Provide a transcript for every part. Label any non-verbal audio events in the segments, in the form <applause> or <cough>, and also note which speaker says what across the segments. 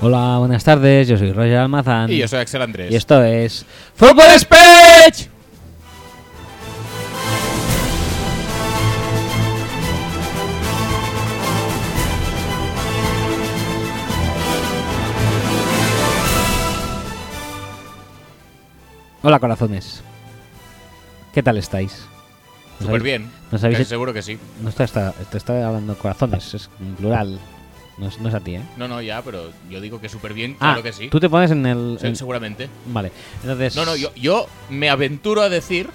Speaker 1: Hola, buenas tardes, yo soy Roger Almazán.
Speaker 2: Y yo soy Axel Andrés.
Speaker 1: Y esto es. ¡Fútbol Speech! Hola, corazones. ¿Qué tal estáis? ¿Nos
Speaker 2: Súper
Speaker 1: habéis-
Speaker 2: bien.
Speaker 1: ¿Nos habéis
Speaker 2: Casi
Speaker 1: hecho-
Speaker 2: Eh, Seguro que sí.
Speaker 1: No está, está- te está hablando corazones, es en plural. No es, no es a ti, ¿eh?
Speaker 2: No, no, ya, pero yo digo que súper bien, claro
Speaker 1: ah,
Speaker 2: que sí.
Speaker 1: tú eh, te pones en el.
Speaker 2: Sí,
Speaker 1: en-
Speaker 2: Seguramente.
Speaker 1: Vale, entonces.
Speaker 2: No, no, yo, yo me aventuro a decir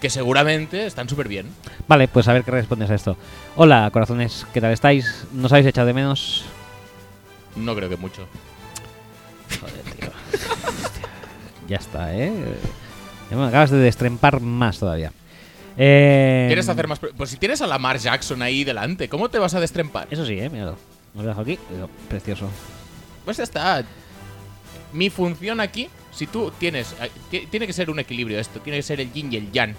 Speaker 2: que seguramente están súper bien.
Speaker 1: Vale, pues a ver qué respondes a esto. Hola, corazones, ¿qué tal estáis? ¿Nos habéis echado de menos?
Speaker 2: No creo que mucho.
Speaker 1: <laughs> Ya está, ¿eh? Ya me acabas de destrempar más todavía. Eh,
Speaker 2: ¿Quieres hacer más? pre- Pues si tienes a Lamar Jackson ahí delante, ¿cómo te vas a destrempar?
Speaker 1: Eso sí, ¿eh? Míralo. Lo dejo aquí. Míralo, Precioso.
Speaker 2: Pues ya está. Mi función aquí, si tú tienes. eh, ti- Tiene que ser un equilibrio esto, tiene que ser el yin y el yang.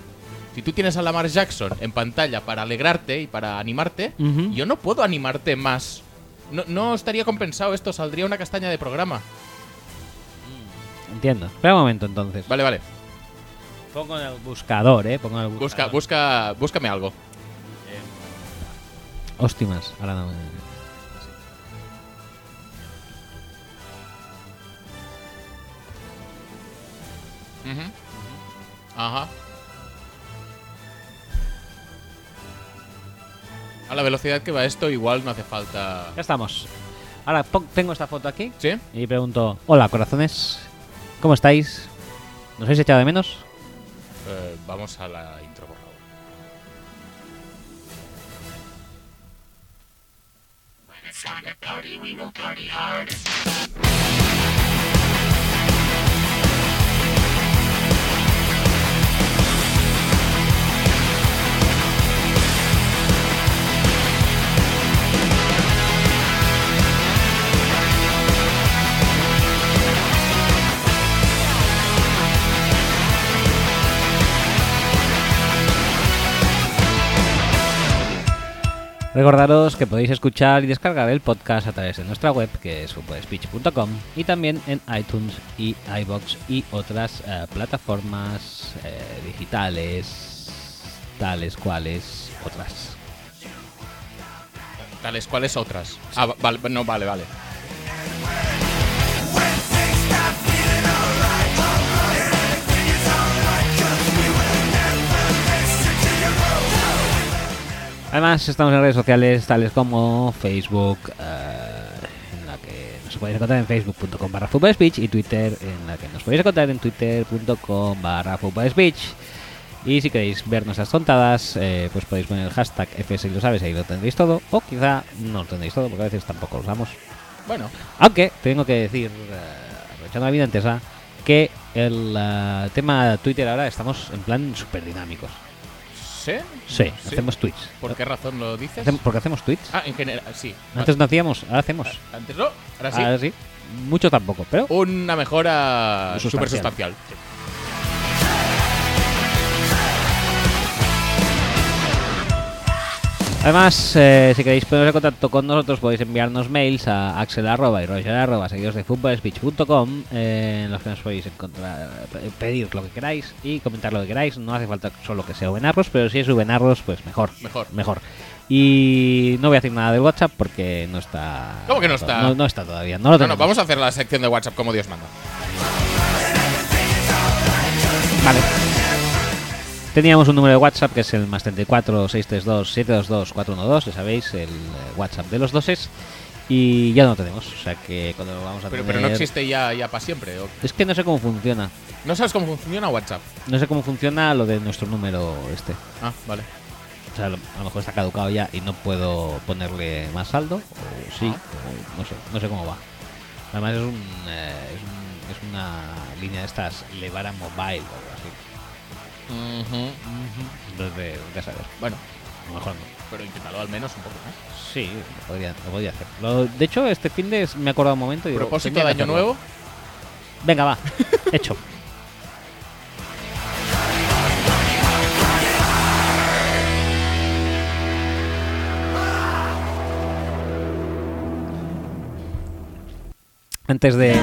Speaker 2: Si tú tienes a Lamar Jackson en pantalla para alegrarte y para animarte,
Speaker 1: Ujú.
Speaker 2: yo no puedo animarte más. No, no estaría compensado esto, saldría una castaña de programa.
Speaker 1: Entiendo. Espera un momento, entonces.
Speaker 2: Vale, vale.
Speaker 1: Pongo en el buscador, ¿eh? Pongo en el
Speaker 2: Busca,
Speaker 1: buscador.
Speaker 2: busca, búscame algo.
Speaker 1: Óstimas. Ahora no. me-
Speaker 2: Ujú. Ajá. A la velocidad que va esto, igual no hace falta.
Speaker 1: Ya estamos. Ahora pon- tengo esta foto aquí.
Speaker 2: ¿Sí?
Speaker 1: Y pregunto, hola corazones, ¿cómo estáis? ¿Nos habéis echado de menos?
Speaker 2: Eh, vamos a la intro, por favor.
Speaker 1: Recordaros que podéis escuchar y descargar el podcast a través de nuestra web, que es footballspeech.com, y también en iTunes y iBox y otras eh, plataformas eh, digitales, tales cuales otras.
Speaker 2: Tales cuales otras. Ah, va- vale, no, vale, vale.
Speaker 1: Además, estamos en redes sociales tales como Facebook, eh, en la que nos podéis encontrar en facebook.com barra footballspeech y Twitter, en la que nos podéis encontrar en twitter.com barra footballspeech. Y si queréis ver nuestras tontadas, eh, pues podéis poner el hashtag FS y lo sabes, ahí lo tendréis todo. O quizá no lo tendréis todo, porque a veces tampoco lo usamos.
Speaker 2: Bueno,
Speaker 1: Aunque tengo que decir, eh, aprovechando la vida entesa, que el eh, tema Twitter ahora estamos en plan súper dinámicos.
Speaker 2: ¿sí?
Speaker 1: Sí, hacemos tweets.
Speaker 2: ¿Por qué razón lo dices?
Speaker 1: Hacem- porque hacemos tweets.
Speaker 2: Ah, en general, sí.
Speaker 1: Antes no hacíamos, ahora hacemos.
Speaker 2: Antes no, ahora ¿Ah, sí.
Speaker 1: Ahora sí. Mucho tampoco, pero.
Speaker 2: Una mejora
Speaker 1: Sustancial.
Speaker 2: súper sustancial.
Speaker 1: Además, eh, si queréis poneros en contacto con nosotros, podéis enviarnos mails a axel arroba y roger arroba, seguidos de footballspeech.com, eh, en los que nos podéis encontrar, eh, pedir lo que queráis y comentar lo que queráis. No hace falta solo que sea Ubenarros, pero si es Ubenarros, pues mejor.
Speaker 2: Mejor.
Speaker 1: Mejor. Y no voy a decir nada del WhatsApp porque no está.
Speaker 2: ¿Cómo que no está?
Speaker 1: No, no está todavía. No lo
Speaker 2: No, no,
Speaker 1: tenemos.
Speaker 2: vamos a hacer la sección de WhatsApp como Dios manda.
Speaker 1: Vale. Teníamos un número de WhatsApp que es el más 34 632 722 412, ya sabéis, el eh, WhatsApp de los doses. Y ya no lo tenemos, o sea que cuando lo vamos a
Speaker 2: Pero,
Speaker 1: tener.
Speaker 2: pero no existe ya, ya para siempre. ¿o?
Speaker 1: Es que no sé cómo funciona.
Speaker 2: ¿No sabes cómo funciona WhatsApp?
Speaker 1: No sé cómo funciona lo de nuestro número este.
Speaker 2: Ah, vale.
Speaker 1: O sea, a lo, a lo mejor está caducado ya y no puedo ponerle más saldo. O sí, o no sé, no sé cómo va. Además es, un, eh, es, un- es una línea de estas, Levara Mobile o algo así.
Speaker 2: Ujú.
Speaker 1: Entonces, ya sabes,
Speaker 2: Bueno,
Speaker 1: a lo mejor no.
Speaker 2: pero inténtalo al menos un poco. ¿eh?
Speaker 1: Sí, lo podría, lo podría hacer. Lo- de hecho, este fin de me he acordado un momento. y digo,
Speaker 2: Propósito de
Speaker 1: tendría que
Speaker 2: año
Speaker 1: hacerlo.
Speaker 2: nuevo.
Speaker 1: Venga, <laughs> va. Hecho. antes de.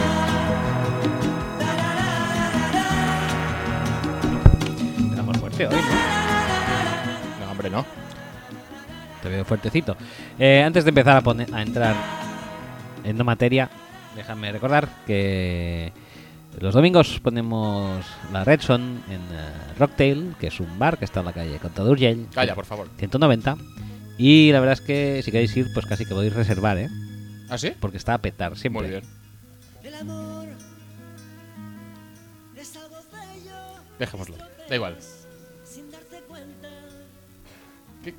Speaker 1: Estamos fuerte hoy, ¿no?
Speaker 2: No, hombre, no.
Speaker 1: Te veo fuertecito. Eh, antes de empezar a, poner, a entrar en la materia, déjame recordar que los domingos ponemos la Redson en eh, Rocktail, que es un bar que está en la calle Contador Yell.
Speaker 2: Calla, por favor.
Speaker 1: 190. Y la verdad es que si queréis ir, pues casi que podéis reservar, ¿eh?
Speaker 2: ¿Ah, sí?
Speaker 1: Porque está a petar siempre.
Speaker 2: Muy bien.
Speaker 3: El amor es algo bello.
Speaker 2: Dejémoslo. Da igual.
Speaker 3: Sin darte cuenta.
Speaker 2: ¿Qué-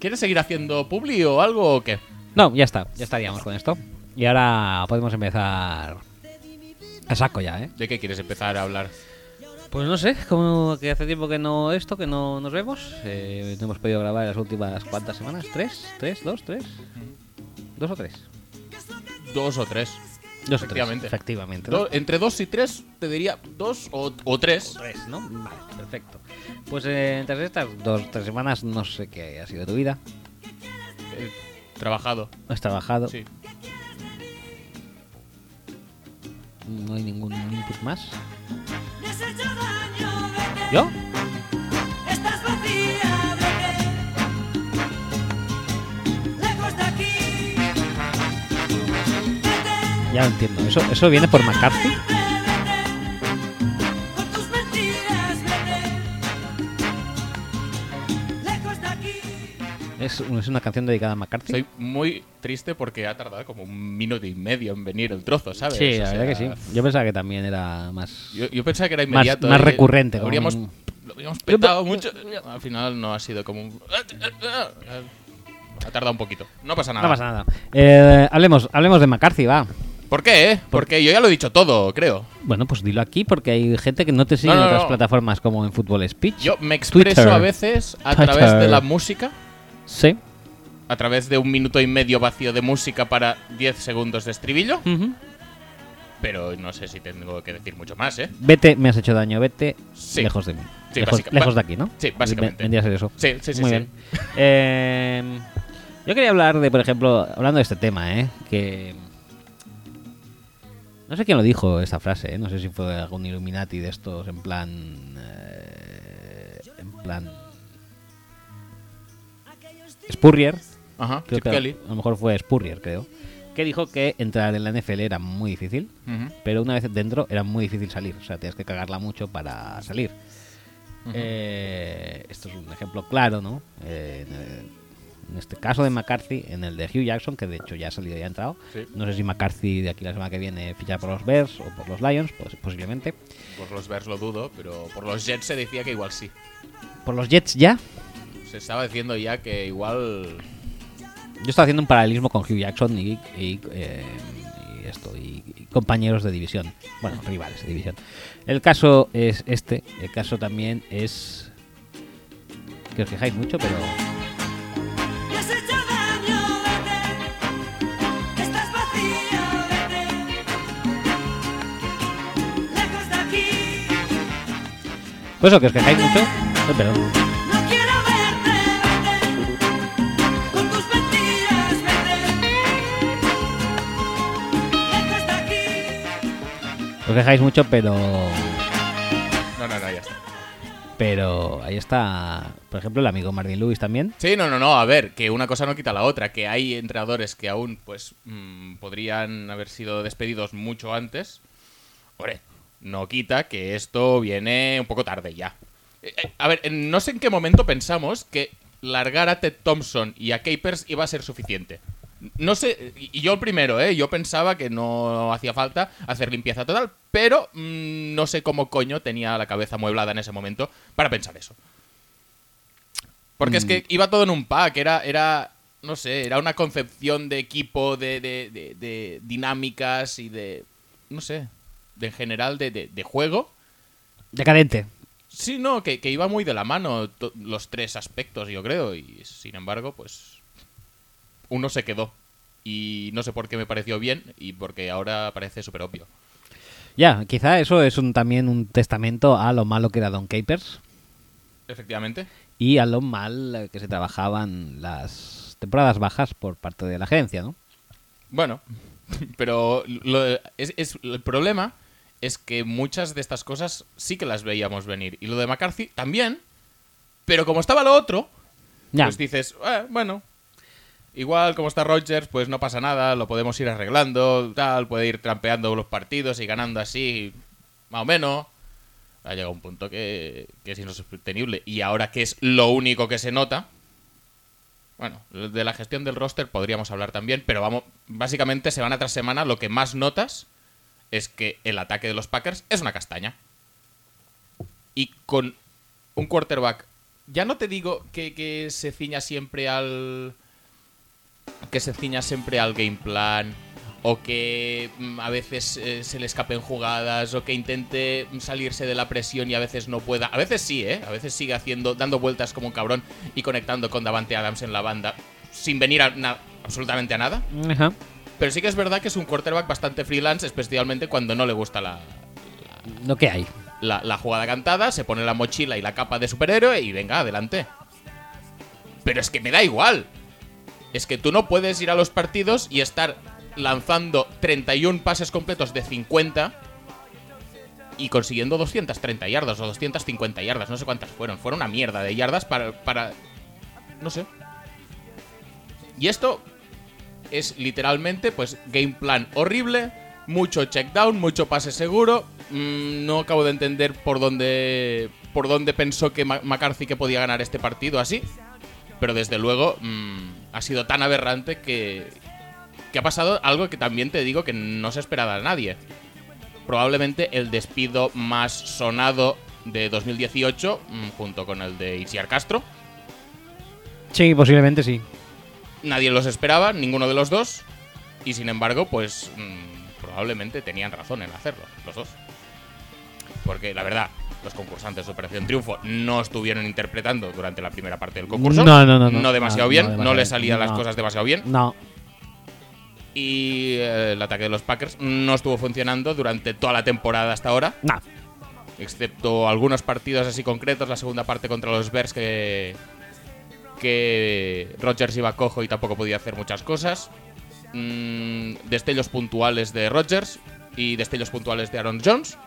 Speaker 2: ¿Quieres seguir haciendo publi o algo o qué?
Speaker 1: No, ya está, ya estaríamos con esto. Y ahora podemos empezar a saco ya, ¿eh?
Speaker 2: ¿De qué quieres empezar a hablar?
Speaker 1: Pues no sé, como que hace tiempo que no esto, que no nos vemos. Eh, no hemos podido grabar las últimas cuántas semanas, tres, tres, dos, tres, dos o tres.
Speaker 2: Dos o tres.
Speaker 1: Dos o tres,
Speaker 2: Efectivamente.
Speaker 1: efectivamente.
Speaker 2: Do- entre dos y tres, te diría dos o, o tres.
Speaker 1: Tres, ¿no? Vale, perfecto. Pues eh, entre estas dos, tres semanas no sé qué ha sido de tu vida.
Speaker 2: Eh, trabajado.
Speaker 1: Has trabajado,
Speaker 2: Sí.
Speaker 1: no hay ningún input más.
Speaker 3: Me has hecho daño, vete.
Speaker 1: ¿Yo?
Speaker 3: Estás vacía, vete. Lejos de aquí. Vete.
Speaker 1: Ya lo entiendo. Eso, eso viene por McCarthy.
Speaker 3: Vete, vete. Con tus mentiras, vete. Lejos de aquí.
Speaker 1: Es, un- es una canción dedicada a McCarthy.
Speaker 2: Soy muy triste porque ha tardado como un minuto y medio en venir el trozo, ¿sabes?
Speaker 1: Sí,
Speaker 2: O
Speaker 1: la
Speaker 2: sea,
Speaker 1: verdad que sí. Yo pensaba que también era más.
Speaker 2: Yo, yo pensaba que era
Speaker 1: Más-
Speaker 2: inmediato.
Speaker 1: más
Speaker 2: eh,
Speaker 1: recurrente, como
Speaker 2: Habríamos,
Speaker 1: un-
Speaker 2: lo habríamos petado mucho. Al final no ha sido como un... Ha tardado un poquito. No pasa nada.
Speaker 1: No pasa nada. Eh, hablemos, hablemos de McCarthy, va.
Speaker 2: ¿Por qué, eh? Porque yo ya lo he dicho todo, creo.
Speaker 1: Bueno, pues dilo aquí porque hay gente que no te sigue
Speaker 2: No, no,
Speaker 1: en otras
Speaker 2: no.
Speaker 1: plataformas como en Fútbol Speech.
Speaker 2: Yo me expreso
Speaker 1: Twitter.
Speaker 2: a veces a
Speaker 1: Twitter.
Speaker 2: través de la música,
Speaker 1: Sí.
Speaker 2: a través de un minuto y medio vacío de música para 10 segundos de estribillo,
Speaker 1: Ujú.
Speaker 2: pero no sé si tengo que decir mucho más, ¿eh?
Speaker 1: Vete, me has hecho daño, vete
Speaker 2: Sí.
Speaker 1: lejos de mí.
Speaker 2: Sí,
Speaker 1: lejos,
Speaker 2: básica-
Speaker 1: lejos
Speaker 2: ba-
Speaker 1: de aquí, ¿no?
Speaker 2: sí, básicamente.
Speaker 1: Ven- Vendría a ser eso.
Speaker 2: Sí, sí, sí.
Speaker 1: Muy
Speaker 2: sí. <laughs>
Speaker 1: bien. Eh, yo quería hablar de, por ejemplo, hablando de este tema, ¿eh? Que. No sé quién lo dijo esta frase, ¿eh? No sé si fue algún Illuminati de estos en plan. eh, en plan. Spurrier.
Speaker 2: Ajá,
Speaker 1: Creo
Speaker 2: Chip
Speaker 1: que a-
Speaker 2: Kelly.
Speaker 1: a lo mejor fue Spurrier, creo. Que dijo que entrar en la NFL era muy difícil
Speaker 2: Ujú,
Speaker 1: pero una vez dentro era muy difícil salir, o sea, tienes que cagarla mucho para salir. Eh, esto es un ejemplo claro, ¿no? Eh, en, eh, en este caso de McCarthy, en el de Hugh Jackson, que de hecho ya ha salido y ha entrado,
Speaker 2: Sí.
Speaker 1: no sé si McCarthy de aquí la semana que viene ficha por los Bears o por los Lions, pues, posiblemente.
Speaker 2: Por los Bears lo dudo, pero por los Jets se decía que igual sí.
Speaker 1: ¿Por los Jets ya?
Speaker 2: Se estaba diciendo ya que igual...
Speaker 1: Yo estaba haciendo un paralelismo con Hugh Jackson y, y, eh, y esto, y, y compañeros de división. Bueno, rivales de división. El caso es este. El caso también es. Que os quejáis mucho, pero.
Speaker 3: Me has hecho daño, vete. Estás vacía, vete. Lejos de aquí.
Speaker 1: Pues eso, que os quejáis mucho. Ay, perdón.
Speaker 3: No quiero verte, vete. Con tus mentiras, vete. Lejos de aquí.
Speaker 1: Os quejáis mucho, pero.
Speaker 2: No, no, no, ya está.
Speaker 1: Pero ahí está. Por ejemplo, el amigo Martin Lewis también.
Speaker 2: Sí, no, no, no, a ver, que una cosa no quita la otra, que hay entrenadores que aún, pues, mm, podrían haber sido despedidos mucho antes. Hombre, no quita que esto viene un poco tarde ya. Eh, eh, a ver, en- no sé en qué momento pensamos que largar a Ted Thompson y a Capers iba a ser suficiente. No sé, y y yo el primero, ¿eh? Yo pensaba que no hacía falta hacer limpieza total, pero mm, no sé cómo coño tenía la cabeza mueblada en ese momento para pensar eso. Porque es que iba todo en un pack, era, era no sé, era una concepción de equipo, de, de- de- de dinámicas y de, no sé, de en general de, de- de juego.
Speaker 1: Decadente.
Speaker 2: Sí, no, que, que iba muy de la mano to- los tres aspectos, yo creo, y sin embargo, pues uno se quedó. Y no sé por qué me pareció bien y porque ahora parece súper obvio.
Speaker 1: Ya, quizá eso es un, también un testamento a lo malo que era Don Capers.
Speaker 2: Efectivamente.
Speaker 1: y a lo mal que se trabajaban las temporadas bajas por parte de la gerencia, ¿no?
Speaker 2: Bueno, <laughs> pero lo- es, es- el problema es que muchas de estas cosas sí que las veíamos venir. Y lo de McCarthy también, pero como estaba lo otro,
Speaker 1: Ya.
Speaker 2: pues dices, "Eh, bueno, igual como está Rogers, pues no pasa nada, lo podemos ir arreglando, tal, puede ir trampeando los partidos y ganando así, más o menos. Ha llegado un punto que, que es insostenible. Y ahora que es lo único que se nota, bueno, de la gestión del roster podríamos hablar también, pero vamos, básicamente semana tras semana lo que más notas es que el ataque de los Packers es una castaña. Y con un quarterback, ya no te digo que, que se ciña siempre al. que se ciña siempre al game plan. O que mm, a veces eh, se le escapen jugadas, o que intente mm, salirse de la presión y a veces no pueda. A veces sí, ¿eh? A veces sigue haciendo, dando vueltas como un cabrón y conectando con Davante Adams en la banda, sin venir a na- absolutamente a nada.
Speaker 1: Ajá.
Speaker 2: Pero sí que es verdad que es un quarterback bastante freelance, especialmente cuando no le gusta la,
Speaker 1: Lo que hay.
Speaker 2: la, la jugada cantada, se pone la mochila y la capa de superhéroe y venga, adelante. Pero es que me da igual. Es que tú no puedes ir a los partidos y estar lanzando 31 pases completos de 50 y consiguiendo 230 yardas o 250 yardas, no sé cuántas fueron. Fueron una mierda de yardas para... para no sé. Y esto es literalmente, pues, game plan horrible, mucho check down, mucho pase seguro. Mm, no acabo de entender por dónde, por dónde pensó que Ma- McCarthy que podía ganar este partido así. Pero desde luego mm, ha sido tan aberrante que, que ha pasado algo que también te digo que no se esperaba a nadie. Probablemente el despido más sonado de 2018, mm, junto con el de Isiar Castro.
Speaker 1: Sí, posiblemente sí.
Speaker 2: Nadie los esperaba, ninguno de los dos. Y sin embargo, pues mm, probablemente tenían razón en hacerlo, los dos. Porque la verdad, los concursantes de Operación Triunfo no estuvieron interpretando durante la primera parte del concurso.
Speaker 1: No, no, no, no.
Speaker 2: demasiado
Speaker 1: No,
Speaker 2: bien,
Speaker 1: no
Speaker 2: no,
Speaker 1: demasiado
Speaker 2: les salían
Speaker 1: bien,
Speaker 2: las
Speaker 1: no.
Speaker 2: cosas demasiado bien.
Speaker 1: No.
Speaker 2: Y eh, el ataque de los Packers no estuvo funcionando durante toda la temporada hasta ahora.
Speaker 1: No.
Speaker 2: excepto algunos partidos así concretos, la segunda parte contra los Bears que que Rodgers iba cojo y tampoco podía hacer muchas cosas. Mm, destellos puntuales de Rodgers y destellos puntuales de Aaron Jones.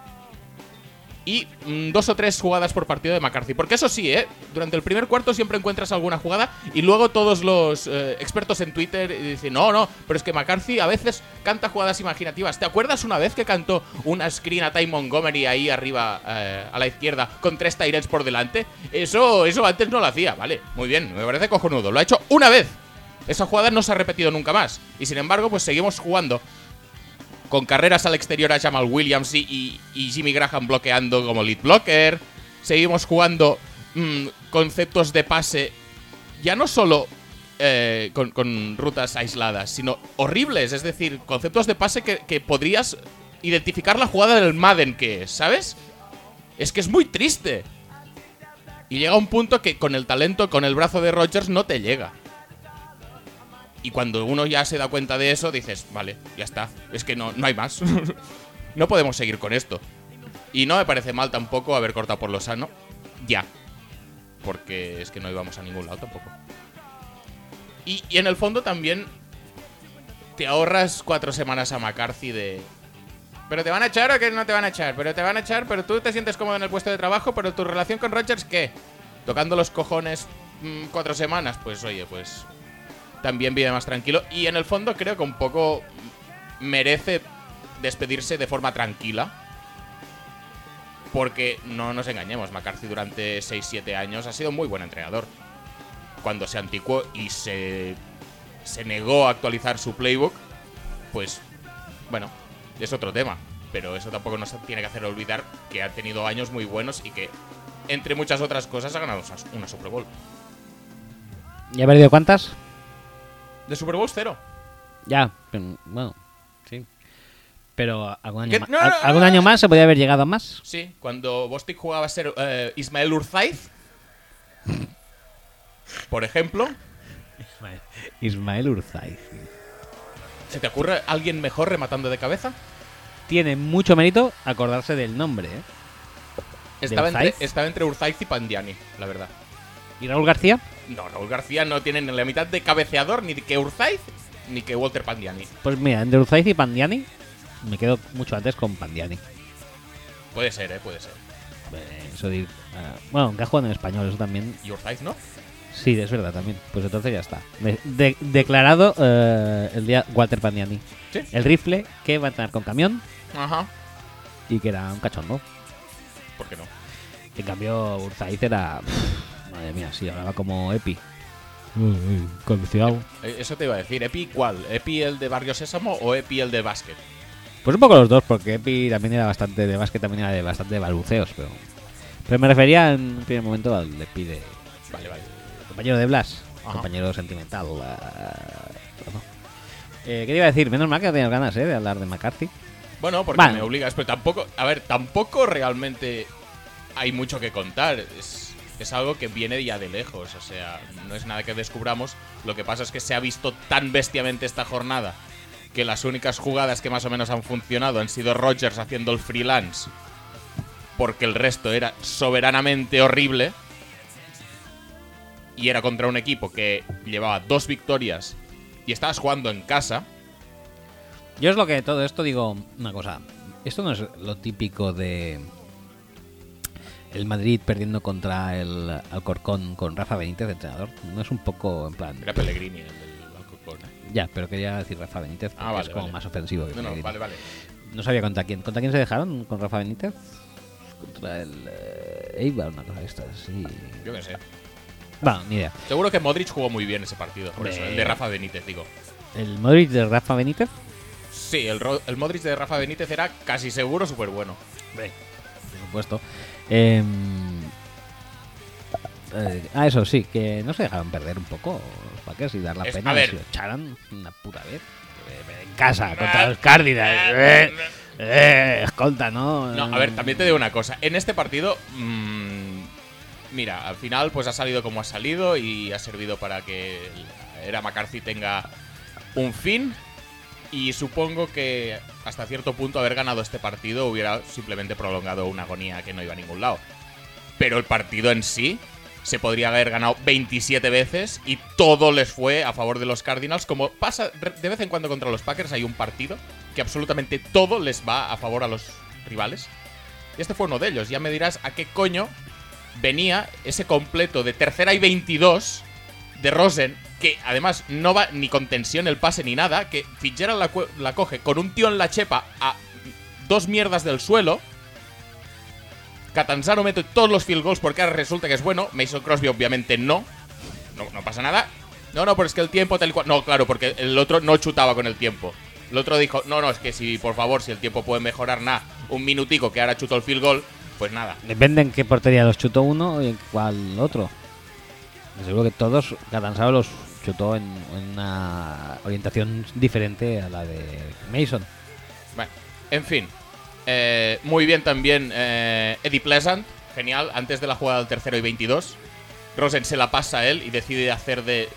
Speaker 2: Y mm, dos o tres jugadas por partido de McCarthy. Porque eso sí, ¿eh? durante el primer cuarto siempre encuentras alguna jugada y luego todos los eh, expertos en Twitter eh, dicen, no, no, pero es que McCarthy a veces canta jugadas imaginativas. ¿Te acuerdas una vez que cantó una screen a Ty Montgomery ahí arriba eh, a la izquierda con tres Tyrants por delante? Eso, eso antes no lo hacía, ¿vale? Muy bien, me parece cojonudo. Lo ha hecho una vez. Esa jugada no se ha repetido nunca más. Y sin embargo, pues seguimos jugando con carreras al exterior a Jamal Williams y, y- y Jimmy Graham bloqueando como lead blocker. Seguimos jugando mm, conceptos de pase, ya no solo eh, con, con rutas aisladas, sino horribles. Es decir, conceptos de pase que, que podrías identificar la jugada del Madden que es, ¿sabes? Es que es muy triste. Y llega un punto que con el talento, con el brazo de Rogers, no te llega. Y cuando uno ya se da cuenta de eso, dices, vale, ya está. Es que no, no hay más. <laughs> no podemos seguir con esto. Y no me parece mal tampoco haber cortado por lo sano. Ya. Porque es que no íbamos a ningún lado tampoco. Y, y en el fondo también te ahorras cuatro semanas a McCarthy de... Pero te van a echar o que no te van a echar. Pero te van a echar, pero tú te sientes cómodo en el puesto de trabajo, pero tu relación con Rogers, ¿qué? Tocando los cojones mm, cuatro semanas, pues oye, pues también vive más tranquilo. Y en el fondo creo que un poco merece despedirse de forma tranquila. Porque no nos engañemos, McCarthy durante 6-7 años ha sido un muy buen entrenador. Cuando se anticuó y se, se negó a actualizar su playbook, pues bueno, es otro tema. Pero eso tampoco nos tiene que hacer olvidar que ha tenido años muy buenos y que, entre muchas otras cosas, ha ganado una Super Bowl.
Speaker 1: ¿Ya he perdido cuántas?
Speaker 2: De Super Bowl cero.
Speaker 1: Ya, pero, bueno, sí. Pero algún año,
Speaker 2: Que-
Speaker 1: ma-
Speaker 2: no, no,
Speaker 1: al-
Speaker 2: no,
Speaker 1: algún
Speaker 2: no.
Speaker 1: año más se podía haber llegado a más.
Speaker 2: Sí, cuando Bostic jugaba a ser eh, Ismael Urzaiz, por ejemplo,
Speaker 1: Ismael Urzaiz.
Speaker 2: ¿se te ocurre alguien mejor rematando de cabeza?
Speaker 1: Tiene mucho mérito acordarse del nombre, ¿eh?
Speaker 2: Estaba entre,
Speaker 1: Urzaiz?
Speaker 2: estaba entre Urzaiz y Pandiani, la verdad.
Speaker 1: ¿Y Raúl García?
Speaker 2: No, Raúl García no tiene ni la mitad de cabeceador ni que Urzaiz, ni que Walter Pandiani.
Speaker 1: Pues mira, entre Uzaiz y Pandiani, me quedo mucho antes con Pandiani.
Speaker 2: Puede ser, eh, puede ser.
Speaker 1: Eh, Eso de ir, ah, bueno, aunque ha jugado en español, eso también.
Speaker 2: Your Thighs, ¿no?
Speaker 1: Sí, es verdad también. Pues entonces ya está. De- de- declarado eh, el día Walter Pandiani.
Speaker 2: Sí.
Speaker 1: El rifle que va a entrar con camión
Speaker 2: Ajá.
Speaker 1: y que era un cachondo.
Speaker 2: ¿Por qué no?
Speaker 1: En cambio, Urzaiz era. pf, madre mía, sí, hablaba como Epi. Condicionado.
Speaker 2: Eh, Eso te iba a decir. ¿Epi cuál? ¿Epi el de Barrio Sésamo o Epi el de básquet?
Speaker 1: Pues un poco los dos, porque Epi también era bastante de básquet, también era de bastante de balbuceos, pero. Pero me refería en un primer momento al Epi de.
Speaker 2: Vale, vale.
Speaker 1: Compañero de Blas,
Speaker 2: Ajá.
Speaker 1: compañero sentimental. ah, no. Eh, ¿Qué te iba a decir? Menos mal que no tenías ganas, ¿eh? De hablar de McCarthy.
Speaker 2: Bueno, porque
Speaker 1: Vale.
Speaker 2: me obligas, pero tampoco, a ver, tampoco realmente hay mucho que contar. Es, es algo que viene ya de lejos, o sea, no es nada que descubramos. Lo que pasa es que se ha visto tan bestiamente esta jornada que las únicas jugadas que más o menos han funcionado han sido Rogers haciendo el freelance, porque el resto era soberanamente horrible. Y era contra un equipo que llevaba dos victorias y estabas jugando en casa.
Speaker 1: Yo es lo que de todo esto digo una cosa. Esto no es lo típico de el Madrid perdiendo contra el Alcorcón con Rafa Benítez, entrenador. No es un poco en plan.
Speaker 2: Era Pellegrini el del Alcorcón. ¿eh?
Speaker 1: Ya, pero quería decir Rafa Benítez, porque
Speaker 2: Ah, vale,
Speaker 1: es como
Speaker 2: vale.
Speaker 1: más ofensivo. que
Speaker 2: No, no,
Speaker 1: Pellegrini.
Speaker 2: vale, vale.
Speaker 1: No sabía contra quién. ¿Contra quién se dejaron? ¿Con Rafa Benítez? Contra el eh, Eibar, una cosa de estas, sí.
Speaker 2: Yo qué sé.
Speaker 1: Bueno, ni idea.
Speaker 2: Seguro que Modric jugó muy bien ese partido. Por
Speaker 1: Hombre.
Speaker 2: eso, el de Rafa Benítez, digo.
Speaker 1: ¿El Modric de Rafa Benítez?
Speaker 2: Sí, el, Ro- el Modric de Rafa Benítez era casi seguro súper bueno.
Speaker 1: por supuesto. Eh, eh, ah, eso sí, que no se dejaron perder un poco los Packers y dar la
Speaker 2: Es-
Speaker 1: pena
Speaker 2: a
Speaker 1: de
Speaker 2: ver. Ah,
Speaker 1: si lo echaran una puta vez. Eh, En casa, contra los Cárdinas. Eh, eh, escolta, ¿no?
Speaker 2: No, a ver, también te digo una cosa. En este partido, mm, mira, al final pues ha salido como ha salido y ha servido para que el- era McCarthy tenga un fin. Y supongo que hasta cierto punto haber ganado este partido hubiera simplemente prolongado una agonía que no iba a ningún lado. Pero el partido en sí se podría haber ganado 27 veces y todo les fue a favor de los Cardinals. Como pasa re- de vez en cuando contra los Packers, hay un partido que absolutamente todo les va a favor a los rivales. Y este fue uno de ellos. Ya me dirás a qué coño venía ese completo de tercera y 22 de Rosen, que además no va ni con tensión el pase ni nada, que Fitzgerald la, cue- la coge con un tío en la chepa a dos mierdas del suelo. Catanzaro mete todos los field goals porque ahora resulta que es bueno. Mason Crosby obviamente no. No, no pasa nada. No, no, pero es que el tiempo tal y cual... No, claro, porque el otro no chutaba con el tiempo. El otro dijo, no, no, es que si, por favor, si el tiempo puede mejorar, nada, un minutico que ahora chuto el field goal, pues nada.
Speaker 1: Depende en qué portería los chutó uno y en cuál otro. Seguro que todos, Catanzaro los chutó en una orientación diferente a la de Mason.
Speaker 2: Bueno, en fin. Eh, muy bien también eh, Eddie Pleasant. Genial, antes de la jugada del tercero y 22. Rosen se la pasa a él y decide hacer de...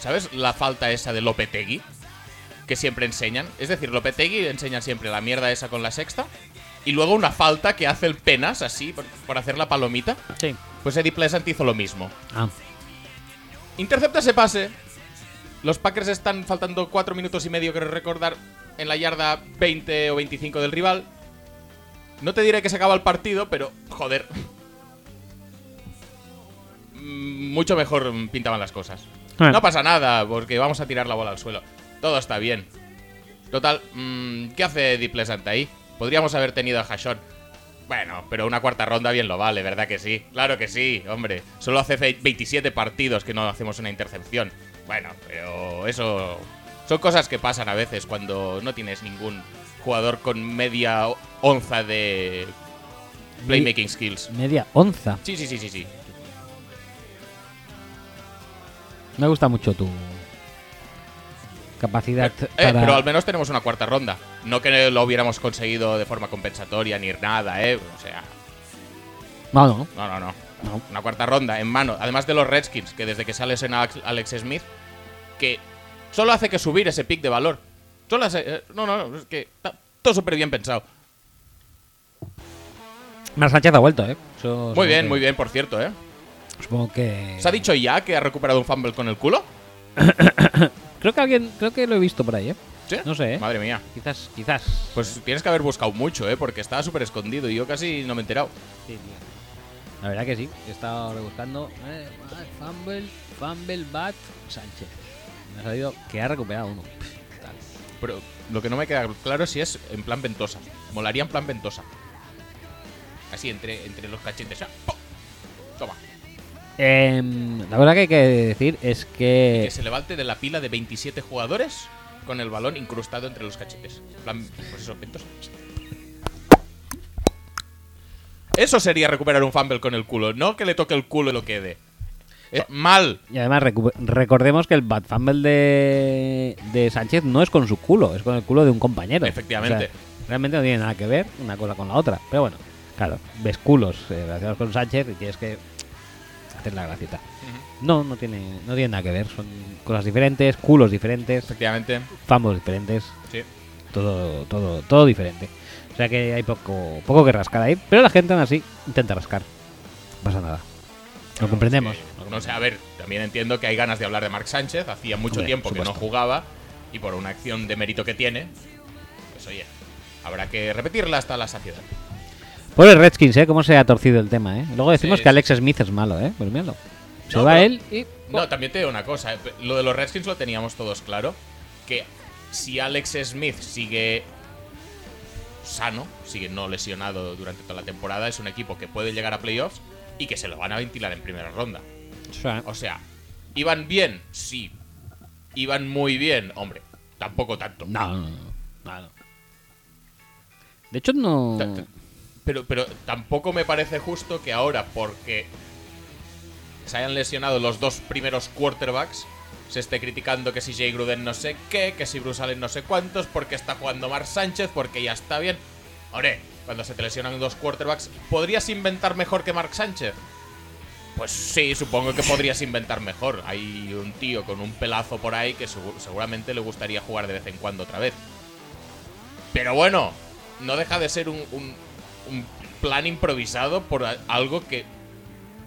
Speaker 2: ¿Sabes? La falta esa de Lopetegui. Que siempre enseñan. Es decir, Lopetegui enseña siempre la mierda esa con la sexta. Y luego una falta que hace el penas así, por, por hacer la palomita.
Speaker 1: Sí.
Speaker 2: Pues Eddie Pleasant hizo lo mismo.
Speaker 1: Ah,
Speaker 2: Intercepta ese pase. Los Packers están faltando 4 minutos y medio, creo recordar, en la yarda 20 o 25 del rival. No te diré que se acaba el partido, pero joder. Mm, Mucho mejor pintaban las cosas.
Speaker 1: Ah.
Speaker 2: No pasa nada, porque vamos a tirar la bola al suelo. Todo está bien. Total, mm, ¿qué hace Eddie Pleasant ahí? Podríamos haber tenido a Hashon. Bueno, pero una cuarta ronda bien lo vale, ¿verdad que sí? Claro que sí, hombre. Solo hace fe- 27 partidos que no hacemos una intercepción. Bueno, pero eso... Son cosas que pasan a veces cuando no tienes ningún jugador con media o- onza de playmaking skills.
Speaker 1: media onza.
Speaker 2: Sí, sí, sí, sí, sí.
Speaker 1: Me gusta mucho tu capacidad
Speaker 2: Eh,
Speaker 1: para.
Speaker 2: pero al menos tenemos una cuarta ronda. No que lo hubiéramos conseguido de forma compensatoria ni nada, ¿eh? O sea,
Speaker 1: No, no,
Speaker 2: no, no, no.
Speaker 1: no.
Speaker 2: Una cuarta ronda en mano. Además de los Redskins, que desde que sales en Alex Smith, que solo hace que subir ese pick de valor. Solo hace- eh, No, no, no, es que está todo súper bien pensado.
Speaker 1: Mar Sánchez ha vuelto, ¿eh? Eso
Speaker 2: Muy
Speaker 1: supongo
Speaker 2: bien,
Speaker 1: que-
Speaker 2: muy bien, por cierto, ¿eh?
Speaker 1: Supongo que.
Speaker 2: ¿Se ha dicho ya que ha recuperado un fumble con el culo?
Speaker 1: Creo que alguien, creo que lo he visto por ahí, ¿eh?
Speaker 2: ¿Sí?
Speaker 1: No sé, ¿eh?
Speaker 2: Madre mía.
Speaker 1: Quizás, quizás.
Speaker 2: Pues tienes que haber buscado mucho, ¿eh? Porque estaba súper escondido y yo casi no me he enterado.
Speaker 1: Sí, tío. La verdad que sí, he estado rebuscando. Eh, Fumble, Fumble Bat Sánchez. Me ha salido que ha recuperado uno. Pff, tal.
Speaker 2: Pero lo que no me queda claro es si es en plan ventosa. Molaría en plan ventosa. Así, entre, entre los cachetes. Ah, ¡pum! Toma.
Speaker 1: Em, la verdad que hay que decir es que.
Speaker 2: Que se levante de la pila de 27 jugadores con el balón incrustado entre los cachetes. En plan, pues eso, ventosa. Eso sería recuperar un fumble con el culo, no que le toque el culo y lo quede. Es mal.
Speaker 1: Y además recu- recordemos que el Bat Fumble de, de Sánchez no es con su culo, es con el culo de un compañero.
Speaker 2: Efectivamente.
Speaker 1: O sea, realmente no tiene nada que ver una cosa con la otra. Pero bueno, claro, ves culos eh, relacionados con Sánchez y tienes que hacer la gracita. No, no tiene, no tiene nada que ver. Son cosas diferentes, culos diferentes,
Speaker 2: Efectivamente,
Speaker 1: famos diferentes,
Speaker 2: sí.
Speaker 1: todo, todo, todo diferente. O sea que hay poco, poco que rascar ahí. Pero la gente aún así intenta rascar. No pasa nada. Lo
Speaker 2: Bueno,
Speaker 1: comprendemos.
Speaker 2: es que, Eh, no sé, a ver, también entiendo que hay ganas de hablar de Marc Sánchez. Hacía mucho
Speaker 1: Hombre,
Speaker 2: tiempo que no
Speaker 1: supuesto.
Speaker 2: jugaba y por una acción de mérito que tiene, pues oye, habrá que repetirla hasta la saciedad.
Speaker 1: Pobre Redskins, ¿eh? Cómo se ha torcido el tema, ¿eh? Luego decimos
Speaker 2: Sí,
Speaker 1: que
Speaker 2: sí.
Speaker 1: Alex Smith es malo, ¿eh? Pues míralo. Se
Speaker 2: No,
Speaker 1: va
Speaker 2: pero-
Speaker 1: él y...
Speaker 2: No, también te digo una cosa. eh, Lo de los Redskins lo teníamos todos claro. Que si Alex Smith sigue sano, sigue no lesionado durante toda la temporada, es un equipo que puede llegar a playoffs y que se lo van a ventilar en primera ronda.
Speaker 1: O sea,
Speaker 2: O sea, ¿iban bien? Sí. ¿Iban muy bien? Hombre, tampoco tanto.
Speaker 1: no, no, no, no, no. De hecho, no...
Speaker 2: Ta- ta- Pero, pero tampoco me parece justo que ahora, porque se hayan lesionado los dos primeros quarterbacks, se esté criticando que si Jay Gruden no sé qué, que si Bruce Allen no sé cuántos, porque está jugando Mar Sánchez, porque ya está bien. Hombre, cuando se te lesionan dos quarterbacks, ¿podrías inventar mejor que Mark Sánchez? Pues sí, supongo que podrías inventar mejor. Hay un tío con un pelazo por ahí que segu- seguramente le gustaría jugar de vez en cuando otra vez. Pero bueno, no deja de ser un, un- un plan improvisado por a- algo que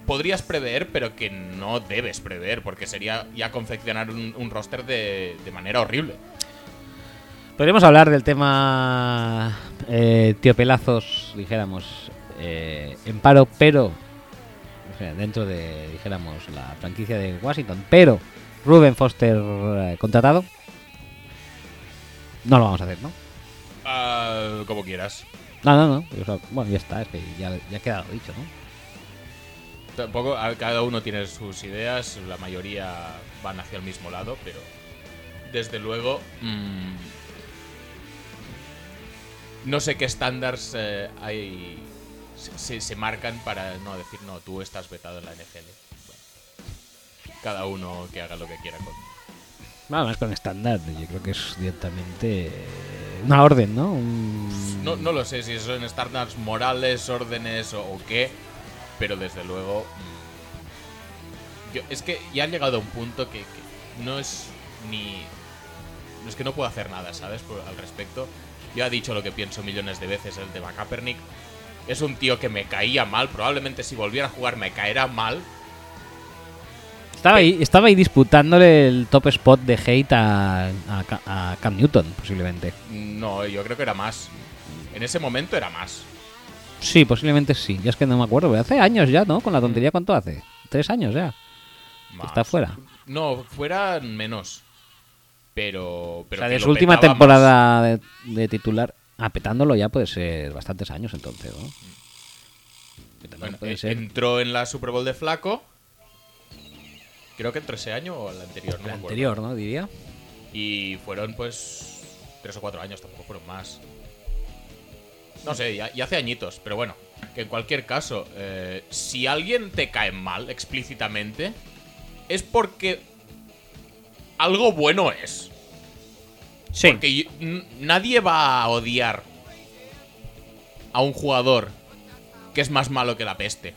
Speaker 2: podrías prever, pero que no debes prever, porque sería ya confeccionar un, un roster de, de manera horrible.
Speaker 1: Podríamos hablar del tema eh, tío pelazos, dijéramos, eh, en paro, pero o sea, dentro de, dijéramos, la franquicia de Washington, pero Ruben Foster eh, contratado. No lo vamos a hacer, ¿no?
Speaker 2: Ah, como quieras.
Speaker 1: No, no, no. o sea, bueno, ya está, es que ya, ya ha quedado dicho, ¿no?
Speaker 2: Tampoco, a- cada uno tiene sus ideas, la mayoría van hacia el mismo lado, pero desde luego mm, no sé qué estándares eh, hay, se, se- se marcan para no decir no, tú estás vetado en la NFL. Bueno, cada uno que haga lo que quiera con.
Speaker 1: Nada más con estándar, yo creo que es directamente eh, una orden, ¿no? Un-
Speaker 2: No, no lo sé si son estándares morales, órdenes o, o qué, pero desde luego. mm, yo- es que ya ha llegado a un punto que, que no es ni. no Es que no puedo hacer nada, ¿sabes? Por- al respecto. Yo he dicho lo que pienso millones de veces el de Kaepernick. Es un tío que me caía mal, probablemente si volviera a jugar me caerá mal.
Speaker 1: Estaba ahí, estaba ahí disputándole el top spot de hate a, a Ca- a Cam Newton, posiblemente.
Speaker 2: No, yo creo que era más. En ese momento era más.
Speaker 1: Sí, posiblemente sí. Yo es que no me acuerdo, pero hace años ya, ¿no? Con la tontería, ¿cuánto hace? Tres años ya.
Speaker 2: Más.
Speaker 1: Está fuera.
Speaker 2: No, fuera menos. Pero.
Speaker 1: O
Speaker 2: pero
Speaker 1: sea,
Speaker 2: que
Speaker 1: de
Speaker 2: lo
Speaker 1: su última
Speaker 2: petábamos-
Speaker 1: temporada de, de titular, apetándolo ya puede ser bastantes años entonces, ¿no? Que también
Speaker 2: Bueno,
Speaker 1: puede
Speaker 2: eh,
Speaker 1: ser.
Speaker 2: entró en la Super Bowl de Flaco. Creo que entró ese año o el anterior, no
Speaker 1: El
Speaker 2: me acuerdo.
Speaker 1: anterior, ¿no? Diría.
Speaker 2: Y fueron pues tres o cuatro años, tampoco fueron más. No sé, ya, ya hace añitos, pero bueno. Que en cualquier caso, eh, si alguien te cae mal explícitamente, es porque algo bueno es.
Speaker 1: Sí.
Speaker 2: Porque yo- n- nadie va a odiar a un jugador que es más malo que la peste.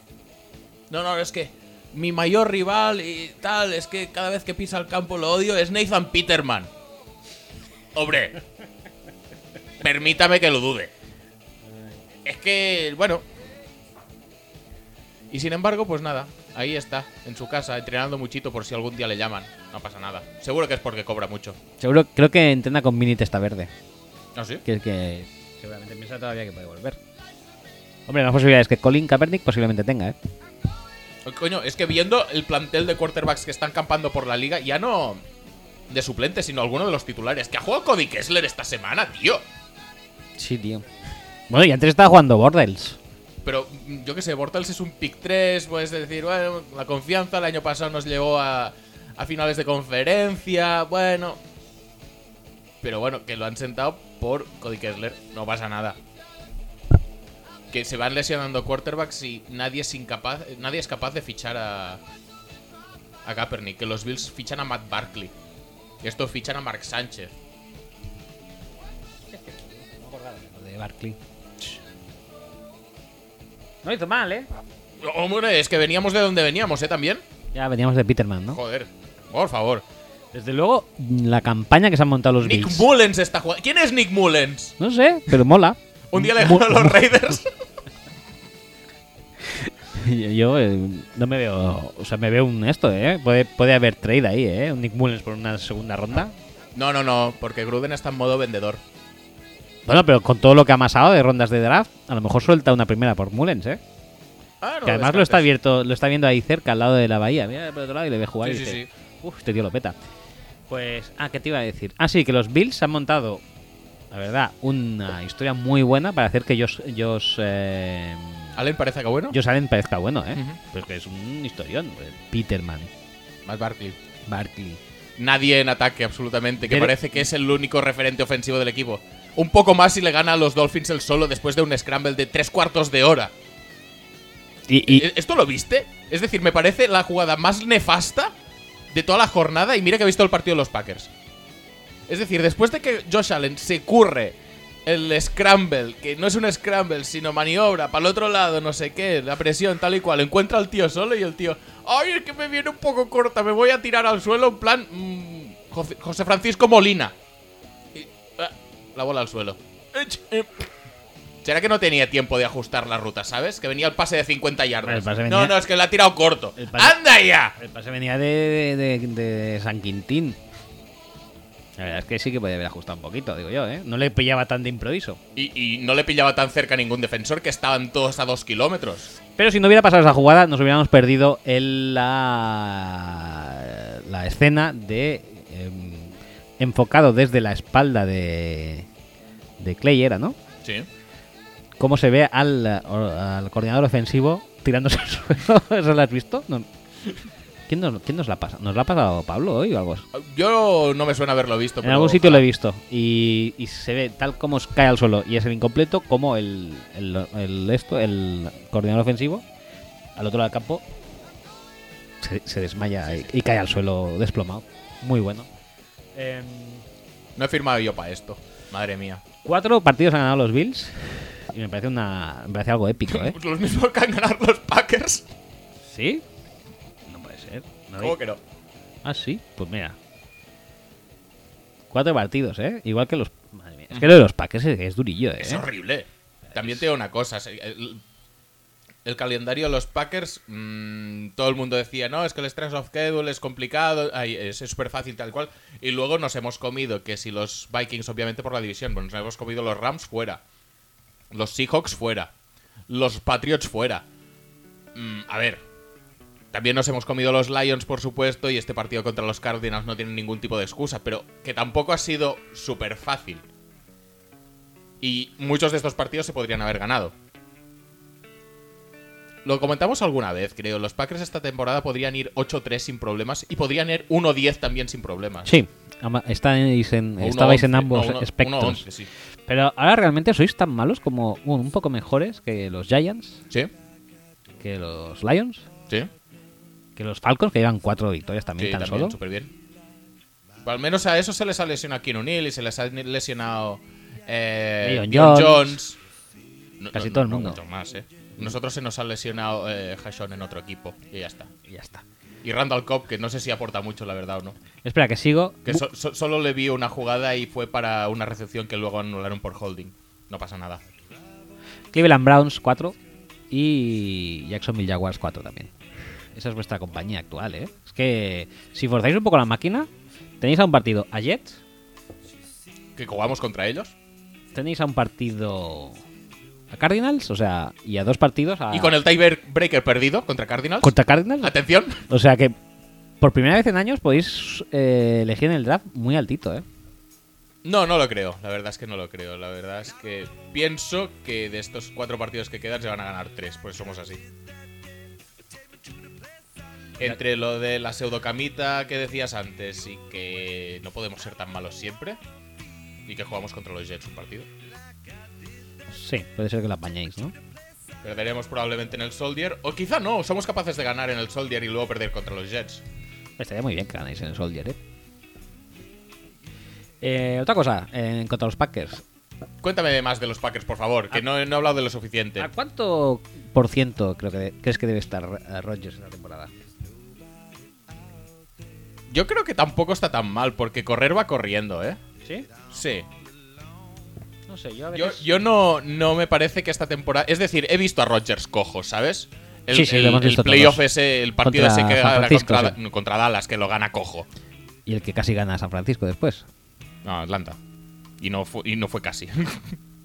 Speaker 2: No, no, es que mi mayor rival y tal, es que cada vez que pisa el campo lo odio, es Nathan Peterman. Hombre, permítame que lo dude. Es que, bueno. Y sin embargo, pues nada, Ahí está, en su casa, entrenando muchito por si algún día le llaman. No pasa nada. Seguro que es porque cobra mucho.
Speaker 1: Seguro, creo que entrena con Mini Testa Verde.
Speaker 2: ¿Ah, sí?
Speaker 1: Que es que seguramente piensa todavía que puede volver. Hombre, las posibilidades que Colin Kaepernick posiblemente tenga, ¿eh?
Speaker 2: Coño, es que viendo el plantel de quarterbacks que están campando por la liga, ya no de suplentes, sino alguno de los titulares. Que ha jugado Cody Kessler esta semana, tío.
Speaker 1: Sí, tío. Bueno, y antes estaba jugando Bordels.
Speaker 2: Pero mm, yo qué sé, Bortles es un pick 3, puedes decir, bueno, la confianza el año pasado nos llevó a, a finales de conferencia, bueno. Pero bueno, que lo han sentado por Cody Kessler, no pasa nada. Que se van lesionando quarterbacks y nadie es, incapaz, nadie es capaz de fichar a, a Kaepernick. Que los Bills fichan a Matt Barkley. Y estos fichan a Mark Sánchez.
Speaker 1: Lo de Barkley. No hizo mal, ¿eh?
Speaker 2: Hombre, es que veníamos de donde veníamos, ¿eh? También.
Speaker 1: Ya veníamos de Peterman, ¿no?
Speaker 2: Joder, por favor.
Speaker 1: Desde luego, la campaña que se han montado los
Speaker 2: Nick
Speaker 1: Bills.
Speaker 2: Mullens está jugando. ¿Quién es Nick Mullens?
Speaker 1: No sé, pero mola. <laughs>
Speaker 2: Un día le ganó a los Raiders.
Speaker 1: Yo, yo, eh, no me veo. O sea, me veo un esto, ¿eh? Puede, puede haber trade ahí, ¿eh? Un Nick Mullens por una segunda ronda.
Speaker 2: <laughs> No, no, no, porque Gruden está en modo vendedor.
Speaker 1: Bueno, pero con todo lo que ha amasado de rondas de draft, a lo mejor suelta una primera por Mullens, ¿eh?
Speaker 2: Ah, no
Speaker 1: que además lo está
Speaker 2: descartes.
Speaker 1: abierto, lo está viendo ahí cerca, al lado de la bahía. Mira por otro lado y le ve jugar y
Speaker 2: Sí, sí,
Speaker 1: dice, "Uf, este tío lo peta. Pues, ah, ¿qué te iba a decir? Ah, sí, que los Bills han montado, la verdad, una historia muy buena para hacer que Josh, Josh, eh,
Speaker 2: Allen parece que bueno.
Speaker 1: Josh Allen parezca bueno, ¿eh?
Speaker 2: Ujú.
Speaker 1: Pues que es un historión. pues, Peterman,
Speaker 2: Más Barkley.
Speaker 1: Barkley.
Speaker 2: Nadie en ataque, absolutamente, que
Speaker 1: Pero-
Speaker 2: parece que es el único referente ofensivo del equipo. Un poco más si le gana a los Dolphins el solo después de un scramble de tres cuartos de hora.
Speaker 1: Y, y-
Speaker 2: ¿E- ¿Esto lo viste? Es decir, me parece la jugada más nefasta de toda la jornada y mira que he visto el partido de los Packers. Es decir, después de que Josh Allen se curre el scramble, que no es un scramble, sino maniobra para el otro lado, no sé qué, la presión tal y cual, encuentra al tío solo y el tío, ay, es que me viene un poco corta, me voy a tirar al suelo en plan mm, José- José Francisco Molina. Y, ah, la bola al suelo. Ech, eh, ¿Será que no tenía tiempo de ajustar la ruta, sabes? Que venía el pase de 50 yardas.
Speaker 1: El pase venía-
Speaker 2: No, no, es que la ha tirado corto.
Speaker 1: El pase-
Speaker 2: ¡Anda ya!
Speaker 1: el pase pues, venía de, de- de- de San Quintín. La verdad es que sí que podía haber ajustado un poquito, digo yo, ¿eh? No le pillaba tan de improviso.
Speaker 2: Y, y no le pillaba tan cerca a ningún defensor que estaban todos a dos kilómetros.
Speaker 1: Pero si no hubiera pasado esa jugada, nos hubiéramos perdido el- la, la escena de em, enfocado desde la espalda de, de Clay, era, ¿no?
Speaker 2: Sí.
Speaker 1: Cómo se ve al, eh, o- al coordinador ofensivo tirándose al suelo. <laughs> ¿Eso lo has visto? No. ¿Quién, nos, ¿Quién nos la pasa? ¿Nos la ha pasado Pablo hoy o algo? así?
Speaker 2: Yo no me suena haberlo visto.
Speaker 1: En
Speaker 2: pero
Speaker 1: algún sitio lo
Speaker 2: ojalá.
Speaker 1: he visto y, y se ve tal como os cae al suelo y es el incompleto como el, el- el esto el coordinador ofensivo al otro lado del campo se, se desmaya y- y, cae al suelo desplomado. Muy bueno.
Speaker 2: No he firmado yo para esto. Madre mía.
Speaker 1: Cuatro partidos han ganado los Bills y me parece una me parece algo épico, ¿eh?
Speaker 2: Los mismos que han ganado los Packers.
Speaker 1: <laughs> ¿Sí? No puede ser. No
Speaker 2: ¿Cómo
Speaker 1: vi-
Speaker 2: que no?
Speaker 1: Ah, sí, pues mira. Cuatro partidos, ¿eh? Igual que los Madre mía, es que lo de los Packers es, es durillo, ¿eh?
Speaker 2: Es horrible. También te digo una cosa. se- El, el calendario de los Packers, mm, todo el mundo decía, no, es que el strength of schedule es complicado, ay, es súper fácil tal cual. Y luego nos hemos comido, que si los Vikings, obviamente por la división, bueno, nos hemos comido los Rams fuera, los Seahawks fuera, los Patriots fuera. Mm, a ver, también nos hemos comido los Lions, por supuesto, y este partido contra los Cardinals no tiene ningún tipo de excusa, pero que tampoco ha sido súper fácil. Y muchos de estos partidos se podrían haber ganado. Lo comentamos alguna vez, creo. Los Packers esta temporada podrían ir 8-3 sin problemas y podrían ir 1-10 también sin problemas.
Speaker 1: Sí, ama- estáis en,
Speaker 2: O
Speaker 1: estabais
Speaker 2: 1-11,
Speaker 1: en ambos
Speaker 2: no, uno-
Speaker 1: espectros.
Speaker 2: 1-11, sí.
Speaker 1: Pero ahora realmente sois tan malos como bueno, un poco mejores que los Giants,
Speaker 2: Sí,
Speaker 1: que los Lions,
Speaker 2: sí.
Speaker 1: que los Falcons, que llevan cuatro victorias también
Speaker 2: Sí,
Speaker 1: tan
Speaker 2: también,
Speaker 1: solo.
Speaker 2: súper bien. Al menos a eso se les ha lesionado Keenan Neal y se les ha lesionado eh,
Speaker 1: Leon
Speaker 2: Dion
Speaker 1: Jones.
Speaker 2: No-
Speaker 1: Casi
Speaker 2: no-
Speaker 1: todo el
Speaker 2: no
Speaker 1: mundo.
Speaker 2: mucho más, eh. Nosotros se nos ha lesionado eh, Hashon en otro equipo y ya está.
Speaker 1: Y ya está.
Speaker 2: Y Randall Cobb, que no sé si aporta mucho, la verdad o no.
Speaker 1: Espera, que sigo.
Speaker 2: Que so- so- solo le vi una jugada y fue para una recepción que luego anularon por holding. No pasa nada.
Speaker 1: Cleveland Browns 4 y Jacksonville Jaguars 4 también. Esa es vuestra compañía actual, ¿eh? Es que si forzáis un poco la máquina, tenéis a un partido a Jets,
Speaker 2: ¿Que jugamos contra ellos?
Speaker 1: tenéis a un partido a Cardinals, o sea, y a dos partidos a,
Speaker 2: ¿Y con el tiebreaker perdido contra Cardinals?
Speaker 1: Ah. contra Cardinals.
Speaker 2: Atención.
Speaker 1: O sea que por primera vez en años podéis eh, elegir en el draft muy altito, ¿eh?
Speaker 2: No, no lo creo. La verdad es que no lo creo. La verdad es que pienso que de estos cuatro partidos que quedan se van a ganar tres, pues somos así. Entre lo de la pseudocamita que decías antes y que no podemos ser tan malos siempre y que jugamos contra los Jets un partido.
Speaker 1: Sí, puede ser que lo apañéis, ¿no?
Speaker 2: Perderemos probablemente en el Soldier o quizá no, somos capaces de ganar en el Soldier y luego perder contra los Jets.
Speaker 1: Estaría muy bien que ganáis en el Soldier, ¿eh? Eh, otra cosa, en cuanto a los Packers,
Speaker 2: Cuéntame más de los Packers, por favor, que no, no he hablado de lo suficiente.
Speaker 1: ¿a cuánto por ciento creo que de- crees que debe estar Rogers en la temporada?
Speaker 2: Yo creo que tampoco está tan mal porque correr va corriendo, ¿eh?
Speaker 1: ¿Sí?
Speaker 2: Sí.
Speaker 1: No sé, yo a
Speaker 2: Yo,
Speaker 1: veces...
Speaker 2: yo no, no me parece que esta temporada. Es decir, he visto a Rodgers cojo, ¿sabes? El,
Speaker 1: Sí, sí,
Speaker 2: el-
Speaker 1: lo hemos
Speaker 2: el
Speaker 1: visto
Speaker 2: playoff
Speaker 1: todos.
Speaker 2: ese, el partido
Speaker 1: Contra
Speaker 2: ese que
Speaker 1: San
Speaker 2: gana
Speaker 1: Francisco,
Speaker 2: contra,
Speaker 1: sí.
Speaker 2: contra Dallas, que lo gana cojo.
Speaker 1: Y el que casi gana a San Francisco después.
Speaker 2: No, Atlanta. Y no fue, y no fue casi. <laughs>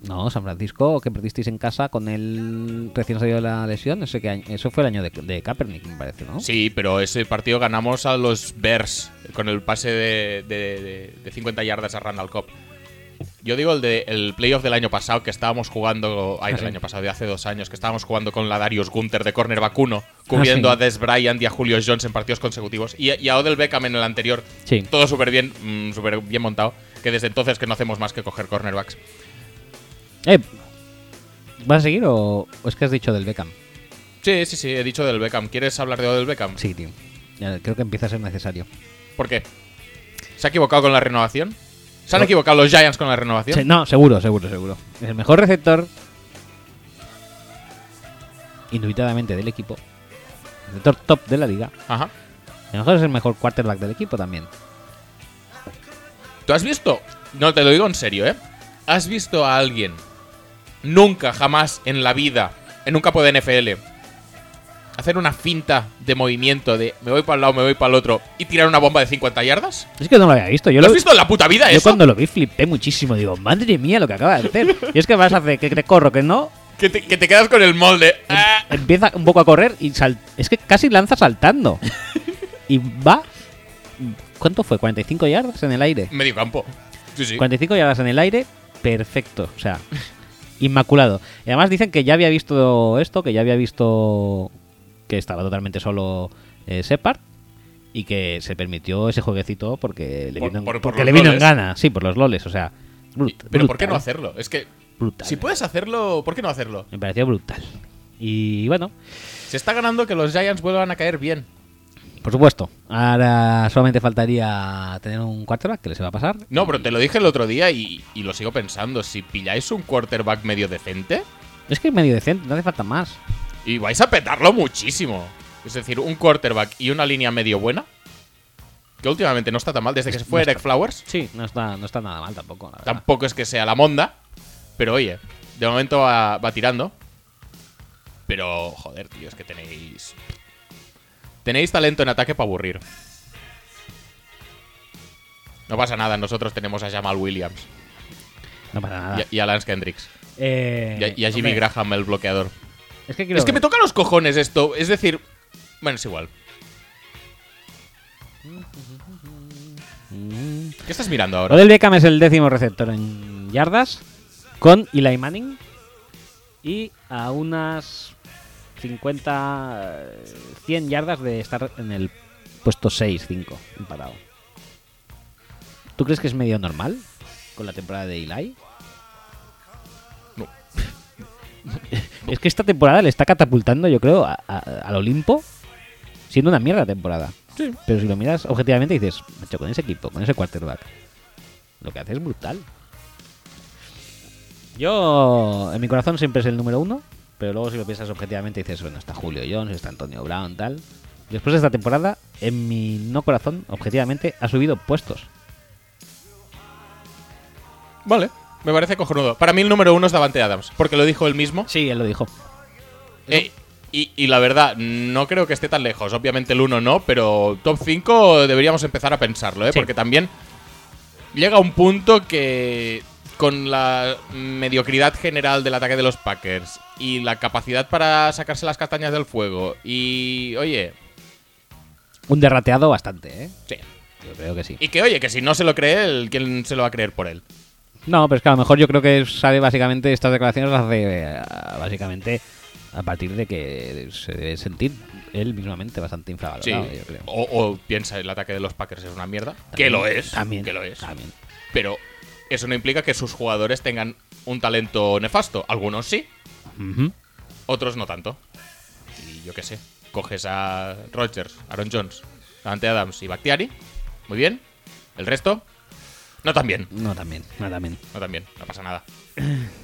Speaker 1: No, San Francisco, que perdisteis en casa con él recién salido de la lesión. No sé qué año- Eso fue el año de, de Kaepernick, me parece, ¿no?
Speaker 2: sí, pero ese partido ganamos a los Bears con el pase de, de- de- de 50 yardas a Randall Cobb. Yo digo el, de, el playoff del año pasado que estábamos jugando. Ay,
Speaker 1: Ah,
Speaker 2: del
Speaker 1: sí.
Speaker 2: año pasado, de hace dos años, que estábamos jugando con la Darius Gunter de corner vacuno, cubriendo
Speaker 1: Ah, sí.
Speaker 2: a Des Bryant y a Julio Jones en partidos consecutivos. Y, y a Odell Beckham en el anterior.
Speaker 1: Sí.
Speaker 2: Todo súper bien, mm, súper bien montado. Que desde entonces que no hacemos más que coger cornerbacks.
Speaker 1: Eh, ¿Vas a seguir o, o es que has dicho del Beckham?
Speaker 2: Sí, sí, sí, he dicho del Beckham. ¿Quieres hablar de Odell Beckham?
Speaker 1: Sí, tío. Ya, creo que empieza a ser necesario.
Speaker 2: ¿Por qué? ¿Se ha equivocado con la renovación? ¿Se han equivocado los Giants con la renovación?
Speaker 1: Se- no, seguro, seguro, seguro. Es el mejor receptor. Indubitadamente del equipo. Receptor top de la liga.
Speaker 2: Ajá.
Speaker 1: A lo mejor es el mejor quarterback del equipo también.
Speaker 2: ¿Tú has visto? No, te lo digo en serio, ¿eh? ¿Has visto a alguien nunca, jamás en la vida, en un campo de NFL, hacer una finta de movimiento de me voy para el lado, me voy para el otro y tirar una bomba de 50 yardas?
Speaker 1: Es que no lo había visto. Yo lo,
Speaker 2: ¿Lo has visto en la puta vida
Speaker 1: Yo
Speaker 2: eso?
Speaker 1: cuando lo vi flipé muchísimo, digo, madre mía lo que acaba de hacer. Y es que vas a hacer que te corro, que no,
Speaker 2: Que, te, que te quedas con el molde.
Speaker 1: em-
Speaker 2: Ah.
Speaker 1: empieza un poco a correr y sal- es que casi lanza saltando. Y va... ¿Cuánto fue? ¿45 yardas en el aire?
Speaker 2: Medio campo. Sí, sí.
Speaker 1: 45 yardas en el aire, perfecto, o sea, inmaculado. Y además dicen que ya había visto esto, que ya había visto que estaba totalmente solo eh, Shepard y que se permitió ese jueguecito porque le
Speaker 2: Por-
Speaker 1: vino, en-
Speaker 2: por- por
Speaker 1: porque
Speaker 2: los
Speaker 1: le vino en
Speaker 2: loles.
Speaker 1: gana, sí, por los loles, o sea. brut-
Speaker 2: Pero ¿por
Speaker 1: brutal, ¿eh?
Speaker 2: qué no hacerlo? Es que
Speaker 1: Brutal.
Speaker 2: si puedes hacerlo, ¿por qué no hacerlo?
Speaker 1: Me pareció brutal. Y bueno,
Speaker 2: Se está ganando que los Giants vuelvan a caer bien.
Speaker 1: por supuesto, ahora solamente faltaría tener un quarterback que les va a pasar.
Speaker 2: No, pero te lo dije el otro día y, y lo sigo pensando. Si pilláis un quarterback medio decente,
Speaker 1: Es que es medio decente, no hace falta más.
Speaker 2: y vais a petarlo muchísimo. Es decir, un quarterback y una línea medio buena, que últimamente no está tan mal. Desde que se fue
Speaker 1: No
Speaker 2: Eric Flowers,
Speaker 1: Sí, no está, no está nada mal tampoco. La verdad.
Speaker 2: tampoco es que sea la monda. Pero oye, de momento va, va tirando. Pero, joder, tío, es que tenéis... Tenéis talento en ataque para aburrir. No pasa nada, nosotros tenemos a Jamal Williams
Speaker 1: No pasa nada.
Speaker 2: y a, y a Lance Kendricks.
Speaker 1: Eh,
Speaker 2: Y a, y a Jimmy
Speaker 1: hombre,
Speaker 2: Graham, el bloqueador.
Speaker 1: Es que, creo
Speaker 2: Es que me toca los cojones esto. Es decir, bueno, es igual.
Speaker 1: Mm.
Speaker 2: ¿Qué estás mirando ahora?
Speaker 1: Odell Beckham es el décimo receptor en yardas con Eli Manning y a unas 50, eh, 100 yardas de estar en el puesto 6, 5, parado. ¿Tú crees que es medio normal con la temporada de Eli?
Speaker 2: No.
Speaker 1: <laughs> Es que esta temporada le está catapultando, yo creo, a- a- al Olimpo, siendo una mierda temporada.
Speaker 2: Sí.
Speaker 1: Pero si lo miras objetivamente dices, macho, con ese equipo, con ese quarterback, lo que hace es brutal. Yo, en mi corazón siempre es el número uno, pero luego si lo piensas objetivamente dices, bueno, está Julio Jones, está Antonio Brown, tal. Después de esta temporada, en mi no corazón, objetivamente, ha subido puestos.
Speaker 2: Vale, me parece cojonudo. Para mí el número uno es Davante Adams, porque lo dijo él mismo.
Speaker 1: Sí, él lo dijo.
Speaker 2: Eh, Y, y la verdad, no creo que esté tan lejos. Obviamente el 1 no, pero top 5 deberíamos empezar a pensarlo, ¿eh?
Speaker 1: Sí.
Speaker 2: Porque también llega un punto que con la mediocridad general del ataque de los Packers y la capacidad para sacarse las castañas del fuego y, oye,
Speaker 1: Un derrateado bastante, ¿eh?
Speaker 2: sí.
Speaker 1: Yo creo que sí.
Speaker 2: Y que, oye, que si no se lo cree él, ¿quién se lo va a creer por él?
Speaker 1: No, pero es que a lo mejor yo creo que sale básicamente, estas declaraciones las hace eh, básicamente a partir de que se debe sentir él mismamente bastante
Speaker 2: Sí.
Speaker 1: infravalorado, yo creo.
Speaker 2: O, o piensa el ataque de los Packers es una mierda.
Speaker 1: También,
Speaker 2: que lo es.
Speaker 1: También.
Speaker 2: Que lo es.
Speaker 1: También.
Speaker 2: Pero eso no implica que sus jugadores tengan un talento nefasto. Algunos sí,
Speaker 1: Ujú.
Speaker 2: otros no tanto. Y yo qué sé. Coges a Rogers, Aaron Jones, Ante Adams y Bactiari. Muy bien. El resto, no tan bien.
Speaker 1: No, también. No, también.
Speaker 2: No tan bien. No pasa nada.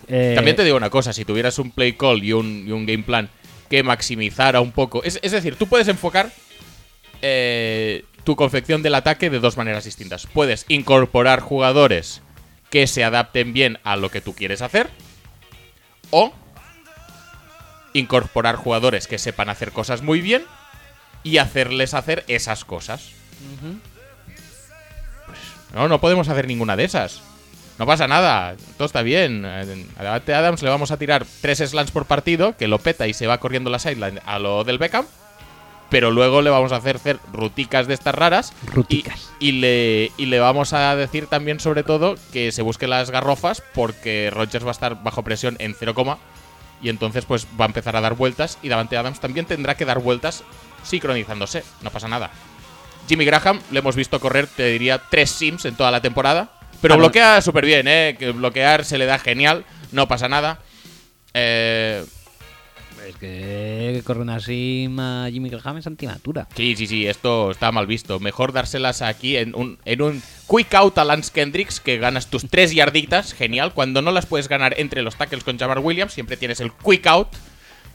Speaker 1: Eh,
Speaker 2: También te digo una cosa, si tuvieras un play call y un, y un game plan que maximizara un poco. Es, es decir, tú puedes enfocar eh, tu confección del ataque de dos maneras distintas. Puedes incorporar jugadores que se adapten bien a lo que tú quieres hacer. O incorporar jugadores que sepan hacer cosas muy bien y hacerles hacer esas cosas. Pues, no, no podemos hacer ninguna de esas. No pasa nada, todo está bien. Eh, A Davante Adams le vamos a tirar tres slants por partido, que lo peta y se va corriendo la sideline a lo del Beckham. Pero luego le vamos a hacer, hacer ruticas de estas raras. y-
Speaker 1: Ruticas.
Speaker 2: Y, le, y le vamos a decir también, sobre todo, que se busque las garrofas, porque Rogers va a estar bajo presión en 0, coma, y entonces pues va a empezar a dar vueltas. Y Davante Adams también tendrá que dar vueltas sincronizándose. No pasa nada. Jimmy Graham le hemos visto correr, te diría, tres sims en toda la temporada. Pero
Speaker 1: Ah, no.
Speaker 2: bloquea súper bien, ¿eh? Que bloquear se le da genial, no pasa nada. Eh,
Speaker 1: Es que corre una sim a Jimmy Graham es antinatura.
Speaker 2: sí, sí, sí, esto está mal visto. Mejor dárselas aquí en un, en un quick out a Lance Kendricks, que ganas tus tres yarditas, genial. Cuando no las puedes ganar entre los tackles con Jamar Williams, siempre tienes el quick out,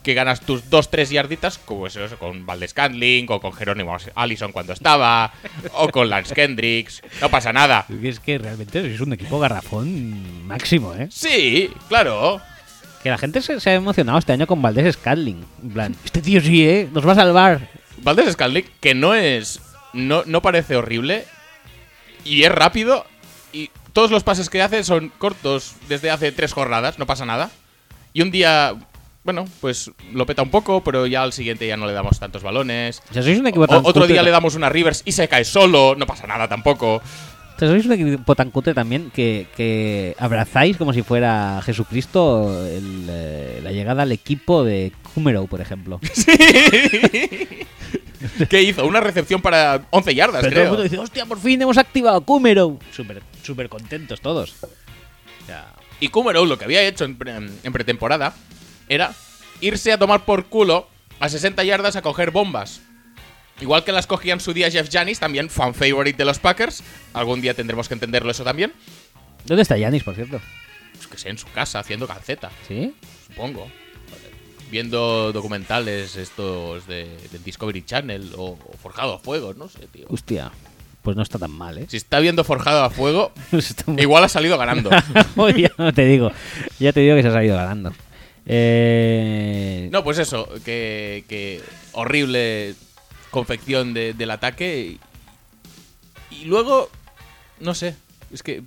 Speaker 2: que ganas tus dos, tres yarditas, como es eso, con Valdez Cantling, o con Jerónimo Allison cuando estaba, o con Lance Kendricks. No pasa nada.
Speaker 1: Es que realmente es un equipo garrafón máximo, ¿eh?
Speaker 2: Sí, claro.
Speaker 1: Que la gente se, se ha emocionado este año con Valdés Scatling. En plan, este tío sí, ¿eh? Nos va a salvar.
Speaker 2: Valdés Scandic, que no es. No, no parece horrible. Y es rápido. Y todos los pases que hace son cortos desde hace tres jornadas, no pasa nada. Y un día. Bueno, pues lo peta un poco, pero ya al siguiente ya no le damos tantos balones.
Speaker 1: O sea, sois un equipo
Speaker 2: O-
Speaker 1: tan
Speaker 2: otro
Speaker 1: cutre-
Speaker 2: día le damos una Rivers y se cae solo, no pasa
Speaker 1: <laughs>
Speaker 2: nada tampoco.
Speaker 1: o sea, sois un equipo tan cutre también que, que abrazáis como si fuera Jesucristo el, eh, la llegada al equipo de Kumero, por ejemplo.
Speaker 2: ¿Qué hizo? Una recepción para 11
Speaker 1: Pero
Speaker 2: yardas,
Speaker 1: todo el
Speaker 2: creo.
Speaker 1: mundo dice, hostia, por fin hemos activado Kumero. Súper súper contentos todos. O sea,
Speaker 2: Y Kumaro lo que había hecho en, pre- en pretemporada era irse a tomar por culo a 60 yardas a coger bombas. Igual que las cogía en su día Jeff Janis, también fan favorite de los Packers. Algún día tendremos que entenderlo eso también.
Speaker 1: ¿Dónde está Yanis, por cierto?
Speaker 2: Pues que sé, en su casa, haciendo calceta,
Speaker 1: ¿Sí?
Speaker 2: supongo. Viendo documentales estos de, del Discovery Channel o, o Forjado a Fuego, no sé, tío.
Speaker 1: Hostia, pues no está tan <laughs> mal, ¿eh?
Speaker 2: Si está viendo Forjado a Fuego,
Speaker 1: Está muy-
Speaker 2: igual ha salido ganando.
Speaker 1: <laughs> ya no te digo. Ya te digo que se ha salido ganando. Eh,
Speaker 2: No, pues eso, que, que horrible confección de- del ataque. Y, y luego, no sé, es que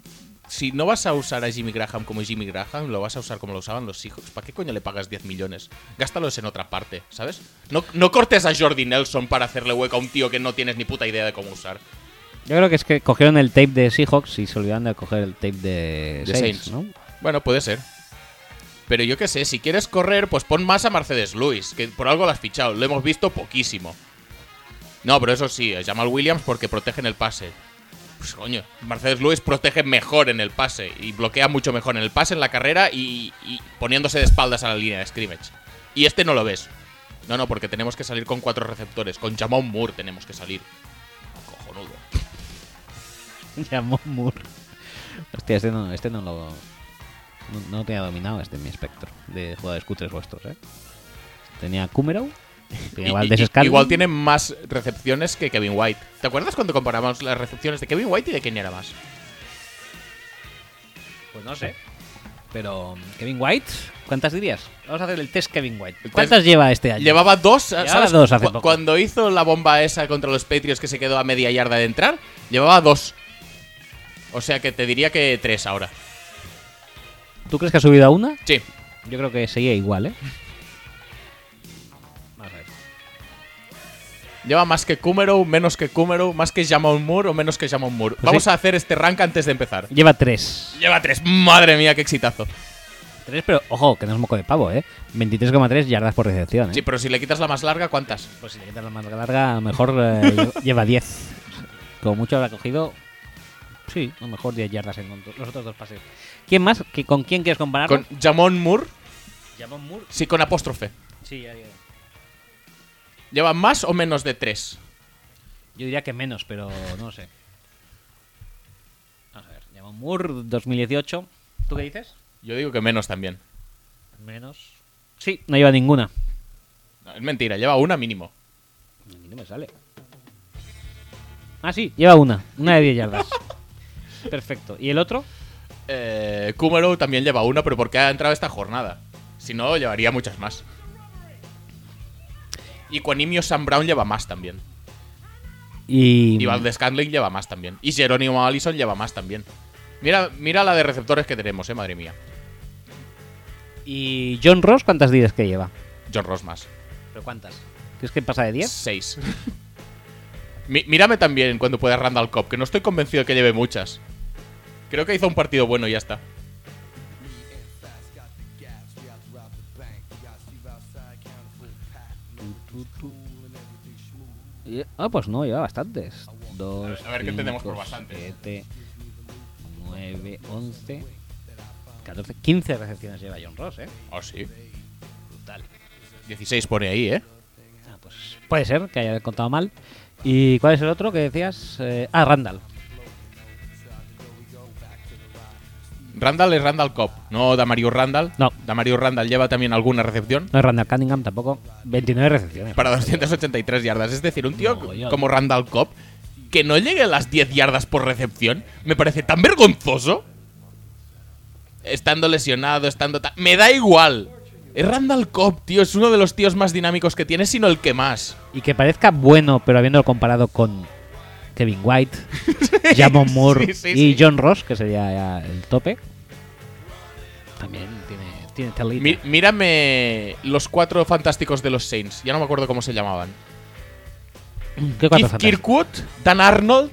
Speaker 2: si no vas a usar a Jimmy Graham como Jimmy Graham, lo vas a usar como lo usaban los hijos. ¿Para qué coño le pagas 10 millones? Gástalos en otra parte, ¿sabes? No, no cortes a Jordi Nelson para hacerle hueco a un tío que no tienes ni puta idea de cómo usar.
Speaker 1: Yo creo que es que cogieron el tape de Seahawks y se olvidaron de coger el tape de,
Speaker 2: De
Speaker 1: Saints,
Speaker 2: Saints.
Speaker 1: ¿no?
Speaker 2: Bueno, puede ser. Pero yo qué sé, si quieres correr, pues pon más a Mercedes Luis, que por algo lo has fichado, lo hemos visto poquísimo. No, pero eso sí, llama al Williams porque protegen el pase. Pues coño, Mercedes Luis protege mejor en el pase y bloquea mucho mejor en el pase, en la carrera y, y poniéndose de espaldas a la línea de scrimmage. Y este no lo ves. No, no, porque tenemos que salir con cuatro receptores. Con Jamon Moore tenemos que salir. Cojonudo.
Speaker 1: <laughs> Llamó Moore. Hostia, este no, este no lo. No, no tenía dominado este en mi espectro de jugadores cutres vuestros, ¿eh? Tenía
Speaker 2: <laughs>
Speaker 1: Kumero. Tenía
Speaker 2: Y-
Speaker 1: Valdés
Speaker 2: y-
Speaker 1: Scanlon.
Speaker 2: igual tiene más recepciones que Kevin White. ¿Te acuerdas cuando comparamos las recepciones de Kevin White y de quién era más?
Speaker 1: Pues no sé. Pero Kevin White, ¿cuántas dirías? Vamos a hacer el test Kevin White.
Speaker 2: test-
Speaker 1: ¿Cuántas lleva este año?
Speaker 2: Llevaba dos, ¿sabes?
Speaker 1: dos hace
Speaker 2: Cu-
Speaker 1: poco.
Speaker 2: Cuando hizo la bomba esa contra los Patriots que se quedó a media yarda de entrar, llevaba dos. O sea que te diría que tres ahora.
Speaker 1: ¿Tú crees que ha subido a una?
Speaker 2: Sí.
Speaker 1: Yo creo que seguía igual,
Speaker 2: <laughs>
Speaker 1: ¿eh? Vamos a ver.
Speaker 2: Lleva más que Kumero, menos que Kumero, más que Jamon Moore o menos que Jamon Moore.
Speaker 1: Pues
Speaker 2: Vamos
Speaker 1: sí.
Speaker 2: a hacer este rank antes de empezar.
Speaker 1: Lleva tres.
Speaker 2: Lleva tres. Madre mía, qué exitazo.
Speaker 1: Tres, pero ojo, que no es moco de pavo, ¿eh? 23,3 yardas por recepción, ¿eh?
Speaker 2: Sí, pero si le quitas la más larga, ¿cuántas?
Speaker 1: Pues si le quitas la manga larga, a lo mejor eh, lle- lleva 10. Como mucho habrá cogido. Sí, a lo mejor 10 yardas en con- los otros dos pases. ¿Quién más? ¿Que- ¿Con quién quieres comparar?
Speaker 2: Con Jamon Moore,
Speaker 1: Jamon Moore.
Speaker 2: sí, con apóstrofe.
Speaker 1: Sí, ya, ya.
Speaker 2: ¿Lleva más o menos de tres?
Speaker 1: Yo diría que menos, pero no lo sé. Vamos a ver. Jamon Moore, 2018. ¿Tú qué dices?
Speaker 2: Yo digo que menos también.
Speaker 1: Menos. Sí, no lleva ninguna.
Speaker 2: No, es mentira, lleva una mínimo.
Speaker 1: A mí no me sale. Ah, sí, lleva una. Una de 10 <laughs> yardas. Perfecto. ¿Y el otro?
Speaker 2: Eh, Kumero también lleva una, pero porque ha entrado esta jornada. Si no, llevaría muchas más. Y Cuanimio Sam Brown lleva más también.
Speaker 1: Y.
Speaker 2: Y Valdez Scantling lleva más también. Y Jerónimo Allison lleva más también. Mira, mira la de receptores que tenemos, eh, madre mía.
Speaker 1: ¿Y John Ross cuántas 10 que lleva?
Speaker 2: John Ross más.
Speaker 1: ¿Pero cuántas? ¿Crees que pasa de 10?
Speaker 2: Seis. <laughs> Mi- mírame también cuando pueda Randall Cobb, que no estoy convencido de que lleve muchas. Creo que hizo un partido bueno y ya está.
Speaker 1: Ah, pues no, lleva bastantes. Dos,
Speaker 2: Ah, A ver qué entendemos por bastantes.
Speaker 1: 7, 9, 11, 14, 15 recepciones lleva John Ross, ¿eh?
Speaker 2: Oh, sí.
Speaker 1: Brutal.
Speaker 2: 16 pone ahí, ¿eh?
Speaker 1: Ah, pues puede ser que haya contado mal. ¿Y cuál es el otro que decías? Eh, ah, Randall.
Speaker 2: Randall es Randall Cobb, no Damario Randall.
Speaker 1: No.
Speaker 2: Damario Randall lleva también alguna recepción
Speaker 1: No es Randall Cunningham tampoco. 29 recepciones.
Speaker 2: para 283 yardas. Es decir, un tío
Speaker 1: Mogollón.
Speaker 2: como Randall Cobb que no llegue a las 10 yardas por recepción me parece tan vergonzoso. Estando lesionado, estando ta- Me da igual. Es Randall Cobb, tío. Es uno de los tíos más dinámicos que tiene, sino el que más.
Speaker 1: Y que parezca bueno, pero habiéndolo comparado con Kevin White, Jamon Moore
Speaker 2: <laughs> sí, sí,
Speaker 1: y
Speaker 2: sí.
Speaker 1: John Ross, que sería ya el tope. También tiene, tiene telita.
Speaker 2: Mi- mírame los cuatro fantásticos de los Saints. Ya no me acuerdo cómo se llamaban.
Speaker 1: ¿Qué cuatro
Speaker 2: Keith
Speaker 1: fantásticos?
Speaker 2: Kirkwood, Dan Arnold.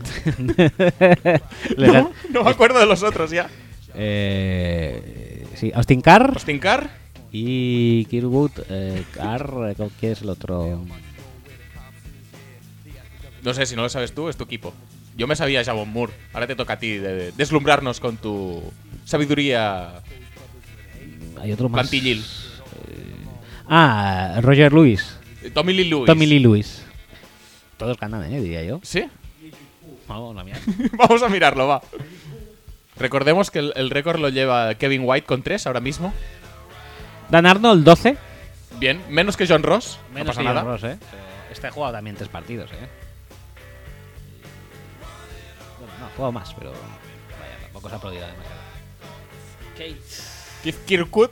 Speaker 1: Le da-
Speaker 2: No, <laughs> no me acuerdo de los otros ya.
Speaker 1: Eh, sí, Austin Carr
Speaker 2: Austin Carr.
Speaker 1: y Kirkwood. eh, Carr, eh, ¿quién es el otro?
Speaker 2: No sé, si no lo sabes tú, es tu equipo. Yo me sabía Javon Moore. Ahora te toca a ti de- de deslumbrarnos con tu sabiduría.
Speaker 1: Hay otro más. Eh,
Speaker 2: Plantillil.
Speaker 1: Ah, Roger Lewis.
Speaker 2: Tommy Lee Lewis.
Speaker 1: Tommy Lee Lewis. Todos ganan, ¿eh? diría yo.
Speaker 2: ¿Sí? <laughs> Oh,
Speaker 1: Vamos, la mía.
Speaker 2: Vamos a mirarlo, va. Recordemos que el, el récord lo lleva Kevin White con 3 ahora mismo.
Speaker 1: <laughs> Dan Arnold, 12.
Speaker 2: Bien, menos que John Ross.
Speaker 1: Menos
Speaker 2: no pasa
Speaker 1: que
Speaker 2: nada.
Speaker 1: John Ross, ¿eh? Pero este ha jugado también tres partidos, ¿eh? Bueno, no, ha jugado más, pero. Vaya, tampoco se ha prodigado demasiado.
Speaker 2: Keith Kirkwood.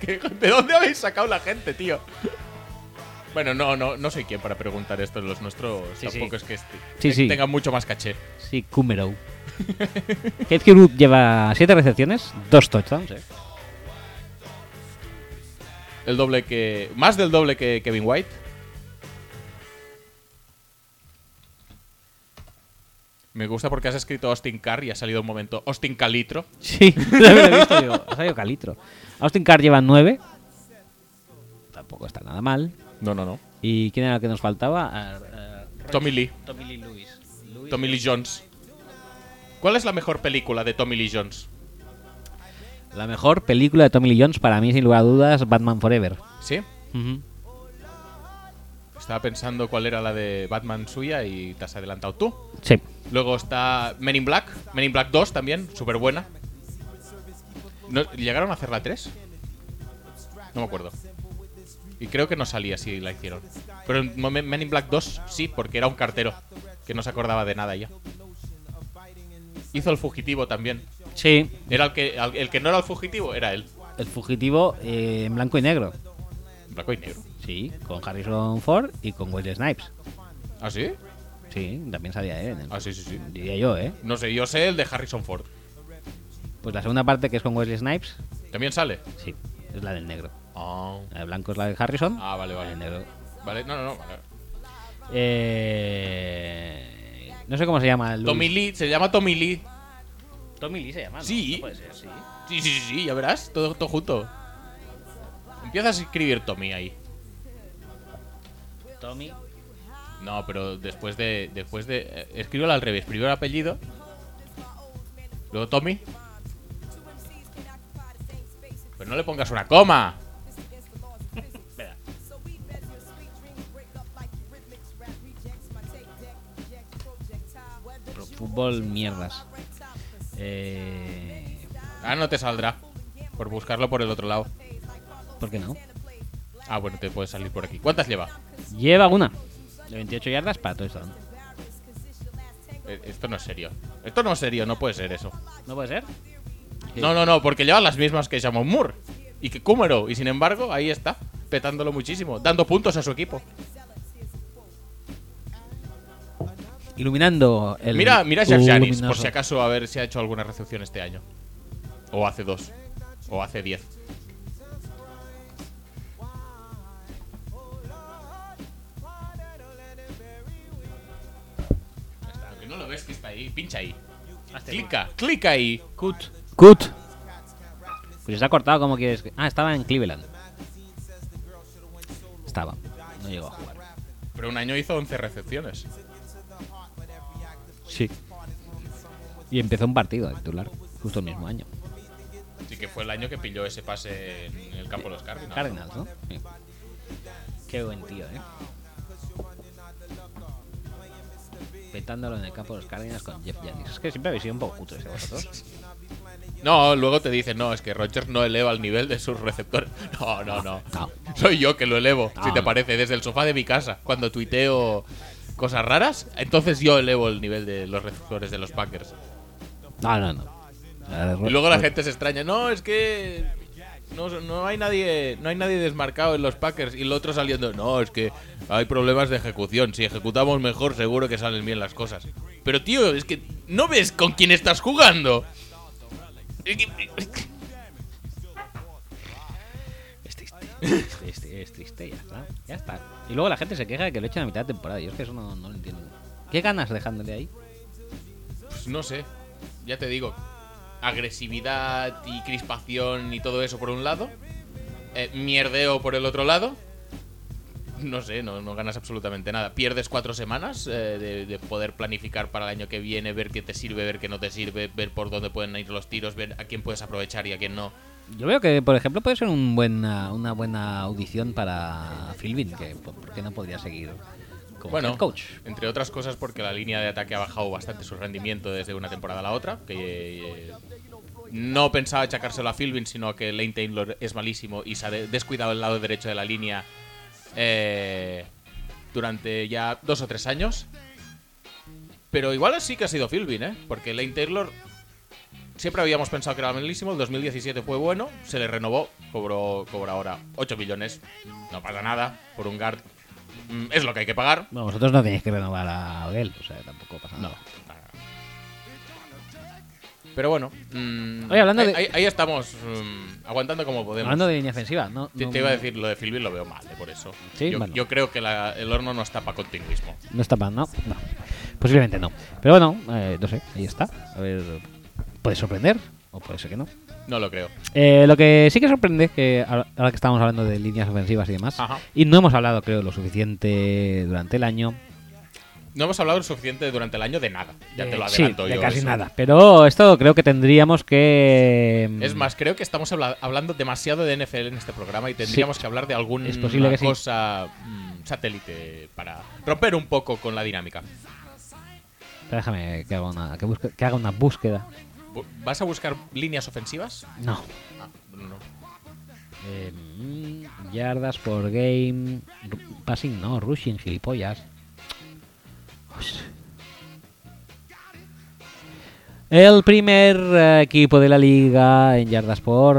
Speaker 2: ¿Qué- ¿De dónde habéis sacado la gente, tío? Bueno, no, no, no sé quién para preguntar esto. Los nuestros
Speaker 1: Sí, sí.
Speaker 2: tampoco es que este-
Speaker 1: Sí,
Speaker 2: te-
Speaker 1: sí.
Speaker 2: tengan mucho más caché.
Speaker 1: Sí, Kumero. <laughs> Keith Kirkwood lleva siete recepciones, dos touchdowns, ¿eh?
Speaker 2: El doble que. Más del doble que Kevin White. Me gusta porque has escrito Austin Carr y ha salido un momento Austin Calitro.
Speaker 1: Sí, <laughs> también lo he visto, digo, ha salido Calitro. Austin Carr lleva nueve. Tampoco está nada mal.
Speaker 2: No, no, no.
Speaker 1: ¿Y quién era el que nos faltaba? Ah, ah,
Speaker 2: Tommy Lee.
Speaker 1: Tommy Lee Lewis. Lewis.
Speaker 2: Tommy Lee Jones. ¿Cuál es la mejor película de Tommy Lee Jones?
Speaker 1: La mejor película de Tommy Lee Jones para mí, sin lugar a dudas, Batman Forever.
Speaker 2: ¿Sí?
Speaker 1: Ujú.
Speaker 2: Estaba pensando cuál era la de Batman suya y te has adelantado tú.
Speaker 1: Sí.
Speaker 2: Luego está Men in Black. Men in Black 2 también, súper buena. ¿Llegaron a hacer la 3? No me acuerdo. Y creo que no salía si la hicieron. Pero en Mo- Men in Black 2 sí, porque era un cartero que no se acordaba de nada ya. Hizo El Fugitivo también,
Speaker 1: Sí,
Speaker 2: Era el que, al- el que no era el fugitivo, era él.
Speaker 1: el fugitivo eh, en blanco y negro.
Speaker 2: Blanco y negro.
Speaker 1: Sí, con Harrison Ford y con Wesley Snipes.
Speaker 2: ¿Ah, sí?
Speaker 1: Sí, también salía él. en el-
Speaker 2: Ah, sí, sí, sí.
Speaker 1: Diría yo, ¿eh?
Speaker 2: No sé, yo sé el de Harrison Ford.
Speaker 1: Pues la segunda parte que es con Wesley Snipes,
Speaker 2: ¿También sale?
Speaker 1: sí, es la del negro.
Speaker 2: Ah,
Speaker 1: La de blanco es la de Harrison.
Speaker 2: Ah, vale, vale.
Speaker 1: La de negro.
Speaker 2: Vale, no, no, no. vale.
Speaker 1: Eh, no sé cómo se llama. el
Speaker 2: Tommy Lee, se llama Tommy Lee.
Speaker 1: Tommy Lee se llama. ¿no?
Speaker 2: Sí.
Speaker 1: No puede ser, sí.
Speaker 2: Sí, sí, sí, sí, ya verás, todo, todo junto. Empiezas a escribir Tommy ahí.
Speaker 1: Tommy.
Speaker 2: No, pero después de. después de eh, Escríbelo al revés. Primero el apellido. Luego Tommy. Pero no le pongas una coma.
Speaker 1: Pro fútbol mierdas. Eh,
Speaker 2: Ahora Ah, no te saldrá. Por buscarlo por el otro lado.
Speaker 1: ¿Por qué no?
Speaker 2: Ah, bueno, te puedes salir por aquí. ¿Cuántas lleva?
Speaker 1: Lleva una. De 28 yardas para touchdown.
Speaker 2: Eh, Esto no es serio. Esto no es serio, no puede ser eso.
Speaker 1: ¿No puede ser?
Speaker 2: No, no, no, porque lleva las mismas que Jamon Moore y que Kumaro. Y sin embargo, ahí está, petándolo muchísimo, dando puntos a su equipo.
Speaker 1: Iluminando el.
Speaker 2: Mira, mira a Sharjanis, por
Speaker 1: luminoso.
Speaker 2: si acaso, a ver si ha hecho alguna recepción este año. O hace dos. O hace diez. Ya está, aunque No lo ves que está ahí, pincha ahí. Clica, clica ahí.
Speaker 1: Cut. Cut. Pues está cortado como quieres. que- Ah, estaba en Cleveland. Estaba. No llegó a jugar.
Speaker 2: Pero un año hizo 11 recepciones.
Speaker 1: Sí. Y empezó un partido de titular. Justo el mismo año.
Speaker 2: Así que fue el año que pilló ese pase en el campo de los Cardinals.
Speaker 1: Cardinals, ¿no? Sí. Qué buen tío, ¿eh? Petándolo en el campo de los Cardinals con Jeff Janis. Es que siempre habéis sido un poco cutres ¿eh, vosotros.
Speaker 2: No, luego te dicen, no, es que Rogers no eleva el nivel de sus receptores. <laughs> No, no, no.
Speaker 1: No.
Speaker 2: Soy yo que lo elevo, si
Speaker 1: No,
Speaker 2: te
Speaker 1: no.
Speaker 2: parece, desde el sofá de mi casa. Cuando tuiteo cosas raras, entonces yo elevo el nivel de los receptores de los Packers.
Speaker 1: No, no, no.
Speaker 2: Y luego la gente se extraña, no, es que no, no hay nadie no hay nadie desmarcado en los Packers. Y el otro saliendo, no, es que hay problemas de ejecución. Si ejecutamos mejor, seguro que salen bien las cosas. Pero tío, es que no ves con quién estás jugando. Es que-
Speaker 1: Es triste. Es triste, es triste, ya está. Ya está. Y luego la gente se queja de que lo echan a mitad de temporada. Yo es que eso no, no lo entiendo. ¿Qué ganas dejándole ahí?
Speaker 2: Pues no sé, ya te digo, agresividad y crispación y todo eso por un lado, eh, mierdeo por el otro lado. No sé, no, no ganas absolutamente nada. Pierdes cuatro semanas eh, de, de poder planificar para el año que viene, ver qué te sirve, ver qué no te sirve, ver por dónde pueden ir los tiros, ver a quién puedes aprovechar y a quién no.
Speaker 1: Yo veo que, por ejemplo, puede ser un buena, una buena audición para Philbin, que po- ¿por qué no podría seguir como
Speaker 2: Bueno,
Speaker 1: head coach?
Speaker 2: entre otras cosas porque la línea de ataque ha bajado bastante su rendimiento desde una temporada a la otra, que eh, no pensaba achacárselo a Philbin, sino que Lane Taylor es malísimo y se ha de- descuidado el lado derecho de la línea eh, durante ya dos o tres años. Pero igual sí que ha sido Philbin, ¿eh? Porque Lane Taylor siempre habíamos pensado que era malísimo, el 2017 fue bueno, se le renovó, cobró, cobra ahora 8 millones, no pasa nada, por un guard mm, es lo que hay que pagar.
Speaker 1: Bueno, vosotros no tenéis que renovar a Odell, o sea, tampoco pasa nada.
Speaker 2: Pero bueno, mm,
Speaker 1: Oye, hablando
Speaker 2: ahí,
Speaker 1: de-
Speaker 2: ahí- ahí estamos, mm, aguantando como podemos.
Speaker 1: Hablando de línea ofensiva, no,
Speaker 2: te,
Speaker 1: no-
Speaker 2: te iba a decir, lo de Philbin lo veo mal, eh, por eso.
Speaker 1: Sí,
Speaker 2: yo,
Speaker 1: bueno.
Speaker 2: yo creo que la- el horno no está para continuismo.
Speaker 1: no está mal, ¿no? No, posiblemente no. Pero bueno, eh, no sé, ahí está. A ver, puede sorprender o puede ser que no.
Speaker 2: No lo creo.
Speaker 1: Eh, lo que sí que sorprende, que ahora ahora que estamos hablando de líneas ofensivas y demás,
Speaker 2: Ajá.
Speaker 1: y no hemos hablado, creo, lo suficiente durante el año.
Speaker 2: No hemos hablado lo suficiente durante el año de nada. Ya te lo
Speaker 1: Eh, sí,
Speaker 2: adelanto
Speaker 1: de
Speaker 2: yo,
Speaker 1: casi
Speaker 2: eso.
Speaker 1: nada. Pero esto creo que tendríamos que. mm,
Speaker 2: Es más, creo que estamos habla- hablando demasiado de NFL en este programa y tendríamos que hablar de alguna
Speaker 1: Es posible que sí.
Speaker 2: cosa mm, satélite para romper un poco con la dinámica.
Speaker 1: espera, Déjame que haga, una, que, busque- que haga una búsqueda.
Speaker 2: Bu- ¿Vas a buscar líneas ofensivas?
Speaker 1: No.
Speaker 2: Ah, no, no.
Speaker 1: Eh, mm, yardas por game. ru- Passing no, rushing, gilipollas. Ush. El primer eh, equipo de la liga en yardas por.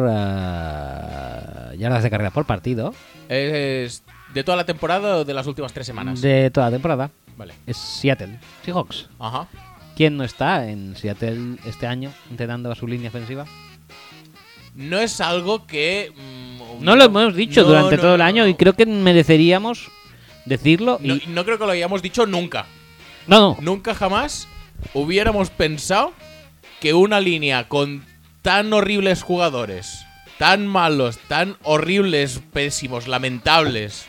Speaker 1: eh, yardas de carrera por partido
Speaker 2: ¿Es de toda la temporada o de las últimas tres semanas?
Speaker 1: de toda la temporada
Speaker 2: Vale.
Speaker 1: es Seattle Seahawks.
Speaker 2: Ajá.
Speaker 1: ¿Quién no está en Seattle este año intentando a su línea ofensiva?
Speaker 2: No es algo que. mm,
Speaker 1: No lo hemos dicho
Speaker 2: no,
Speaker 1: durante
Speaker 2: no,
Speaker 1: todo el
Speaker 2: no,
Speaker 1: año
Speaker 2: no.
Speaker 1: y creo que mereceríamos decirlo.
Speaker 2: No,
Speaker 1: y-
Speaker 2: no creo que lo hayamos dicho nunca.
Speaker 1: No, no,
Speaker 2: Nunca jamás hubiéramos pensado que una línea con tan horribles jugadores, tan malos, tan horribles, pésimos, lamentables,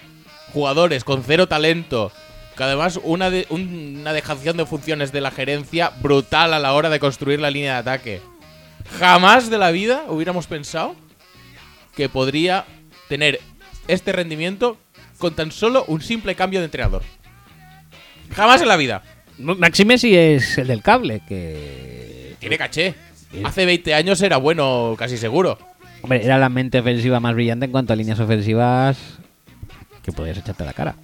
Speaker 2: jugadores con cero talento, que además una, de- un- una dejación de funciones de la gerencia brutal a la hora de construir la línea de ataque. Jamás de la vida hubiéramos pensado que podría tener este rendimiento con tan solo un simple cambio de entrenador. Jamás en la vida.
Speaker 1: Maximesi es el del cable, que
Speaker 2: Tiene caché. Hace 20 años era bueno, casi seguro.
Speaker 1: hombre, era la mente ofensiva más brillante en cuanto a líneas ofensivas que podías echarte a la cara.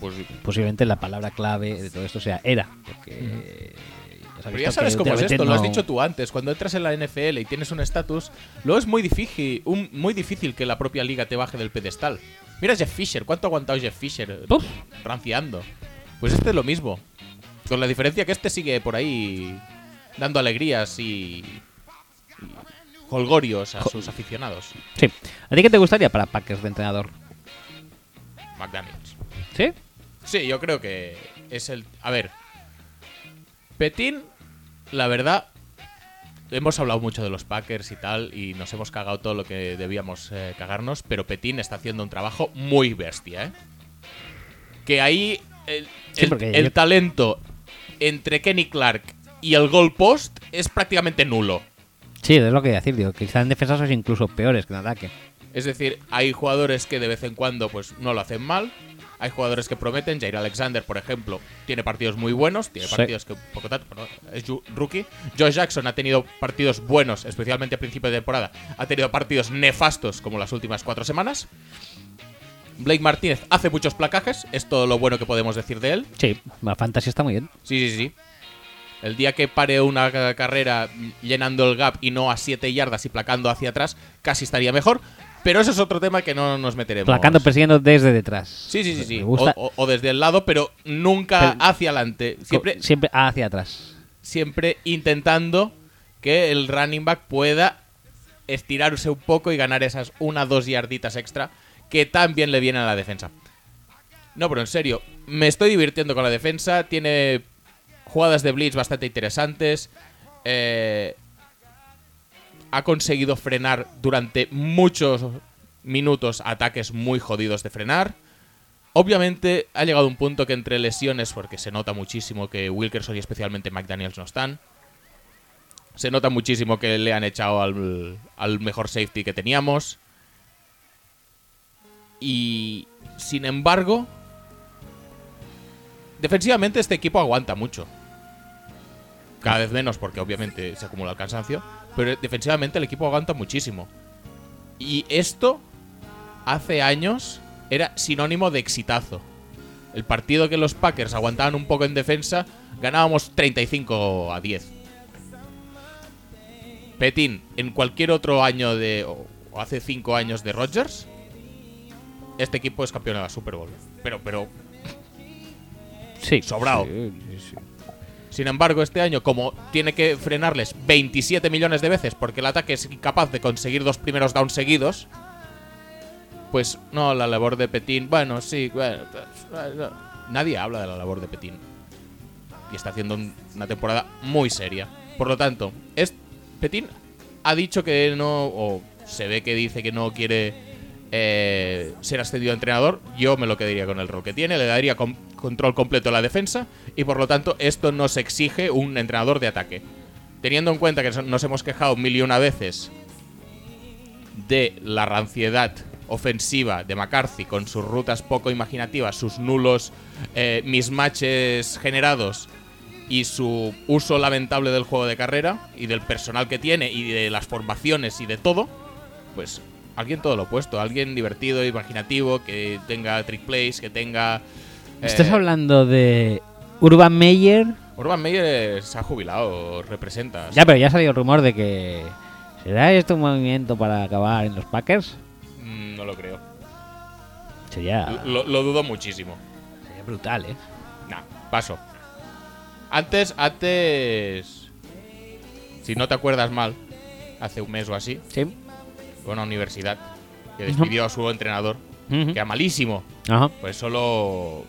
Speaker 2: Pues
Speaker 1: Posiblemente la palabra clave de todo esto sea era. Porque has
Speaker 2: pero
Speaker 1: visto
Speaker 2: ya sabes
Speaker 1: que
Speaker 2: cómo es
Speaker 1: últimamente
Speaker 2: esto, lo has
Speaker 1: no-
Speaker 2: dicho tú antes. Cuando entras en la NFL y tienes un estatus, luego es muy difícil, un- muy difícil que la propia liga te baje del pedestal. Mira a Jeff Fisher, ¿cuánto ha aguantado Jeff Fisher eh,
Speaker 1: Puf.
Speaker 2: ranciando? Pues este es lo mismo. Con la diferencia que este sigue por ahí dando alegrías y. y Holgorios a sus aficionados.
Speaker 1: Sí. ¿A ti qué te gustaría para Packers de entrenador?
Speaker 2: McDaniels.
Speaker 1: ¿Sí?
Speaker 2: Sí, yo creo que es el. A ver. Petín, la verdad. Hemos hablado mucho de los Packers y tal, y nos hemos cagado todo lo que debíamos eh, cagarnos, pero Petín está haciendo un trabajo muy bestia, ¿eh? Que ahí el,
Speaker 1: Sí,
Speaker 2: el-
Speaker 1: porque
Speaker 2: el
Speaker 1: yo-
Speaker 2: talento entre Kenny Clark y el goal post es prácticamente nulo.
Speaker 1: Sí, es lo que iba a decir, digo, quizá en defensa sois incluso peores que en ataque.
Speaker 2: Es decir, hay jugadores que de vez en cuando pues no lo hacen mal. Hay jugadores que prometen. Jair Alexander, por ejemplo, tiene partidos muy buenos. Tiene
Speaker 1: Sí.
Speaker 2: partidos que un poco tanto, pero es ju- rookie. Josh Jackson ha tenido partidos buenos, especialmente a principio de temporada. Ha tenido partidos nefastos como las últimas cuatro semanas. Blake Martínez hace muchos placajes. Es todo lo bueno que podemos decir de él.
Speaker 1: Sí, la fantasía está muy bien.
Speaker 2: Sí, sí, sí. El día que pare una ca- carrera mm, llenando el gap y no a 7 yardas y placando hacia atrás, casi estaría mejor. Pero eso es otro tema que no nos meteremos.
Speaker 1: Placando, persiguiendo desde detrás.
Speaker 2: Sí, sí, sí. sí.
Speaker 1: Me
Speaker 2: O,
Speaker 1: gusta.
Speaker 2: o- o desde el lado, pero nunca
Speaker 1: Pero-
Speaker 2: hacia adelante. Siempre,
Speaker 1: Co- siempre hacia atrás.
Speaker 2: siempre intentando que el running back pueda estirarse un poco y ganar esas una dos yarditas extra que tan bien le vienen a la defensa. No, pero en serio, me estoy divirtiendo con la defensa. Tiene jugadas de blitz bastante interesantes. eh, ha conseguido frenar durante muchos minutos ataques muy jodidos de frenar. Obviamente ha llegado un punto que entre lesiones, porque se nota muchísimo que Wilkerson y especialmente McDaniels no están, se nota muchísimo que le han echado al, al mejor safety que teníamos. Y sin embargo, defensivamente este equipo aguanta mucho. Cada vez menos porque obviamente se acumula el cansancio, pero defensivamente el equipo aguanta muchísimo. Y esto hace años era sinónimo de exitazo. El partido que los Packers aguantaban un poco en defensa, ganábamos 35 a 10. Petín, en cualquier otro año de. o o hace 5 años de Rodgers, este equipo es campeón de la Super Bowl. Pero, pero,
Speaker 1: Sí.
Speaker 2: sobrado. Sin embargo, este año, como tiene que frenarles 27 millones de veces porque el ataque es incapaz de conseguir dos primeros downs seguidos, pues no, la labor de Petín, bueno, sí, bueno, pues, bueno, nadie habla de la labor de Petín. Y está haciendo un- una temporada muy seria. Por lo tanto, es, Petín ha dicho que no, o se ve que dice que no quiere eh, ser ascendido a entrenador. Yo me lo quedaría con el rol que tiene, le daría com- control completo a la defensa y por lo tanto esto nos exige un entrenador de ataque. Teniendo en cuenta que so- nos hemos quejado mil y una veces de la ranciedad ofensiva de McCarthy con sus rutas poco imaginativas, sus nulos eh, mismatches generados y su uso lamentable del juego de carrera y del personal que tiene y de las formaciones y de todo, pues alguien todo lo opuesto, alguien divertido, imaginativo, que tenga trick plays, que tenga... eh,
Speaker 1: ¿Estás hablando de Urban Meyer
Speaker 2: Urban Meyer se ha jubilado, representa.
Speaker 1: Ya, pero ya ha salido el rumor de que. ¿Será esto un movimiento para acabar en los Packers?
Speaker 2: Mm, no lo creo.
Speaker 1: Sería,
Speaker 2: Lo, lo dudo muchísimo.
Speaker 1: sería brutal, ¿eh?
Speaker 2: Nah, paso. Antes, antes. Si no te acuerdas mal, hace un mes o así,
Speaker 1: Sí.
Speaker 2: fue una universidad que despidió a su entrenador,
Speaker 1: Ujú.
Speaker 2: que era malísimo.
Speaker 1: Ajá.
Speaker 2: Pues solo.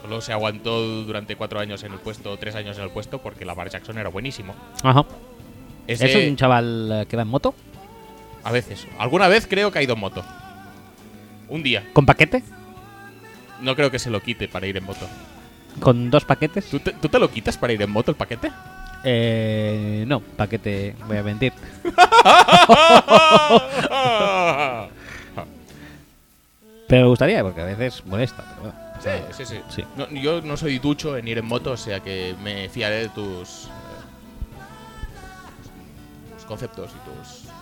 Speaker 2: Solo se aguantó durante cuatro años en el puesto, tres años en el puesto, porque Lamar Jackson era buenísimo.
Speaker 1: Ajá.
Speaker 2: Ese-
Speaker 1: ¿Es un chaval eh, que va en moto?
Speaker 2: A veces. Alguna vez creo que ha ido en moto. Un día.
Speaker 1: ¿Con paquete?
Speaker 2: No creo que se lo quite para ir en moto.
Speaker 1: ¿Con dos paquetes?
Speaker 2: ¿Tú te, tú te lo quitas para ir en moto el paquete?
Speaker 1: Eh, no, paquete, voy a mentir. Pero me gustaría, porque a veces molesta. Pero bueno,
Speaker 2: sí,
Speaker 1: pasa nada.
Speaker 2: sí, sí.
Speaker 1: Sí.
Speaker 2: No, yo no soy ducho en ir en moto, o sea que me fiaré de tus. eh, tus conceptos y tus.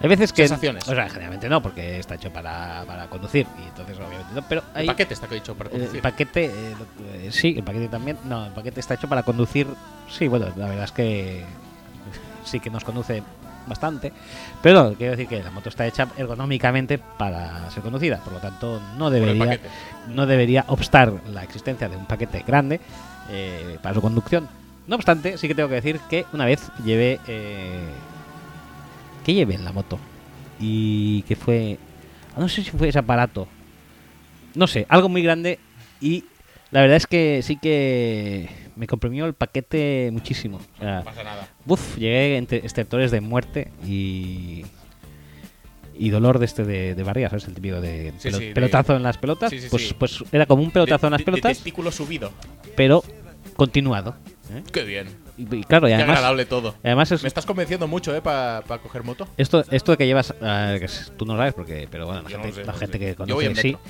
Speaker 1: Hay veces que.
Speaker 2: Sensaciones.
Speaker 1: O sea, generalmente no, porque está hecho para, para conducir. Y entonces, obviamente no. Pero
Speaker 2: El
Speaker 1: hay.
Speaker 2: paquete está que he dicho para
Speaker 1: eh, el
Speaker 2: conducir.
Speaker 1: paquete. eh, lo- eh, sí, el paquete también. No, el paquete está hecho para conducir. Sí, bueno, la verdad es que. <laughs> Sí que nos conduce bastante. Pero no, quiero decir que la moto está hecha ergonómicamente para ser conducida. Por lo tanto, no
Speaker 2: Por el
Speaker 1: debería.
Speaker 2: paquete.
Speaker 1: no debería obstar la existencia de un paquete grande eh, para su conducción. No obstante, sí que tengo que decir que una vez llevé. Eh, ¿Qué llevé en la moto? Y que fue. ah, No sé si fue ese aparato. No sé, algo muy grande. Y la verdad es que sí que me comprimió el paquete muchísimo. O sea,
Speaker 2: No pasa nada.
Speaker 1: Uf, llegué entre estertores de muerte y. Y dolor de este de, de barriga, ¿sabes? El típico de
Speaker 2: Sí,
Speaker 1: pelo-
Speaker 2: sí, de-
Speaker 1: pelotazo en las pelotas.
Speaker 2: Sí, sí,
Speaker 1: pues,
Speaker 2: sí.
Speaker 1: pues era como un pelotazo en
Speaker 2: De-
Speaker 1: las
Speaker 2: de- De
Speaker 1: pelotas,
Speaker 2: testículo subido.
Speaker 1: pero continuado. ¿eh?
Speaker 2: Qué bien.
Speaker 1: Y, y claro, y
Speaker 2: Qué
Speaker 1: además,
Speaker 2: agradable todo.
Speaker 1: además es-
Speaker 2: Me estás convenciendo mucho, ¿eh? Para coger moto.
Speaker 1: esto, esto de que llevas. ah, que es- tú no lo sabes, porque, pero bueno, la
Speaker 2: Yo no
Speaker 1: gente,
Speaker 2: lo sé,
Speaker 1: la
Speaker 2: no lo
Speaker 1: gente
Speaker 2: sé.
Speaker 1: que
Speaker 2: Yo voy en
Speaker 1: conoce sí.
Speaker 2: metro.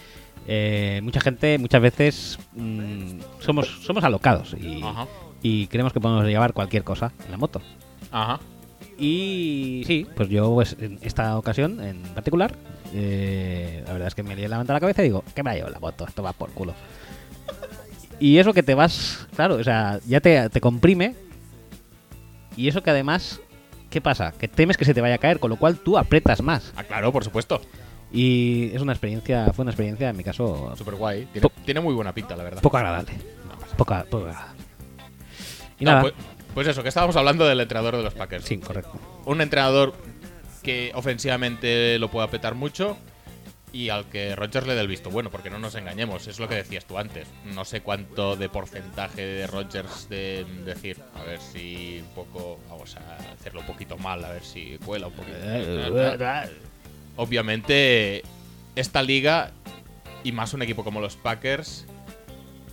Speaker 1: eh, mucha gente, muchas veces mm, somos, somos alocados y,
Speaker 2: Ajá.
Speaker 1: y creemos que podemos llevar cualquier cosa en la moto.
Speaker 2: Ajá.
Speaker 1: Y sí, pues yo pues, en esta ocasión en particular, eh, la verdad es que me lié la manta a la cabeza y digo, que me la llevo la moto, esto va por culo. Y eso que te vas, claro, o sea, ya te, te comprime. Y eso que además, ¿qué pasa? Que temes que se te vaya a caer, con lo cual tú aprietas más.
Speaker 2: Ah, claro, por supuesto.
Speaker 1: Y es una experiencia, fue una experiencia en mi caso
Speaker 2: Súper guay. Tiene,
Speaker 1: Po-
Speaker 2: tiene muy buena pinta, la verdad.
Speaker 1: poco agradable.
Speaker 2: No pasa
Speaker 1: Poco, poco agradable. Y
Speaker 2: No,
Speaker 1: nada,
Speaker 2: pues, pues eso, que estábamos hablando del entrenador de los Packers.
Speaker 1: sí, correcto.
Speaker 2: Un entrenador que ofensivamente lo pueda petar mucho y al que Rodgers le dé el visto bueno, porque no nos engañemos, es lo que decías tú antes. No sé cuánto de porcentaje de Rodgers de mm, decir, a ver si un poco, vamos a hacerlo un poquito mal, a ver si cuela un poquito. Obviamente, esta liga y más un equipo como los Packers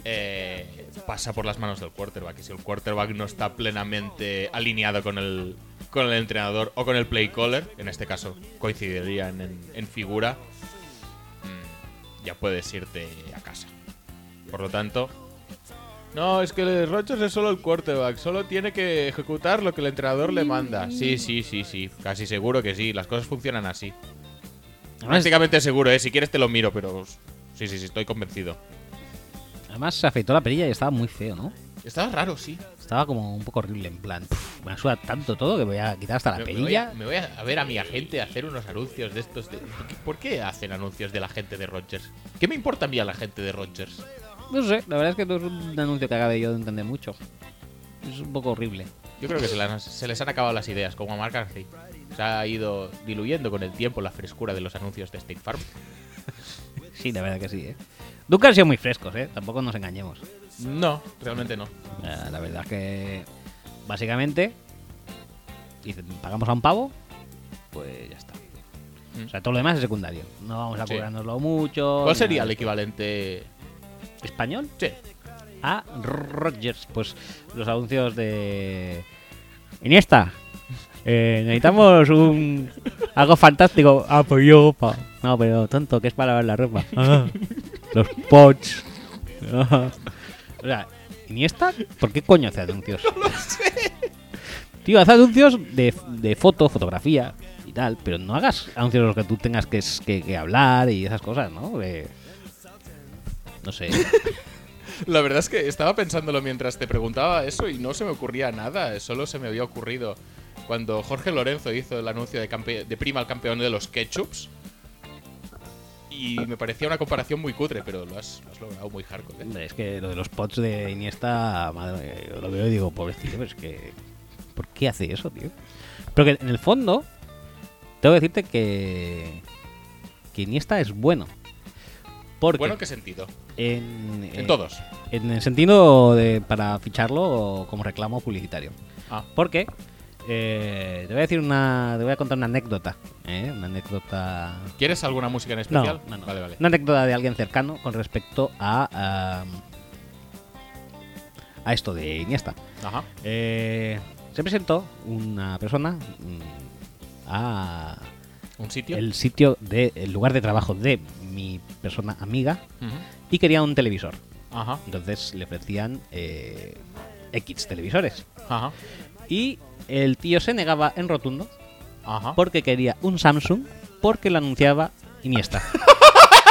Speaker 2: eh, pasa por las manos del quarterback. Y si el quarterback no está plenamente alineado con el, con el entrenador o con el play caller, en este caso coincidirían en, en figura, mm, ya puedes irte a casa. Por lo tanto, no, es que Rodgers es solo el quarterback, solo tiene que ejecutar lo que el entrenador le manda. Sí, sí, sí, sí, casi seguro que sí, las cosas funcionan así. Prácticamente seguro, eh, si quieres te lo miro, pero sí, sí, sí, estoy convencido.
Speaker 1: Además se afeitó la perilla y estaba muy feo, ¿no?
Speaker 2: Estaba raro, sí.
Speaker 1: Estaba como un poco horrible, en plan, "Puf, me suda tanto todo que me voy a quitar hasta la
Speaker 2: Me, me voy a,
Speaker 1: perilla.
Speaker 2: me voy a ver a mi agente hacer unos anuncios de estos. de- ¿por, qué, por qué hacen anuncios de la gente de Rogers? ¿Qué me importa a mí a la gente de Rogers?
Speaker 1: No sé, la verdad es que no es un anuncio que acabe yo de entender mucho. Es un poco horrible.
Speaker 2: Yo creo que se, las- se les han acabado las ideas, como a Mark García. Se ha ido diluyendo con el tiempo la frescura de los anuncios de State Farm.
Speaker 1: Sí, la verdad que sí, ¿eh? Nunca han sido muy frescos, ¿eh? Tampoco nos engañemos.
Speaker 2: No, realmente no.
Speaker 1: Eh, la verdad es que, básicamente, dicen, pagamos a un pavo, pues ya está.
Speaker 2: Mm.
Speaker 1: O sea, todo lo demás es secundario. No vamos a
Speaker 2: Sí.
Speaker 1: curárnoslo mucho.
Speaker 2: ¿Cuál
Speaker 1: ni
Speaker 2: sería el
Speaker 1: nada.
Speaker 2: equivalente?
Speaker 1: español?
Speaker 2: Sí,
Speaker 1: a Rodgers. Pues los anuncios de Iniesta. eh, necesitamos un algo fantástico. Ah, pues yo, pa. No, pero tonto, que es para lavar la ropa. Ah, los pots. Ah. O sea, Iniesta, ¿por qué coño hace anuncios? <laughs> Tío, haz anuncios de, de foto, fotografía y tal, pero no hagas anuncios en los que tú tengas que, s- que- que hablar y esas cosas, ¿no? Eh, no sé.
Speaker 2: La verdad es que estaba pensándolo mientras te preguntaba eso y no se me ocurría nada, solo se me había ocurrido cuando Jorge Lorenzo hizo el anuncio de, campe- de Prima al campeón de los ketchups. Y me parecía una comparación muy cutre, pero lo has, lo has logrado muy hardcore. ¿eh?
Speaker 1: Hombre, es que lo de los pots de Iniesta, madre mía, yo lo veo y digo, pobrecito, pero es que. ¿Por qué hace eso, tío? Pero que en el fondo, tengo que decirte que. que Iniesta es bueno. Porque
Speaker 2: Bueno, ¿en qué sentido?
Speaker 1: en,
Speaker 2: En
Speaker 1: eh,
Speaker 2: todos.
Speaker 1: En el sentido de para ficharlo como reclamo publicitario.
Speaker 2: Ah.
Speaker 1: Porque eh, te voy a decir una. Te voy a contar una anécdota. ¿eh? Una anécdota
Speaker 2: ¿Quieres alguna música en
Speaker 1: no,
Speaker 2: especial?
Speaker 1: no, no.
Speaker 2: Vale, vale.
Speaker 1: Una anécdota de alguien cercano con respecto a. am, a esto de Iniesta.
Speaker 2: Ajá.
Speaker 1: Eh, se presentó una persona mm, a
Speaker 2: ¿Un sitio?
Speaker 1: el sitio de el lugar de trabajo de mi persona amiga
Speaker 2: Ujú.
Speaker 1: y quería un televisor.
Speaker 2: Ajá,
Speaker 1: Entonces le ofrecían eh, X televisores.
Speaker 2: ajá,
Speaker 1: Y el tío se negaba en rotundo
Speaker 2: ajá.
Speaker 1: porque quería un Samsung porque lo anunciaba Iniesta.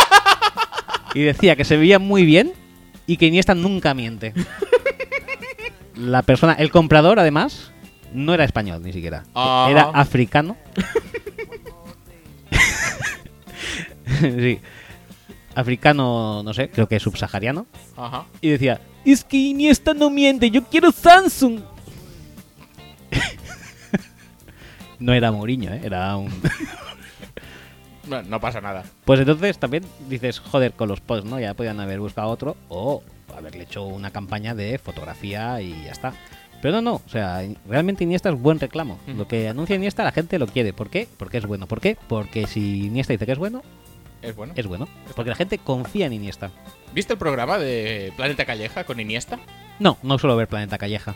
Speaker 2: <laughs>
Speaker 1: y decía que se veía muy bien y que Iniesta nunca miente. La persona, el comprador además, no era español ni siquiera.
Speaker 2: Ajá.
Speaker 1: Era
Speaker 2: <laughs>
Speaker 1: africano. <laughs> sí. Africano, no sé, creo que subsahariano.
Speaker 2: Ajá.
Speaker 1: Y decía, es que Iniesta no miente, yo quiero Samsung. <laughs> no era Mourinho, ¿eh? era un... <laughs>
Speaker 2: No, no pasa nada.
Speaker 1: Pues entonces también dices, joder, con los posts, ¿no? Ya podían haber buscado otro o haberle hecho una campaña de fotografía y ya está. Pero no, no, o sea, realmente Iniesta es buen reclamo.
Speaker 2: Ujú.
Speaker 1: Lo que anuncia Iniesta la gente lo quiere. ¿Por qué? Porque es bueno. ¿Por qué? Porque si Iniesta dice que es bueno,
Speaker 2: Es bueno.
Speaker 1: es bueno. Porque la gente confía en Iniesta.
Speaker 2: ¿Viste el programa de Planeta Calleja con Iniesta?
Speaker 1: No, no suelo ver Planeta Calleja.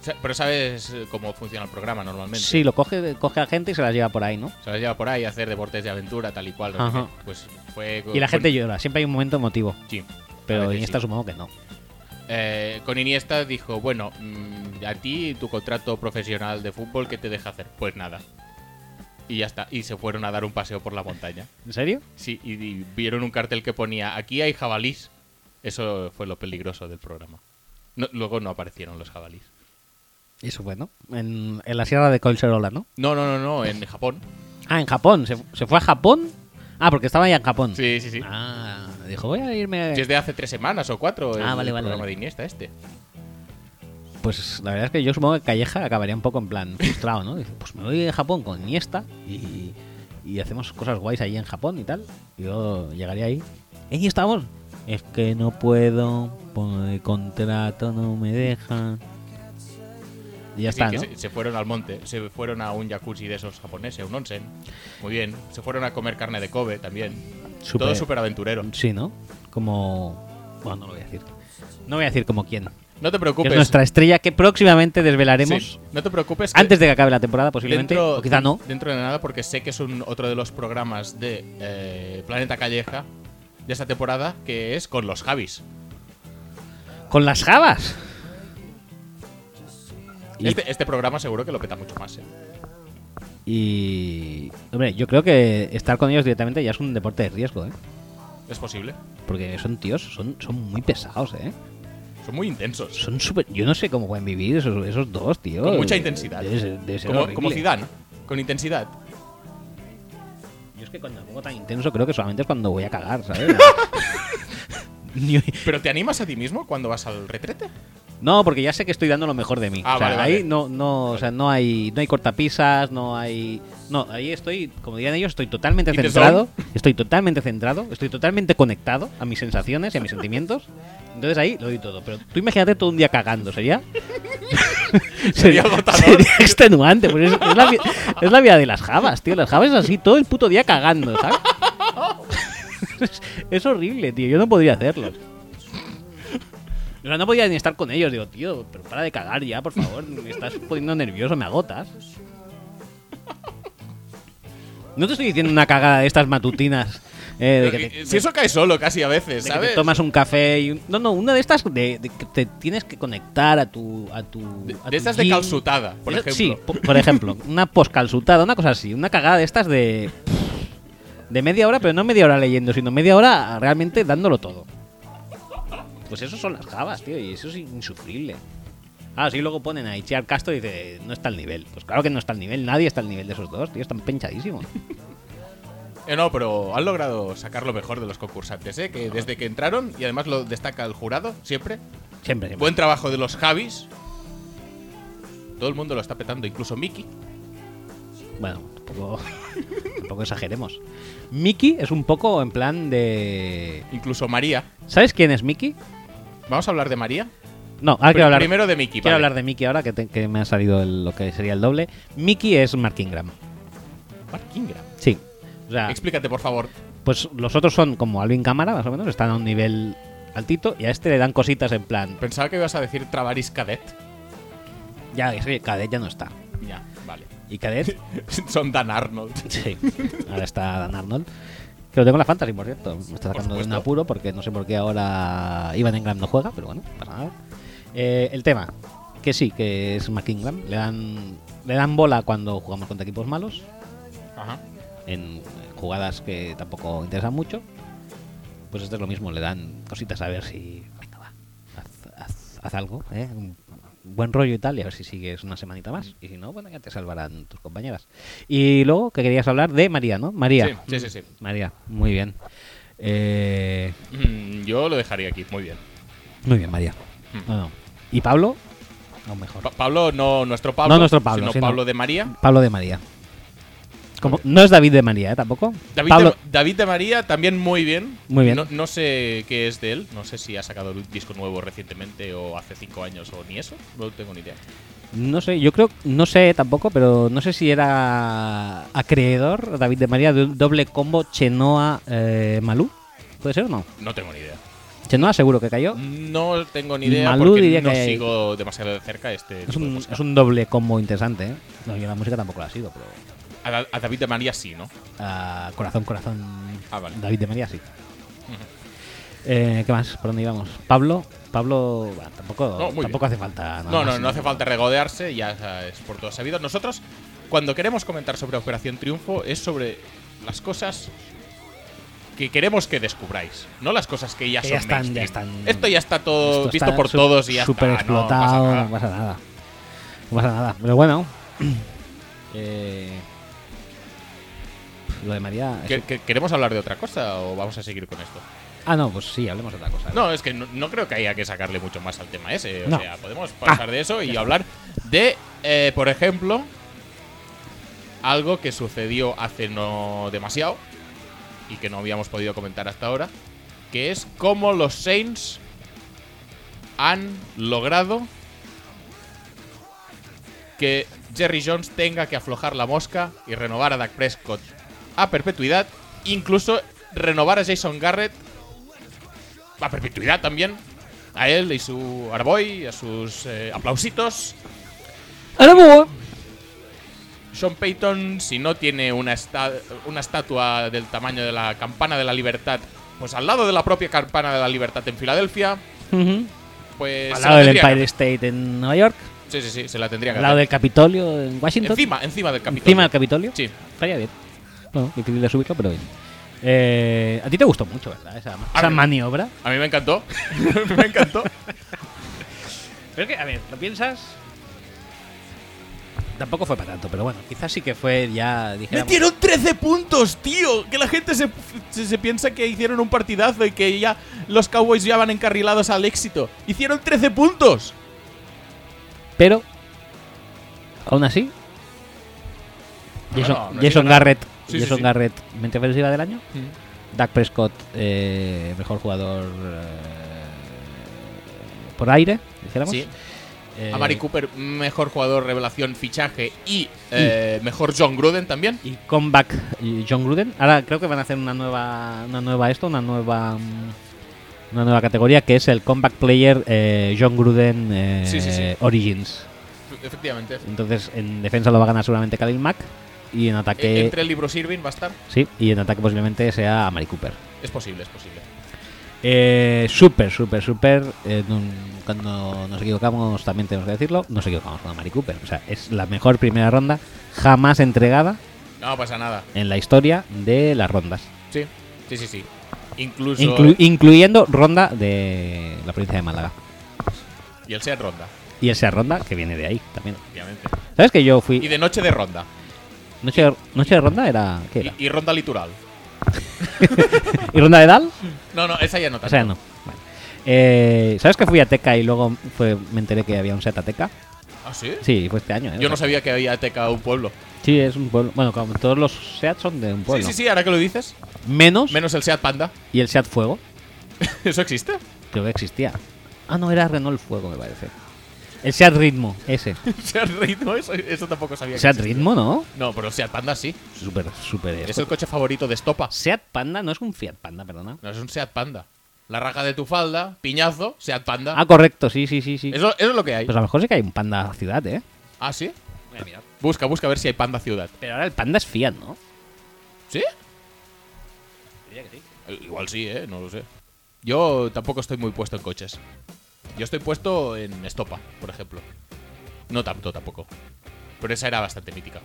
Speaker 2: Sa- Pero sabes eh, cómo funciona el programa normalmente.
Speaker 1: Sí, lo coge, coge a gente y se las lleva por ahí, ¿no?
Speaker 2: Se las lleva por ahí a hacer deportes de aventura, tal y cual. no sé
Speaker 1: Ajá.
Speaker 2: qué. Pues fue con,
Speaker 1: Y la
Speaker 2: con-
Speaker 1: gente llora, siempre hay un momento emotivo.
Speaker 2: sí, a
Speaker 1: Pero
Speaker 2: veces
Speaker 1: Iniesta
Speaker 2: sí.
Speaker 1: supongo que no.
Speaker 2: Eh, con Iniesta dijo, bueno, mm, a ti tu contrato profesional de fútbol, ¿qué te deja hacer? Pues nada. Y ya está. Y se fueron a dar un paseo por la montaña.
Speaker 1: ¿En serio?
Speaker 2: Sí, y, y vieron un cartel que ponía, aquí hay jabalís. Eso fue lo peligroso del programa. No- luego no aparecieron los jabalís.
Speaker 1: Eso fue, ¿no? En, en la sierra de Colserola, ¿no?
Speaker 2: No, no, no, no, en Japón.
Speaker 1: Ah, en Japón. ¿Se, se fue a Japón? Ah, porque estaba ya en Japón.
Speaker 2: Sí, sí, sí.
Speaker 1: Ah, dijo, voy a irme.
Speaker 2: Desde hace tres semanas o cuatro el
Speaker 1: Ah, vale, vale,
Speaker 2: programa
Speaker 1: vale.
Speaker 2: de Iniesta este.
Speaker 1: Pues la verdad es que yo supongo que Calleja acabaría un poco en plan frustrado, ¿no? Dice, pues me voy a Japón con Iniesta y, y hacemos cosas guays ahí en Japón y tal. Yo llegaría ahí. ¿Y estamos? Es que no puedo, por el contrato no me deja. Y ya
Speaker 2: Sí,
Speaker 1: está,
Speaker 2: que
Speaker 1: ¿no?
Speaker 2: se, se fueron al monte, se fueron a un jacuzzi de esos japoneses, un onsen. Muy bien, se fueron a comer carne de Kobe también.
Speaker 1: Súper-
Speaker 2: Todo súper aventurero.
Speaker 1: Sí, ¿no? Como. Bueno, no lo voy a decir. No voy a decir como quién.
Speaker 2: No te
Speaker 1: Que
Speaker 2: preocupes.
Speaker 1: es nuestra estrella que próximamente
Speaker 2: Sí,
Speaker 1: desvelaremos.
Speaker 2: no te preocupes. que
Speaker 1: Antes de que acabe la temporada, posiblemente. o quizá no.
Speaker 2: Dentro de nada, porque sé que es un- otro de los programas de eh, Planeta Calleja de esta temporada, que es con los Javis.
Speaker 1: Con las jabas. Y-
Speaker 2: Este, este programa seguro que lo peta mucho más. ¿eh?
Speaker 1: Y. Hombre, yo creo que estar con ellos directamente ya es un deporte de riesgo, ¿eh?
Speaker 2: Es posible.
Speaker 1: Porque son tíos, son, son muy pesados, ¿eh?
Speaker 2: Son muy intensos.
Speaker 1: Son súper. Yo no sé cómo pueden vivir esos, esos dos, tío.
Speaker 2: Con mucha
Speaker 1: Eh,
Speaker 2: intensidad.
Speaker 1: Debe ser, debe ser
Speaker 2: Como,
Speaker 1: horrible.
Speaker 2: como Zidane, con intensidad.
Speaker 1: Yo es que cuando me pongo tan intenso, creo que solamente es cuando voy a cagar,
Speaker 2: <laughs>
Speaker 1: ¿sabes? Ni-
Speaker 2: ¿Pero te animas a ti mismo cuando vas al retrete?
Speaker 1: No, porque ya sé que estoy dando lo mejor de mí.
Speaker 2: Ah,
Speaker 1: o sea,
Speaker 2: vale,
Speaker 1: ahí
Speaker 2: vale.
Speaker 1: no, no, o sea, no hay, no hay cortapisas, no hay, no, ahí estoy, como dirían ellos, estoy totalmente
Speaker 2: In the
Speaker 1: centrado, estoy totalmente centrado, estoy totalmente conectado a mis sensaciones y a mis sentimientos. Entonces ahí lo doy todo. Pero tú imagínate todo un día cagando,
Speaker 2: <laughs>
Speaker 1: sería,
Speaker 2: Sería agotador.
Speaker 1: sería extenuante. pues es, es la, vi- es la vida de las jabas, tío. Las jabas es así todo el puto día cagando, ¿sabes? <laughs> es, es horrible, tío. Yo no podría hacerlo. O sea, no podía ni estar con ellos. Digo, tío, pero para de cagar ya, por favor. Me estás poniendo nervioso, me agotas. No te estoy diciendo una cagada de estas matutinas. eh, de que te-
Speaker 2: si eso cae solo casi a veces,
Speaker 1: de que te
Speaker 2: ¿sabes?
Speaker 1: tomas un café y un- No, no, una de estas de, de que te tienes que conectar a tu... A tu
Speaker 2: De,
Speaker 1: a
Speaker 2: de
Speaker 1: tu
Speaker 2: estas de
Speaker 1: gym.
Speaker 2: calzutada, por
Speaker 1: Esa-
Speaker 2: ejemplo.
Speaker 1: Sí, po- por
Speaker 2: <laughs>
Speaker 1: ejemplo. Una poscalzutada, una cosa así. Una cagada de estas de... De media hora, pero no media hora leyendo, sino media hora realmente dándolo todo. Pues eso son las Javas, tío, y eso es insufrible. Ah, sí, luego ponen a Itziar Castro y dice, no está al nivel. Pues claro que no está al nivel, nadie está al nivel de esos dos, tío, están penchadísimos.
Speaker 2: Eh, no, pero han logrado sacar lo mejor de los concursantes, ¿eh? Que desde que entraron, y además lo destaca el jurado, siempre.
Speaker 1: Siempre, siempre.
Speaker 2: Buen trabajo de los Javis. Todo el mundo lo está petando, incluso Mickey.
Speaker 1: Bueno, tampoco, <laughs> tampoco exageremos. Mickey es un poco en plan de...
Speaker 2: Incluso María.
Speaker 1: ¿Sabes quién es Mickey?
Speaker 2: ¿Vamos a hablar de María?
Speaker 1: No, ahora
Speaker 2: Pri-
Speaker 1: Ah, quiero hablar...
Speaker 2: Primero de Mickey,
Speaker 1: Quiero
Speaker 2: vale.
Speaker 1: hablar de Mickey ahora que, te- que me ha salido el- lo que sería el doble. Mickey es Mark Ingram.
Speaker 2: Mark Ingram.
Speaker 1: Sí. O sea,
Speaker 2: Explícate, por favor.
Speaker 1: pues los otros son como Alvin Cámara, más o menos, están a un nivel altito y a este le dan cositas en plan.
Speaker 2: Pensaba que ibas a decir Travaris Cadet.
Speaker 1: Ya, es que Cadet ya no está.
Speaker 2: Ya, vale.
Speaker 1: Y Cadet,
Speaker 2: <laughs> Son Dan Arnold.
Speaker 1: sí. <laughs> Ahora está Dan Arnold. Que lo tengo en la Fantasy, por cierto. Me está
Speaker 2: Por
Speaker 1: sacando de un
Speaker 2: supuesto.
Speaker 1: apuro porque no sé por qué ahora Ivan Ingram no juega, pero bueno, para nada. Eh, el tema, que sí, que es Mark Ingram. Le dan, le dan bola cuando jugamos contra equipos malos.
Speaker 2: Ajá.
Speaker 1: en jugadas que tampoco interesan mucho, pues esto es lo mismo, le dan cositas a ver si. Venga, va, haz, haz- haz algo, ¿eh? un buen rollo y tal, y a ver si sigues una semanita más. Y si no, bueno, ya te salvarán tus compañeras. Y luego que querías hablar de María, ¿no? María.
Speaker 2: Sí, sí, sí, sí.
Speaker 1: María, muy bien. Eh,
Speaker 2: Mm, yo lo dejaría aquí, muy bien.
Speaker 1: muy bien, María.
Speaker 2: Mm.
Speaker 1: No, no. ¿Y Pablo? Aún mejor.
Speaker 2: Pa- Pablo, no nuestro Pablo.
Speaker 1: No nuestro Pablo,
Speaker 2: Sino
Speaker 1: sino-
Speaker 2: Pablo de María.
Speaker 1: Pablo de María. Como, no es David de María, ¿eh? Tampoco.
Speaker 2: David,
Speaker 1: Pablo-
Speaker 2: de, David de María también muy bien.
Speaker 1: Muy bien.
Speaker 2: No, no sé qué es de él. No sé si ha sacado un disco nuevo recientemente o hace cinco años o ni eso. No tengo ni idea.
Speaker 1: No sé, yo creo, no sé tampoco, pero no sé si era acreedor David de María de un doble combo Chenoa eh, Malú. ¿Puede ser o no?
Speaker 2: No tengo ni idea.
Speaker 1: Chenoa seguro que
Speaker 2: Mm,
Speaker 1: cayó.
Speaker 2: No tengo ni idea
Speaker 1: Malú
Speaker 2: porque
Speaker 1: diría
Speaker 2: no
Speaker 1: que-
Speaker 2: sigo demasiado de cerca este.
Speaker 1: Es
Speaker 2: tipo de
Speaker 1: un,
Speaker 2: música.
Speaker 1: es un doble combo interesante, ¿eh? No, yo la música tampoco la sigo, pero.
Speaker 2: A, Da- a David de María sí, ¿no?
Speaker 1: ah, corazón, corazón.
Speaker 2: Ah, vale.
Speaker 1: David de María, sí. Eh, ¿Qué más? ¿Por dónde íbamos? Pablo. Pablo. bueno, tampoco
Speaker 2: No, muy
Speaker 1: tampoco hace falta. nada
Speaker 2: No, no,
Speaker 1: más.
Speaker 2: no hace falta regodearse, ya es por todo sabido. Nosotros, cuando queremos comentar sobre Operación Triunfo, es sobre las cosas que queremos que descubráis, no las cosas que ya
Speaker 1: Que
Speaker 2: son
Speaker 1: ya están,
Speaker 2: mainstream.
Speaker 1: ya están-
Speaker 2: Esto ya está todo
Speaker 1: Esto
Speaker 2: visto
Speaker 1: está
Speaker 2: por
Speaker 1: su-
Speaker 2: todos y ya
Speaker 1: Súper
Speaker 2: está. no pasa
Speaker 1: explotado,
Speaker 2: nada.
Speaker 1: no pasa nada. No pasa nada. Pero bueno. eh, lo de María. es-
Speaker 2: ¿Que- que- ¿Queremos hablar de otra cosa o vamos a seguir con esto?
Speaker 1: Ah, no, pues sí, hablemos de otra cosa.
Speaker 2: No, es que no, no creo que haya que sacarle mucho más al tema ese. O
Speaker 1: No.
Speaker 2: sea, podemos pasar de eso y hablar de, eh, por ejemplo, algo que sucedió hace no demasiado y que no habíamos podido comentar hasta ahora, que es cómo los Saints han logrado que Jerry Jones tenga que aflojar la mosca y renovar a Dak Prescott a perpetuidad, incluso renovar a Jason Garrett a perpetuidad también. A él y su Arboy, a sus eh, aplausitos.
Speaker 1: Ahora voy.
Speaker 2: Sean Payton, si no tiene una, esta- una estatua del tamaño de la Campana de la Libertad, pues al lado de la propia Campana de la Libertad en Filadelfia,
Speaker 1: Ujú.
Speaker 2: pues.
Speaker 1: Al
Speaker 2: se
Speaker 1: lado
Speaker 2: la
Speaker 1: del
Speaker 2: tendría que
Speaker 1: Empire State en Nueva York.
Speaker 2: hacer. Sí, sí, sí, se la tendría que
Speaker 1: Al lado
Speaker 2: hacer.
Speaker 1: del Capitolio en Washington.
Speaker 2: Encima, encima del Capitolio.
Speaker 1: Encima del Capitolio.
Speaker 2: Sí.
Speaker 1: Estaría bien. Bueno, difícil de subirlo, pero bien. Eh, a ti te gustó mucho, ¿verdad? Esa, esa
Speaker 2: ver.
Speaker 1: maniobra.
Speaker 2: A mí me encantó. <laughs> me
Speaker 1: <laughs>
Speaker 2: encantó.
Speaker 1: Pero es que, a ver, lo piensas. Tampoco fue para tanto, pero bueno, quizás sí que fue ya. dijéramos-
Speaker 2: Metieron 13 puntos, tío. Que la gente se, se- se piensa que hicieron un partidazo y que ya los Cowboys ya van encarrilados al éxito. Hicieron 13 puntos.
Speaker 1: Pero, aún así, Jason,
Speaker 2: no, no
Speaker 1: Jason
Speaker 2: digo nada.
Speaker 1: Garrett,
Speaker 2: Sí, sí,
Speaker 1: Jason
Speaker 2: sí.
Speaker 1: Garrett, mente ofensiva del año. Dak Prescott, eh, mejor jugador eh, por aire, dijéramos.
Speaker 2: Sí.
Speaker 1: Eh,
Speaker 2: Amari Cooper, mejor jugador, revelación, fichaje y eh, mejor John Gruden también.
Speaker 1: y comeback y John Gruden. Ahora creo que van a hacer una nueva, una nueva esto, una nueva, mm, una nueva categoría que es el comeback player eh, John Gruden eh,
Speaker 2: Sí, sí, sí.
Speaker 1: Origins.
Speaker 2: Efe- Efectivamente.
Speaker 1: Entonces en defensa lo va a ganar seguramente Khalil Mack y en
Speaker 2: E-
Speaker 1: ataque
Speaker 2: Entre el libro Sirving va a estar.
Speaker 1: Sí, y en ataque posiblemente sea a Mari Cooper.
Speaker 2: Es posible, es posible.
Speaker 1: Eh, súper, súper, súper. eh, nun- cuando nos equivocamos, también tenemos que decirlo, nos equivocamos con Mari Cooper. O sea, es la mejor primera ronda jamás entregada
Speaker 2: No pasa nada.
Speaker 1: en la historia de las rondas.
Speaker 2: Sí, sí, sí, sí. Incluso.
Speaker 1: Inclu- incluyendo Ronda de la provincia de Málaga.
Speaker 2: y el Seat Ronda,
Speaker 1: Y esa Ronda, que viene de ahí también.
Speaker 2: obviamente.
Speaker 1: ¿Sabes que yo
Speaker 2: Y
Speaker 1: fui.
Speaker 2: de noche de ronda.
Speaker 1: Noche de, noche de Ronda era. ¿Qué
Speaker 2: Y,
Speaker 1: era?
Speaker 2: y ronda litoral.
Speaker 1: ¿Y Ronda de Dal?
Speaker 2: No, no, esa ya no
Speaker 1: O
Speaker 2: tanto.
Speaker 1: sea, no. Vale. Eh, ¿Sabes que fui a Teca y luego fue- me enteré que había un set a Teca?
Speaker 2: ¿Ah, sí?
Speaker 1: Sí, fue este año. ¿eh?
Speaker 2: Yo
Speaker 1: O
Speaker 2: no
Speaker 1: sea,
Speaker 2: sabía que había Ateca un pueblo.
Speaker 1: Sí, es un pueblo. Bueno, como todos los SEAT son de un pueblo.
Speaker 2: Sí, sí, sí, ahora que lo dices.
Speaker 1: Menos,
Speaker 2: Menos el Seat Panda. <laughs>
Speaker 1: y el SEAT Fuego,
Speaker 2: ¿Eso existe? <laughs>
Speaker 1: creo que existía. Ah, no, era Renault Fuego, me parece. El SEAT Ritmo, ese.
Speaker 2: Seat Ritmo, eso, eso tampoco sabía. que
Speaker 1: SEAT
Speaker 2: existía.
Speaker 1: Ritmo, ¿no?
Speaker 2: No, pero Seat Panda sí.
Speaker 1: Súper, súper.
Speaker 2: Es
Speaker 1: esto.
Speaker 2: el coche favorito de Estopa.
Speaker 1: SEAT Panda no es un Fiat Panda, perdona.
Speaker 2: No, es un Seat Panda. La raja de tu falda, piñazo, Seat Panda.
Speaker 1: Ah, correcto, sí, sí, sí, sí.
Speaker 2: Eso, eso es lo que hay.
Speaker 1: Pues a lo mejor sí que hay un Panda ciudad, ¿eh?
Speaker 2: ¿Ah, sí? Busca, busca a ver si hay Panda Ciudad.
Speaker 1: Pero ahora el Panda es Fiat, ¿no?
Speaker 2: ¿Sí? Eh, Igual sí, ¿eh? No lo sé. Yo tampoco estoy muy puesto en coches. Yo estoy puesto en Estopa, por ejemplo. No tanto tampoco. Pero esa era bastante mítica.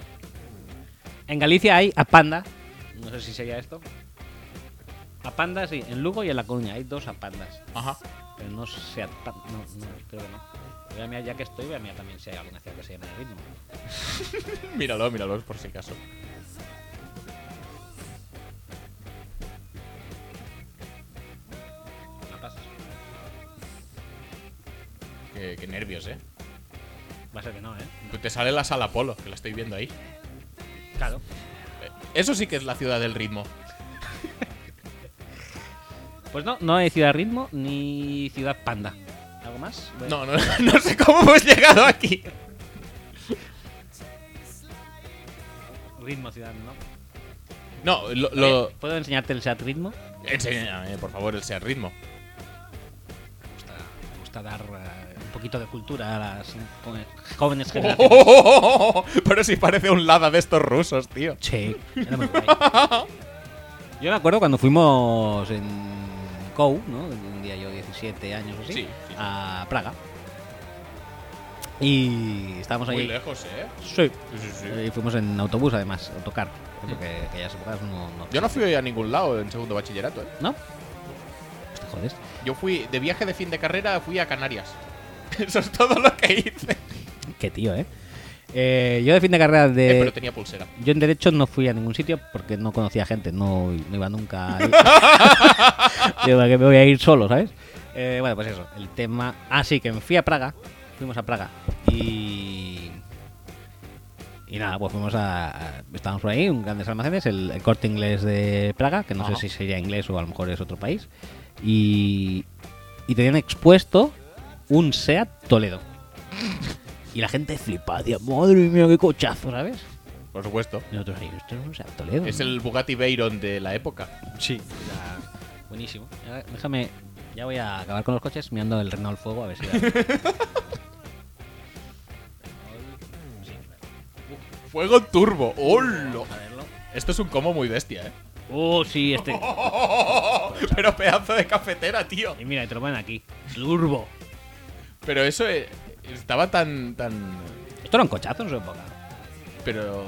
Speaker 1: En Galicia hay a Panda. No sé si sería esto. A Panda, sí. En Lugo y en La Coruña hay dos a Pandas.
Speaker 2: Ajá.
Speaker 1: Pero no sea tan. No, no, creo que no. Voy a mirar ya que estoy, voy a mirar también si hay alguna ciudad que se llame ritmo.
Speaker 2: Míralo, míralo, por si acaso.
Speaker 1: No pasas.
Speaker 2: Qué, qué nervios, ¿eh?
Speaker 1: Va a ser que no, ¿eh?
Speaker 2: Te sale la sala Polo, que la estoy viendo ahí.
Speaker 1: Claro.
Speaker 2: Eh, Eso sí que es la ciudad del ritmo.
Speaker 1: Pues no, no hay ciudad ritmo ni ciudad panda. ¿Algo más? Voy a-
Speaker 2: No, <laughs> no, no sé cómo hemos llegado aquí.
Speaker 1: Ritmo, ciudad, ¿no?
Speaker 2: No, lo... lo-
Speaker 1: Oye, ¿Puedo enseñarte el SEAT ritmo?
Speaker 2: Enséñame, por favor, el Seat Ritmo.
Speaker 1: Me gusta, me gusta dar eh, un poquito de cultura a las jo- jóvenes
Speaker 2: Oh,
Speaker 1: generaciones.
Speaker 2: <laughs> Pero si parece un Lada de estos rusos, tío.
Speaker 1: Sí, era muy guay. <laughs> Yo me acuerdo cuando fuimos en COU, ¿no? Tendría yo 17 años o así,
Speaker 2: Sí, sí.
Speaker 1: a Praga. Y estábamos
Speaker 2: Muy
Speaker 1: allí.
Speaker 2: lejos, ¿eh?
Speaker 1: Sí.
Speaker 2: Sí, sí, sí.
Speaker 1: Y fuimos en autobús, además, autocar. Porque en aquellas épocas no. no
Speaker 2: Yo no fui a ningún lado en segundo bachillerato, ¿eh?
Speaker 1: ¿No? Pues te jodes.
Speaker 2: Yo fui de viaje de fin de carrera, fui a Canarias. <laughs> Eso es todo lo que hice.
Speaker 1: Qué tío, ¿eh? Eh, yo de fin de carrera
Speaker 2: Eh,
Speaker 1: de.
Speaker 2: pero tenía pulsera.
Speaker 1: Yo en Derecho no fui a ningún sitio porque no conocía gente, no, no iba nunca. ahí. Digo, ¿a qué me voy a ir solo, ¿sabes? Eh, bueno, pues eso, el tema. Ah, sí, que me fui a Praga, fuimos a Praga y. Y nada, pues fuimos a. a- Estábamos por ahí, un grandes almacenes, el, el corte inglés de Praga, que no
Speaker 2: Ajá.
Speaker 1: sé si sería inglés o a lo mejor es otro país. Y. Y tenían expuesto un SEAT Toledo. Y la gente flipa, tío, madre mía, qué cochazo, ¿sabes?
Speaker 2: Por supuesto.
Speaker 1: Y nosotros ahí, esto es un Seat Toledo.
Speaker 2: Es
Speaker 1: ¿no?
Speaker 2: el Bugatti Veyron de la época.
Speaker 1: Sí. Era buenísimo. Ahora, déjame. Ya voy a acabar con los coches mirando el Renault Fuego a <laughs> ver si.
Speaker 2: Fuego turbo. ¡Holo!
Speaker 1: A verlo.
Speaker 2: Esto es un combo muy bestia, ¿eh? <laughs>
Speaker 1: Oh, sí, este.
Speaker 2: Pero pedazo de cafetera, tío.
Speaker 1: <laughs> Y mira, te lo ponen aquí. Turbo.
Speaker 2: Pero eso eh, estaba tan. tan.
Speaker 1: Esto era un cochazo en su época.
Speaker 2: Pero.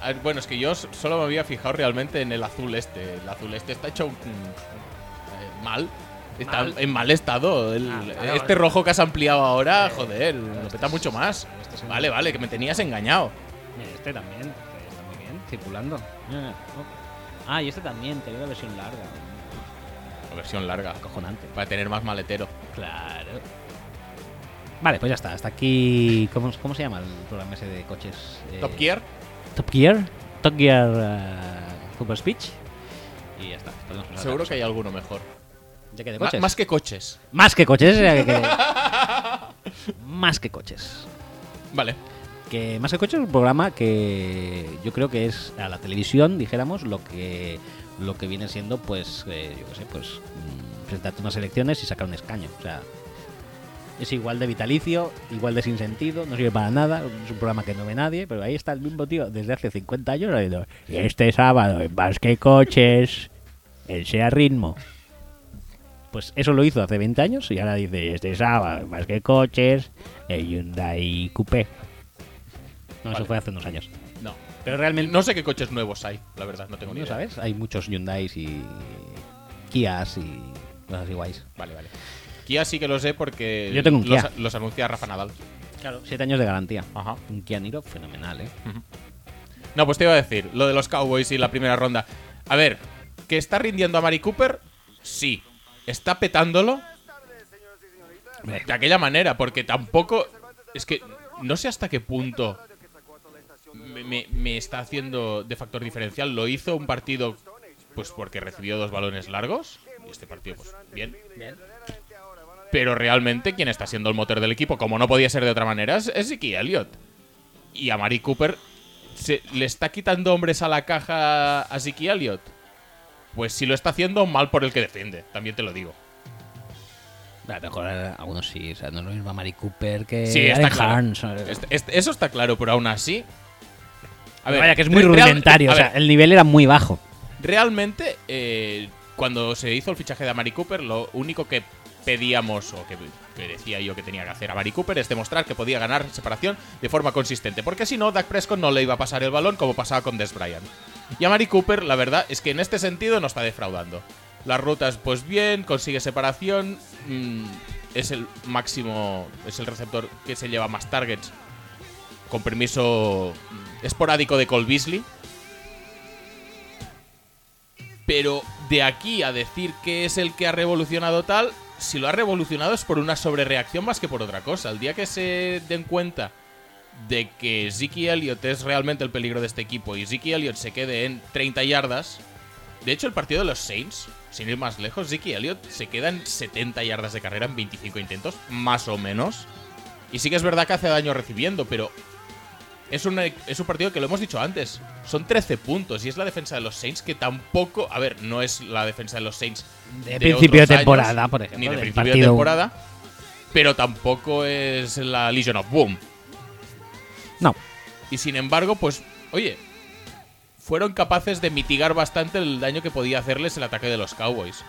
Speaker 2: a ver, Bueno, es que yo s- solo me había fijado realmente en el azul este. El azul este está hecho un- eh, mal. Está
Speaker 1: Mal.
Speaker 2: en mal estado. El-
Speaker 1: Ah, vale,
Speaker 2: este
Speaker 1: vale. Eh,
Speaker 2: rojo que has ampliado ahora, joder, lo peta mucho más.
Speaker 1: este es un-
Speaker 2: Vale, vale, que me tenías engañado.
Speaker 1: Mira, este también. que Está muy bien, circulando. Mira, mira, oh. Ah, y este también, tenía una versión larga.
Speaker 2: La versión larga,
Speaker 1: Acojonante.
Speaker 2: para tener más maletero.
Speaker 1: Claro. Vale, pues ya está. Hasta aquí. ¿Cómo, cómo se llama el programa ese de coches? Eh,
Speaker 2: Top Gear,
Speaker 1: Top Gear, Top Gear eh, Football Speech. Y ya está. podemos pasar a
Speaker 2: seguro
Speaker 1: otra
Speaker 2: que hay alguno mejor.
Speaker 1: cosa. ¿Ya que de
Speaker 2: Ma-
Speaker 1: coches?
Speaker 2: más que coches.
Speaker 1: Más que coches. eh,
Speaker 2: <laughs>
Speaker 1: que- más que coches.
Speaker 2: Vale.
Speaker 1: Que más que coches es un programa que yo creo que es a la televisión, dijéramos, lo que lo que viene siendo, pues, eh, yo qué sé, pues mm, presentarte unas elecciones y sacar un escaño. O sea, es igual de vitalicio, igual de sin sentido, no sirve para nada, es un programa que no ve nadie, pero ahí está el mismo tío desde hace 50 años diciendo, "Y este sábado en más que coches, el sea ritmo. Pues eso lo hizo hace 20 años y ahora dice, este sábado en más que coches, el Hyundai Coupé. No,
Speaker 2: Vale.
Speaker 1: eso fue hace unos años.
Speaker 2: No.
Speaker 1: Pero realmente
Speaker 2: No sé qué coches nuevos hay, la verdad, no tengo ni
Speaker 1: no
Speaker 2: idea.
Speaker 1: sabes, hay muchos Hyundais y
Speaker 4: Kias y cosas así guays.
Speaker 2: Vale, vale. Kia sí que lo sé porque
Speaker 4: Yo tengo un
Speaker 2: los,
Speaker 4: Kia.
Speaker 2: los anuncia Rafa Nadal.
Speaker 4: Claro. Siete años de garantía.
Speaker 2: Ajá.
Speaker 4: Un Kia Niro fenomenal, ¿eh?
Speaker 2: Hmm. No, pues te iba a decir, lo de los Cowboys y la primera ronda. A ver, ¿que está rindiendo a Mari Cooper? Sí. ¿Está petándolo? De aquella manera, porque tampoco. Es que no sé hasta qué punto me, me- me está haciendo de factor diferencial. Lo hizo un partido, pues porque recibió dos balones largos. Y este partido, pues bien. Pero realmente, quien está siendo el motor del equipo, como no podía ser de otra manera, es, es Ziki Elliott. Y a Mari Cooper se, le está quitando hombres a la caja a Ziki Elliott. Pues si lo está haciendo, mal por el que defiende, también te lo digo.
Speaker 4: A lo mejor eh, algunos sí, o sea, no es lo mismo Mari Cooper que
Speaker 2: Sí, está
Speaker 4: Alec
Speaker 2: claro.
Speaker 4: Harns, ¿no?
Speaker 2: Este- este- eso está claro, pero aún así. A ver,
Speaker 4: Vaya, que es muy
Speaker 2: re- real-
Speaker 4: rudimentario,
Speaker 2: a
Speaker 4: o sea,
Speaker 2: ver,
Speaker 4: el nivel era muy bajo.
Speaker 2: realmente, eh, cuando se hizo el fichaje de Amari Cooper, lo único que pedíamos o que, que decía yo que tenía que hacer a Amari Cooper es demostrar que podía ganar separación de forma consistente, porque si no, Dak Prescott no le iba a pasar el balón como pasaba con Des Bryant. Y Amari Cooper, la verdad es que en este sentido no está defraudando. Las rutas, pues bien, consigue separación. mm, es el máximo, es el receptor que se lleva más targets con permiso mm, esporádico de Cole Beasley. Pero de aquí a decir que es el que ha revolucionado tal, si lo ha revolucionado es por una sobrereacción más que por otra cosa. El día que se den cuenta de que Ziki Elliott es realmente el peligro de este equipo y Ziki Elliott se quede en 30 yardas. De hecho, el partido de los Saints, sin ir más lejos, Ziki Elliott se queda en 70 yardas de carrera en 25 intentos, más o menos. Y sí que es verdad que hace daño recibiendo, pero es un, es un partido que lo hemos dicho antes. Son 13 puntos y es la defensa de los Saints que tampoco. A ver, no es la defensa de los Saints
Speaker 4: De principio
Speaker 2: otros
Speaker 4: de temporada, por ejemplo,
Speaker 2: Ni de
Speaker 4: del
Speaker 2: principio de
Speaker 4: partido.
Speaker 2: temporada. Pero tampoco es la Legion of Boom.
Speaker 4: No,
Speaker 2: Y sin embargo, pues, oye, fueron capaces de mitigar bastante el daño que podía hacerles el ataque de los Cowboys.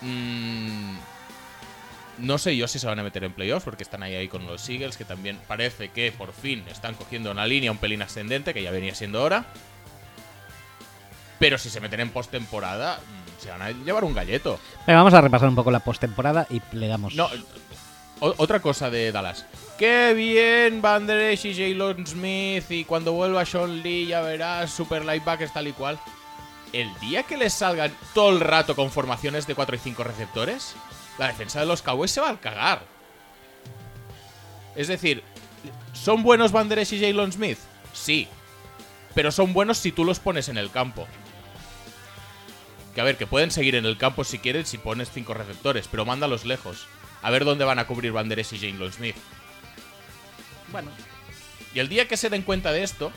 Speaker 2: Mm, no sé yo si se van a meter en playoffs porque están ahí, ahí con los Eagles, que también parece que por fin están cogiendo una línea un pelín ascendente, que ya venía siendo hora. Pero si se meten en postemporada, mm, se van a llevar un galleto.
Speaker 4: Venga, vamos a repasar un poco la postemporada y le damos.
Speaker 2: No, o- otra cosa de Dallas. Qué bien, Van Der Esch y Jalen Smith. Y cuando vuelva Sean Lee, ya verás, super lightbacks tal y cual. El día que les salgan todo el rato con formaciones de 4 y 5 receptores, la defensa de los Cowboys se va a cagar. Es decir, ¿son buenos Van Der Esch y Jalen Smith? Sí. Pero son buenos si tú los pones en el campo. Que a ver, que pueden seguir en el campo si quieren si pones cinco receptores, pero mándalos lejos. A ver dónde van a cubrir Banderes y Jalen Smith.
Speaker 4: Bueno.
Speaker 2: Y el día que se den cuenta de esto,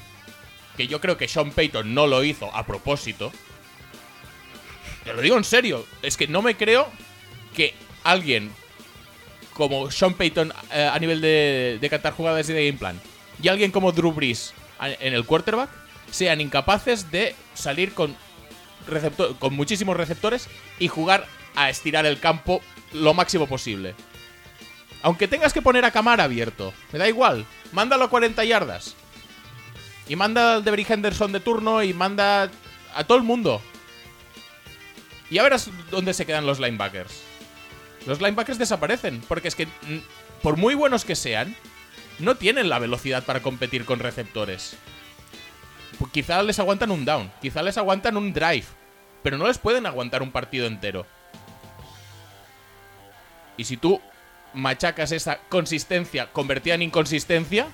Speaker 2: que yo creo que Sean Payton no lo hizo a propósito, te lo digo en serio, es que no me creo que alguien como Sean Payton eh, a nivel de, de cantar jugadas y de game plan y alguien como Drew Brees a- en el quarterback sean incapaces de salir con, recepto- con muchísimos receptores y jugar a estirar el campo lo máximo posible. Aunque tengas que poner a cámara abierto, me da igual. Mándalo a 40 yardas. Y manda al Devery Henderson de turno y manda a todo el mundo. Y ahora verás dónde se quedan los linebackers. Los linebackers desaparecen, porque es que, mm, por muy buenos que sean, no tienen la velocidad para competir con receptores. Pues quizá les aguantan un down, quizá les aguantan un drive, pero no les pueden aguantar un partido entero. Y si tú machacas esa consistencia convertida en inconsistencia,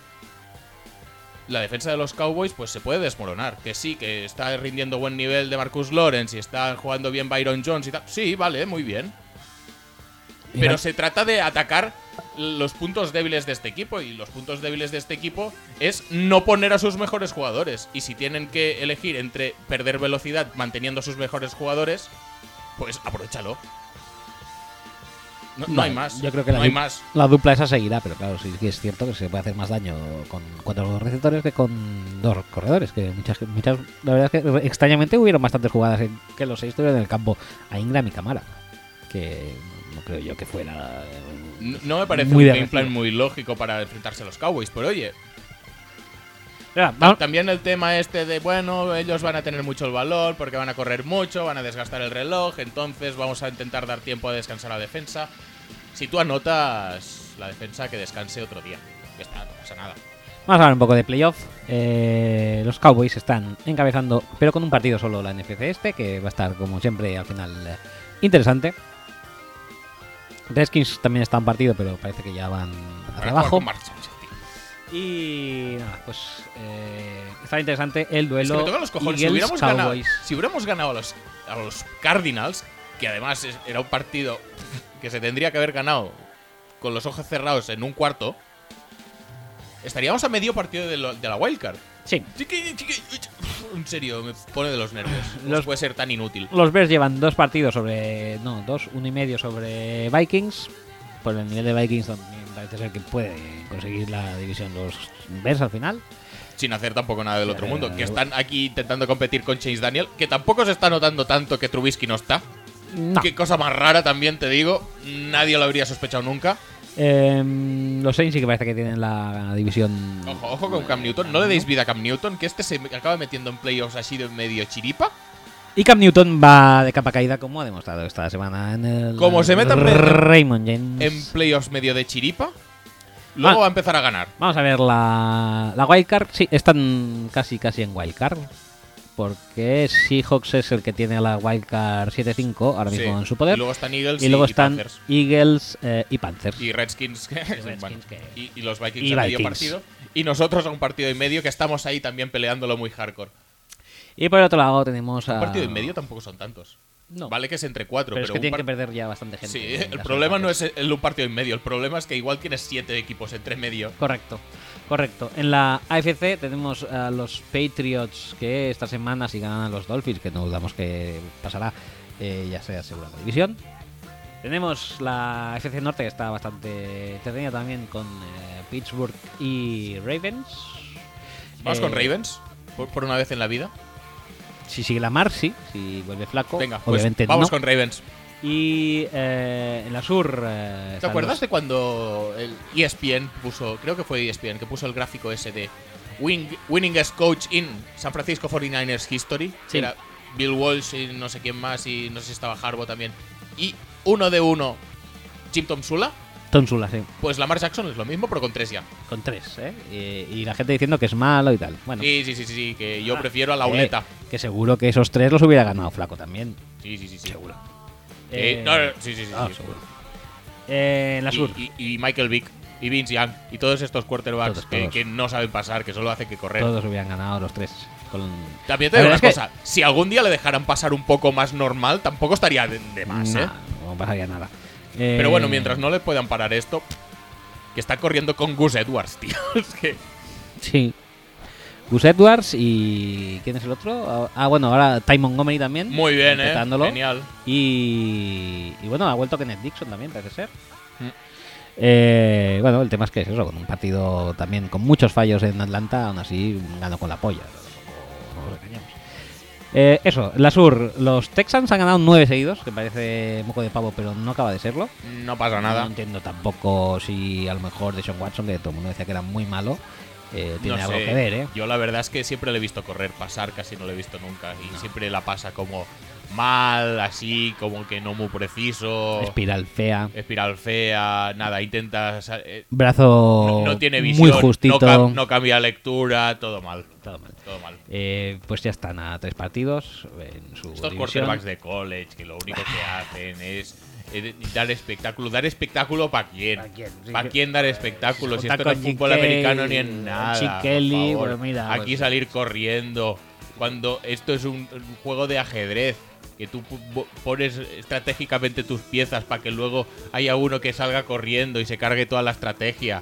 Speaker 2: la defensa de los Cowboys pues se puede desmoronar. Que sí, que está rindiendo buen nivel de Marcus Lawrence y está jugando bien Byron Jones y tal. Sí, vale, muy bien.
Speaker 4: Y
Speaker 2: Pero
Speaker 4: la-
Speaker 2: se trata de atacar los puntos débiles de este equipo y los puntos débiles de este equipo es no poner a sus mejores jugadores. Y si tienen que elegir entre perder velocidad manteniendo a sus mejores jugadores, pues aprovechalo. No, no hay
Speaker 4: Vale,
Speaker 2: más.
Speaker 4: Yo creo que la,
Speaker 2: no hay
Speaker 4: du-
Speaker 2: más.
Speaker 4: la dupla esa seguirá, pero claro, sí que es cierto que se puede hacer más daño con cuatro receptores que con dos corredores. Que muchas, muchas la verdad es que re- extrañamente hubieron bastantes jugadas en que los seis tuvieron en el campo a Ingram y Camara. Que no creo yo que fuera.
Speaker 2: No no me parece un
Speaker 4: Muy de
Speaker 2: game
Speaker 4: recibo.
Speaker 2: plan muy lógico para enfrentarse a los Cowboys, pero oye,
Speaker 1: Venga,
Speaker 4: Ah.
Speaker 1: vamos-
Speaker 2: También el tema este de, bueno, ellos van a tener mucho el valor porque van a correr mucho, van a desgastar el reloj, entonces vamos a intentar dar tiempo a descansar a la defensa. Si tú anotas la defensa, que descanse otro día. Ya está, no pasa nada.
Speaker 1: Vamos a hablar un poco de playoff. Eh, los Cowboys están encabezando, pero con un partido solo la NFC este, que va a estar como siempre al final eh, interesante. Redskins también está en partido, pero parece que ya van a
Speaker 2: Para
Speaker 1: trabajo.
Speaker 2: jugar con March, tío.
Speaker 1: Y nada, pues eh, está interesante el
Speaker 2: Es que me
Speaker 1: duelo
Speaker 2: tocan los cojones. Si hubiéramos,
Speaker 1: Eagles
Speaker 2: ganado,
Speaker 1: Cowboys.
Speaker 2: si hubiéramos ganado a los, a los Cardinals, que además es- era un partido que se tendría que haber ganado con los ojos cerrados en un cuarto, estaríamos a medio partido de, lo- de la wildcard.
Speaker 1: Sí.
Speaker 2: Chiqui- chiqui- uf, En serio, me pone de
Speaker 1: <laughs>
Speaker 2: los nervios. No
Speaker 1: Los-
Speaker 2: puede ser tan inútil.
Speaker 1: Los Bears llevan dos partidos sobre. No, dos, uno y medio sobre Vikings. Por el nivel de Vikings también parece ser que puede conseguir la división los Bears al final.
Speaker 2: Sin hacer tampoco nada del otro
Speaker 1: Eh,
Speaker 2: mundo. Que están aquí intentando competir con Chase Daniel, que tampoco se está notando tanto que Trubisky no está.
Speaker 1: No.
Speaker 2: Qué cosa más rara también, te digo. Nadie lo habría sospechado nunca.
Speaker 1: Em, los Saints sí que parece que tienen la división.
Speaker 2: Ojo, ojo con Cam Newton. No le deis vida a Cam Newton, que este se acaba metiendo en playoffs así de medio chiripa.
Speaker 1: Y Cam Newton va de capa caída, como ha demostrado esta semana en el.
Speaker 2: Como se meta en-
Speaker 1: Raymond James.
Speaker 2: En playoffs medio de chiripa. Luego
Speaker 1: Pues- Ah.
Speaker 2: va a empezar a ganar.
Speaker 1: Vamos a ver la, la wildcard. Sí, están casi casi en wildcard. Porque Seahawks es el que tiene la wildcard 7-5 ahora mismo
Speaker 2: Sí.
Speaker 1: en su poder.
Speaker 2: Y luego están Eagles
Speaker 1: y luego están
Speaker 2: Panthers.
Speaker 1: Eagles eh, y Panthers.
Speaker 2: Y Redskins, que-
Speaker 1: Redskins,
Speaker 2: <laughs> bueno,
Speaker 1: que-
Speaker 2: y, y los Vikings
Speaker 1: y
Speaker 2: a medio
Speaker 1: Vikings.
Speaker 2: partido. Y nosotros a un partido y medio que estamos ahí también peleándolo muy hardcore.
Speaker 1: Y por el otro lado tenemos a.
Speaker 2: Un partido y medio tampoco son tantos.
Speaker 1: No.
Speaker 2: Vale que es entre cuatro,
Speaker 1: pero,
Speaker 2: pero,
Speaker 1: es que
Speaker 2: un
Speaker 1: tienen
Speaker 2: par-
Speaker 1: que perder ya bastante gente.
Speaker 2: Sí,
Speaker 1: en
Speaker 2: el
Speaker 1: las
Speaker 2: problema
Speaker 1: otras
Speaker 2: no es el un partido y medio. El problema es que igual tienes siete equipos entre medio.
Speaker 1: Correcto, correcto. En la AFC tenemos a los Patriots que esta semana si ganan a los Dolphins, que no dudamos que pasará, eh, ya sea segura la división. Tenemos la AFC Norte que está bastante entretenida también con eh, Pittsburgh y Ravens.
Speaker 2: Vamos
Speaker 1: Eh,
Speaker 2: con Ravens, por- por una vez en la vida.
Speaker 1: Si sigue la Mar, sí. Si vuelve flaco,
Speaker 2: Venga, pues
Speaker 1: obviamente
Speaker 2: vamos
Speaker 1: no.
Speaker 2: con Ravens.
Speaker 1: Y eh, en la Sur... eh,
Speaker 2: ¿Te
Speaker 1: están
Speaker 2: acuerdas
Speaker 1: los-
Speaker 2: de cuando el E ESPN puso, creo que fue E ESPN, que puso el gráfico ese de win- Winningest Coach in San Francisco 49ers History? que
Speaker 1: Sí.
Speaker 2: Era Bill Walsh y no sé quién más, y no sé si estaba Harbaugh también. Y uno de uno, Jim Tom Sula.
Speaker 1: Tonsula, sí. Con
Speaker 2: Pues Lamar Jackson es lo mismo, pero con tres ya.
Speaker 1: eh, tres, ¿eh? Y, y la gente diciendo que es malo y tal. Bueno.
Speaker 2: Sí, sí, sí, sí, sí, que yo prefiero a la
Speaker 1: Eh,
Speaker 2: uleta.
Speaker 1: que seguro que esos tres los hubiera ganado Flaco también.
Speaker 2: Sí, sí, sí, sí.
Speaker 1: Seguro.
Speaker 2: Eh,
Speaker 1: Eh,
Speaker 2: no, no, sí, sí, sí.
Speaker 1: ah,
Speaker 2: sí.
Speaker 1: seguro. Eh, en la
Speaker 2: Y-
Speaker 1: sur.
Speaker 2: Y, y Michael Vick, y Vince Young, y todos estos quarterbacks
Speaker 1: Todos,
Speaker 2: que-
Speaker 1: todos.
Speaker 2: Que, no saben pasar, que solo hacen que correr.
Speaker 1: Todos hubieran ganado los tres. Con...
Speaker 2: También te digo
Speaker 1: La
Speaker 2: una
Speaker 1: verdad es
Speaker 2: cosa, si algún día le dejaran pasar un poco más normal, tampoco estaría de, de más,
Speaker 1: Nah, eh.
Speaker 2: ¿eh?
Speaker 1: No pasaría nada.
Speaker 2: Pero bueno, mientras no le puedan parar esto, que está corriendo con Gus Edwards, <laughs> tío. Es que
Speaker 1: Sí. Gus Edwards y. ¿Quién es el otro? Ah, bueno, ahora Ty Montgomery también.
Speaker 2: muy bien, ¿eh?
Speaker 1: intentándolo.
Speaker 2: Genial.
Speaker 1: Y, y bueno, ha vuelto Kenneth Dixon también, parece ser.
Speaker 2: Mm.
Speaker 1: Eh, bueno, el tema es que es eso, con un partido también con muchos fallos en Atlanta, aún así ganó con la polla. tampoco nos engañemos. Eh, eso, la sur, los Texans han ganado nueve seguidos, que parece moco de pavo, pero no acaba de serlo.
Speaker 2: No pasa
Speaker 1: No
Speaker 2: nada.
Speaker 1: entiendo tampoco si a lo mejor de Sean Watson, que todo el mundo decía que era muy malo, eh, tiene
Speaker 2: No
Speaker 1: algo
Speaker 2: sé.
Speaker 1: que ver, ¿eh?
Speaker 2: Yo la verdad es que siempre le he visto correr, pasar, casi no le he visto nunca. Y siempre la pasa como mal, así, como que no muy preciso.
Speaker 1: Espiral fea,
Speaker 2: espiral fea, nada, intenta... sa- eh,
Speaker 1: brazo
Speaker 2: no, no tiene visión,
Speaker 1: muy justito.
Speaker 2: No, cam- no cambia lectura, todo mal.
Speaker 1: Todo mal.
Speaker 2: Todo mal.
Speaker 1: Eh, pues ya están a tres partidos en su
Speaker 2: Estos
Speaker 1: división.
Speaker 2: quarterbacks de college que lo único que hacen es eh, dar espectáculo. ¿Dar espectáculo para quién?
Speaker 1: ¿Pa' quién? Sí,
Speaker 2: ¿Para
Speaker 1: que-
Speaker 2: quién dar espectáculo? Si
Speaker 1: Juntar
Speaker 2: esto no es
Speaker 1: con Jim
Speaker 2: fútbol
Speaker 1: Kelly,
Speaker 2: americano ni en
Speaker 1: Jim
Speaker 2: nada. por
Speaker 1: Kelly,
Speaker 2: favor.
Speaker 1: bueno, mira,
Speaker 2: Aquí
Speaker 1: pues-
Speaker 2: salir corriendo. Cuando esto es un, un juego de ajedrez. Que tú pu- bo- pones estratégicamente tus piezas para que luego haya uno que salga corriendo y se cargue toda la estrategia.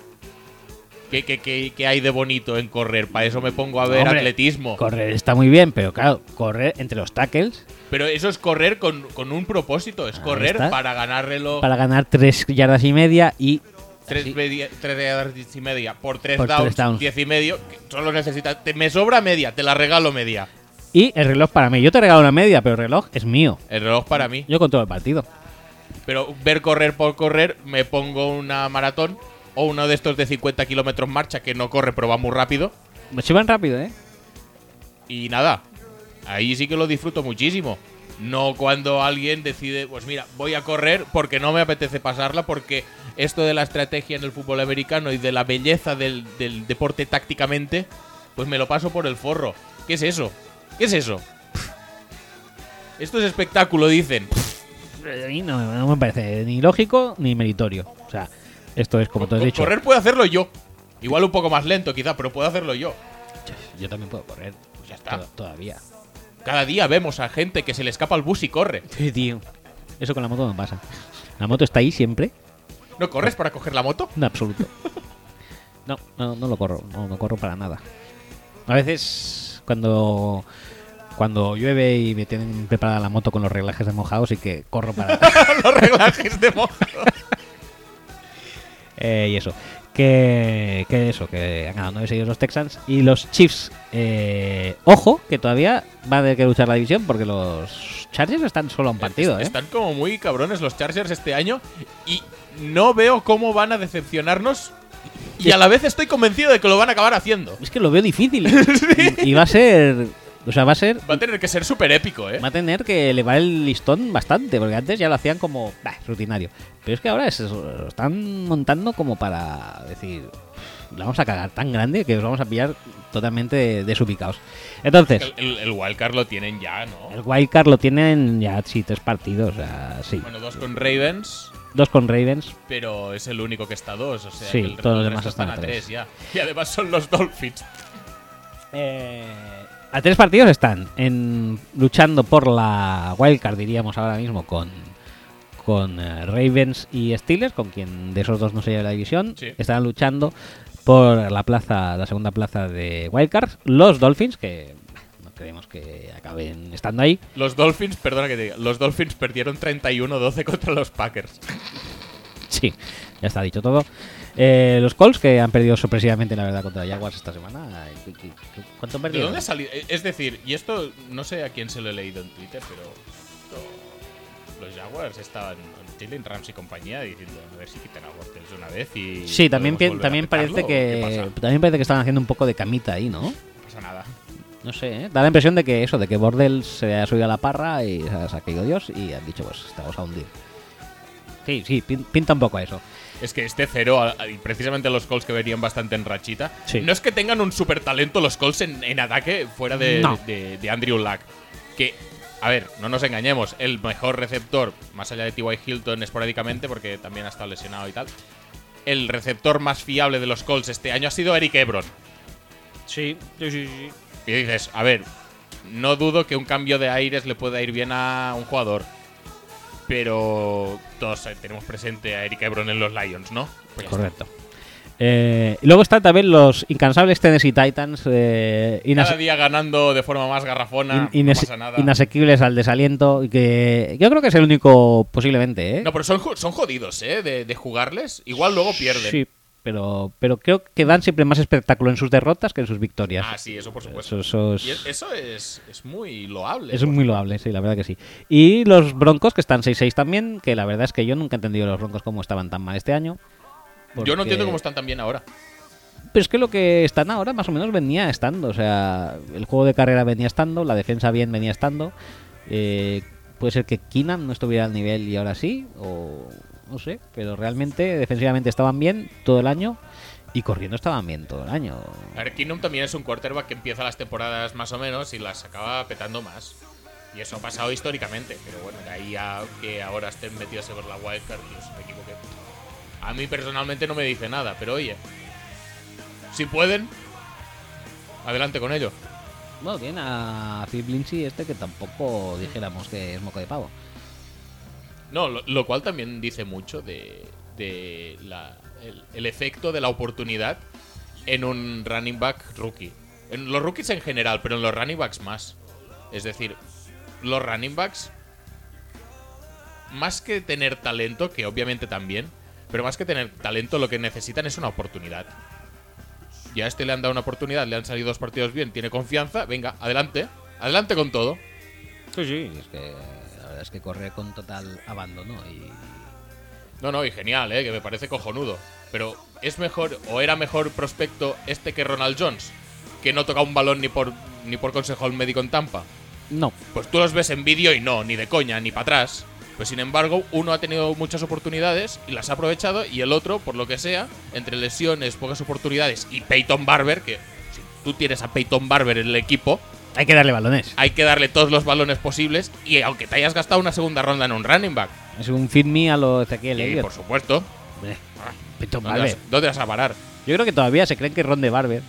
Speaker 2: ¿Qué, qué- qué- qué hay de bonito en correr? Para eso me pongo a ver
Speaker 1: Hombre,
Speaker 2: atletismo.
Speaker 1: Correr está muy bien, pero claro, correr entre los tackles
Speaker 2: Pero eso es correr con, con un propósito, es
Speaker 1: Ahí
Speaker 2: correr
Speaker 1: está.
Speaker 2: para ganar reloj
Speaker 1: para ganar tres yardas y media y
Speaker 2: tres,
Speaker 1: sí.
Speaker 2: media- tres yardas y media por tres
Speaker 1: Por
Speaker 2: downs,
Speaker 1: tres downs.
Speaker 2: diez y medio, que solo necesitas, te, me sobra media, te la regalo media.
Speaker 1: y el reloj para mí. Yo te regalo una media, pero el reloj es mío.
Speaker 2: El reloj para mí.
Speaker 1: Yo controlo el partido.
Speaker 2: Pero ver correr por correr, me pongo una maratón o uno de estos de 50 kilómetros marcha que no corre pero va muy rápido
Speaker 1: Me chivan rápido, ¿eh?
Speaker 2: Y nada, ahí sí que lo disfruto muchísimo. No cuando alguien decide, pues mira, voy a correr porque no me apetece pasarla, porque esto de la estrategia en el fútbol americano y de la belleza del, del deporte tácticamente, pues me lo paso por el forro. ¿Qué es eso? ¿Qué es eso? Esto es espectáculo, dicen.
Speaker 1: A mí no, no me parece ni lógico ni meritorio. O sea, esto es como tú has
Speaker 2: Co-
Speaker 1: dicho.
Speaker 2: Pues Correr puedo hacerlo yo. Igual un poco más lento, quizá, pero puedo hacerlo yo.
Speaker 1: Yo también puedo correr. Pues ya
Speaker 2: está.
Speaker 1: todavía.
Speaker 2: Cada día vemos a gente que se le escapa el bus y corre.
Speaker 1: Sí, tío. Eso con la moto no pasa. La moto está ahí siempre,
Speaker 2: ¿No corres para coger la moto? <laughs>
Speaker 1: en absoluto. No, no, no lo corro. No, no corro para nada. A veces, cuando. Cuando llueve y me tienen preparada la moto con los reglajes mojados y que corro para,
Speaker 2: Los reglajes de moja.
Speaker 1: Eh, y eso. Que, que eso, que han ganado 9 seguidos los Texans. Y los Chiefs, eh, ojo, que todavía va a tener que luchar la división porque los Chargers están solo a un partido, ¿eh?
Speaker 2: Están como muy cabrones los Chargers este año y no veo cómo van a decepcionarnos. Y a la vez estoy convencido de que lo van a acabar haciendo.
Speaker 1: Es que lo veo difícil. ¿eh? y, y va a ser. O sea, va a ser.
Speaker 2: Va a tener que ser súper épico, ¿eh?
Speaker 1: Va a tener que elevar el listón bastante, porque antes ya lo hacían como bah, rutinario. Pero es que ahora es eso, lo están montando como para decir, la vamos a cagar tan grande que os vamos a pillar totalmente desubicados. Entonces,
Speaker 2: El, el, el wildcard lo tienen ya, ¿no?
Speaker 1: El wildcard lo tienen ya, sí, tres partidos. o sea, sí.
Speaker 2: Bueno, dos con Ravens,
Speaker 1: Dos con Ravens.
Speaker 2: pero es el único que está a dos. O sea,
Speaker 1: Sí,
Speaker 2: que el-
Speaker 1: todos los
Speaker 2: el
Speaker 1: demás
Speaker 2: resto
Speaker 1: están a tres.
Speaker 2: ya. Y además son los Dolphins.
Speaker 1: Eh, a tres partidos están en, luchando por la wildcard, diríamos ahora mismo, con, con eh, Ravens y Steelers, con quien de esos dos no se lleva la división.
Speaker 2: Sí.
Speaker 1: Están luchando por la plaza la segunda plaza de wildcard. Los Dolphins, que bah, no creemos que acaben estando ahí. <laughs>
Speaker 2: Los Dolphins, perdona que te diga, los Dolphins perdieron 31-12 contra los Packers.
Speaker 1: Sí, ya está dicho todo. Eh, los Colts que han perdido sorpresivamente, la verdad, contra Jaguars esta semana. ¿Qué- qué- qué- ¿Cuánto han
Speaker 2: ¿De
Speaker 1: perdido?
Speaker 2: dónde ha salido? Eh, Es decir, y esto no sé a quién se lo he leído en Twitter, pero esto- los Jaguars estaban en Jalen Ramsey y compañía diciendo a ver si quitan a Bortles de una vez y
Speaker 1: Sí, también, pi-
Speaker 2: podemos volver a
Speaker 1: también
Speaker 2: petarlo,
Speaker 1: parece
Speaker 2: ¿o
Speaker 1: que
Speaker 2: qué pasa?
Speaker 1: también parece que están haciendo un poco de camita ahí, ¿no?
Speaker 2: no pasa nada.
Speaker 1: No sé, ¿eh? da la impresión de que eso, de que Bordel se ha subido a la parra y se ha- se ha caído Dios y han dicho, pues, estamos a hundir. Sí, sí, pin- pinta un poco a eso.
Speaker 2: Es que este cero a- a- y precisamente los Colts que venían bastante en rachita,
Speaker 1: Sí.
Speaker 2: no es que tengan un super talento los Colts en, en ataque fuera de,
Speaker 1: No.
Speaker 2: de- de Andrew Luck, que a ver, no nos engañemos, el mejor receptor, más allá de T.Y. Hilton esporádicamente, porque también ha estado lesionado y tal, el receptor más fiable de los Colts este año ha sido Eric Ebron.
Speaker 1: Sí, sí, sí.
Speaker 2: Y dices, a ver, no dudo que un cambio de aires le pueda ir bien a un jugador. Pero todos eh, tenemos presente a Eric Ebron en los Lions, ¿no? Pues ya
Speaker 1: Correcto. Eh, y luego están también los incansables Tennessee Titans, eh,
Speaker 2: está.
Speaker 1: inas-
Speaker 2: Cada día ganando de forma más garrafona,
Speaker 1: in-
Speaker 2: no
Speaker 1: ines-
Speaker 2: pasa nada.
Speaker 1: inasequibles al desaliento y que yo creo que es el único posiblemente ¿eh?
Speaker 2: No, pero son, jo- son jodidos, ¿eh? De, de jugarles. Igual luego pierden.
Speaker 1: sí pero pero creo que dan siempre más espectáculo en sus derrotas que en sus victorias
Speaker 2: Ah, sí, eso por supuesto.
Speaker 1: eso, eso es,
Speaker 2: Y es- eso es, es muy loable.
Speaker 1: es muy loable sí la verdad que sí y los broncos que están 6-6 también que la verdad es que yo nunca he entendido los broncos cómo estaban tan mal este año
Speaker 2: Yo no
Speaker 1: porque-
Speaker 2: entiendo cómo están tan bien ahora.
Speaker 1: Pero es que lo que están ahora más o menos venía estando. O sea, el juego de carrera venía estando, la defensa bien venía estando. Eh, puede ser que Keenan no estuviera al nivel y ahora sí, o no sé, pero realmente defensivamente estaban bien todo el año y corriendo estaban bien todo el año.
Speaker 2: A ver, Keenum también es un quarterback que empieza las temporadas más o menos y las acaba petando más. Y eso ha pasado históricamente. Pero bueno, de ahí a que ahora estén metidos por la wildcard, Dios, me equivoqué. A mí personalmente no me dice nada, pero oye, si pueden, adelante con ello.
Speaker 1: Bueno, tienen a Phil Lindsay este que tampoco dijéramos que es moco de pavo.
Speaker 2: No, lo, lo cual también dice mucho de, de la- el, el efecto de la oportunidad en un running back rookie. En los rookies en general, pero en los running backs más. Es decir, los running backs, más que tener talento, que obviamente también, pero más que tener talento, lo que necesitan es una oportunidad. Ya a este le han dado una oportunidad, le han salido dos partidos bien, tiene confianza, venga, adelante, adelante con todo.
Speaker 1: Sí, sí. Es que la verdad es que corre con total abandono y
Speaker 2: No, no, y genial, ¿eh? que me parece cojonudo. Pero es mejor o era mejor prospecto este que Ronald Jones, que no toca un balón ni por, ni por consejo al médico en Tampa?
Speaker 1: No.
Speaker 2: Pues tú los ves en vídeo y no, ni de coña, ni para atrás. Pues sin embargo, uno ha tenido muchas oportunidades y las ha aprovechado y el otro, por lo que sea, entre lesiones, pocas oportunidades y Peyton Barber, que si tú tienes a Peyton Barber en el equipo,
Speaker 1: Hay que darle balones.
Speaker 2: hay que darle todos los balones posibles y aunque te hayas gastado una segunda ronda en un running back,
Speaker 1: Es un fit me a lo Ezequiel
Speaker 2: y,
Speaker 1: Elliott. Eh,
Speaker 2: por supuesto,
Speaker 1: Hombre,
Speaker 2: ah,
Speaker 1: Peyton
Speaker 2: ¿dónde vas,
Speaker 1: Barber.
Speaker 2: dónde vas a parar?
Speaker 1: eh. Yo creo que todavía se creen que Ronde Barber.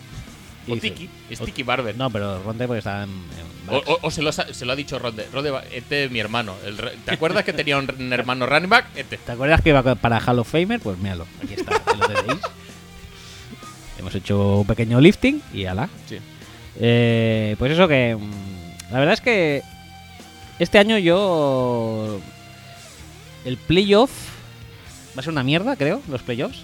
Speaker 1: Y
Speaker 2: O
Speaker 1: dice- pues
Speaker 2: Tiki, es Tiki Barber.
Speaker 1: No, pero Ronde porque estaba en. en
Speaker 2: O,
Speaker 1: Bucks.
Speaker 2: o- o se, lo, ha- se lo ha dicho Rodde. Rodde, va- este es mi hermano. El re- ¿Te acuerdas que tenía un, un hermano running back? Este.
Speaker 1: ¿Te acuerdas que iba co- para Hall of Famer? Pues míralo, aquí está, ahí lo <laughs> tenéis. Hemos hecho un pequeño lifting y ala.
Speaker 2: Sí.
Speaker 1: Eh, pues eso que. mm, La verdad es que. Este año yo. El playoff. Va a ser una mierda, creo, los playoffs.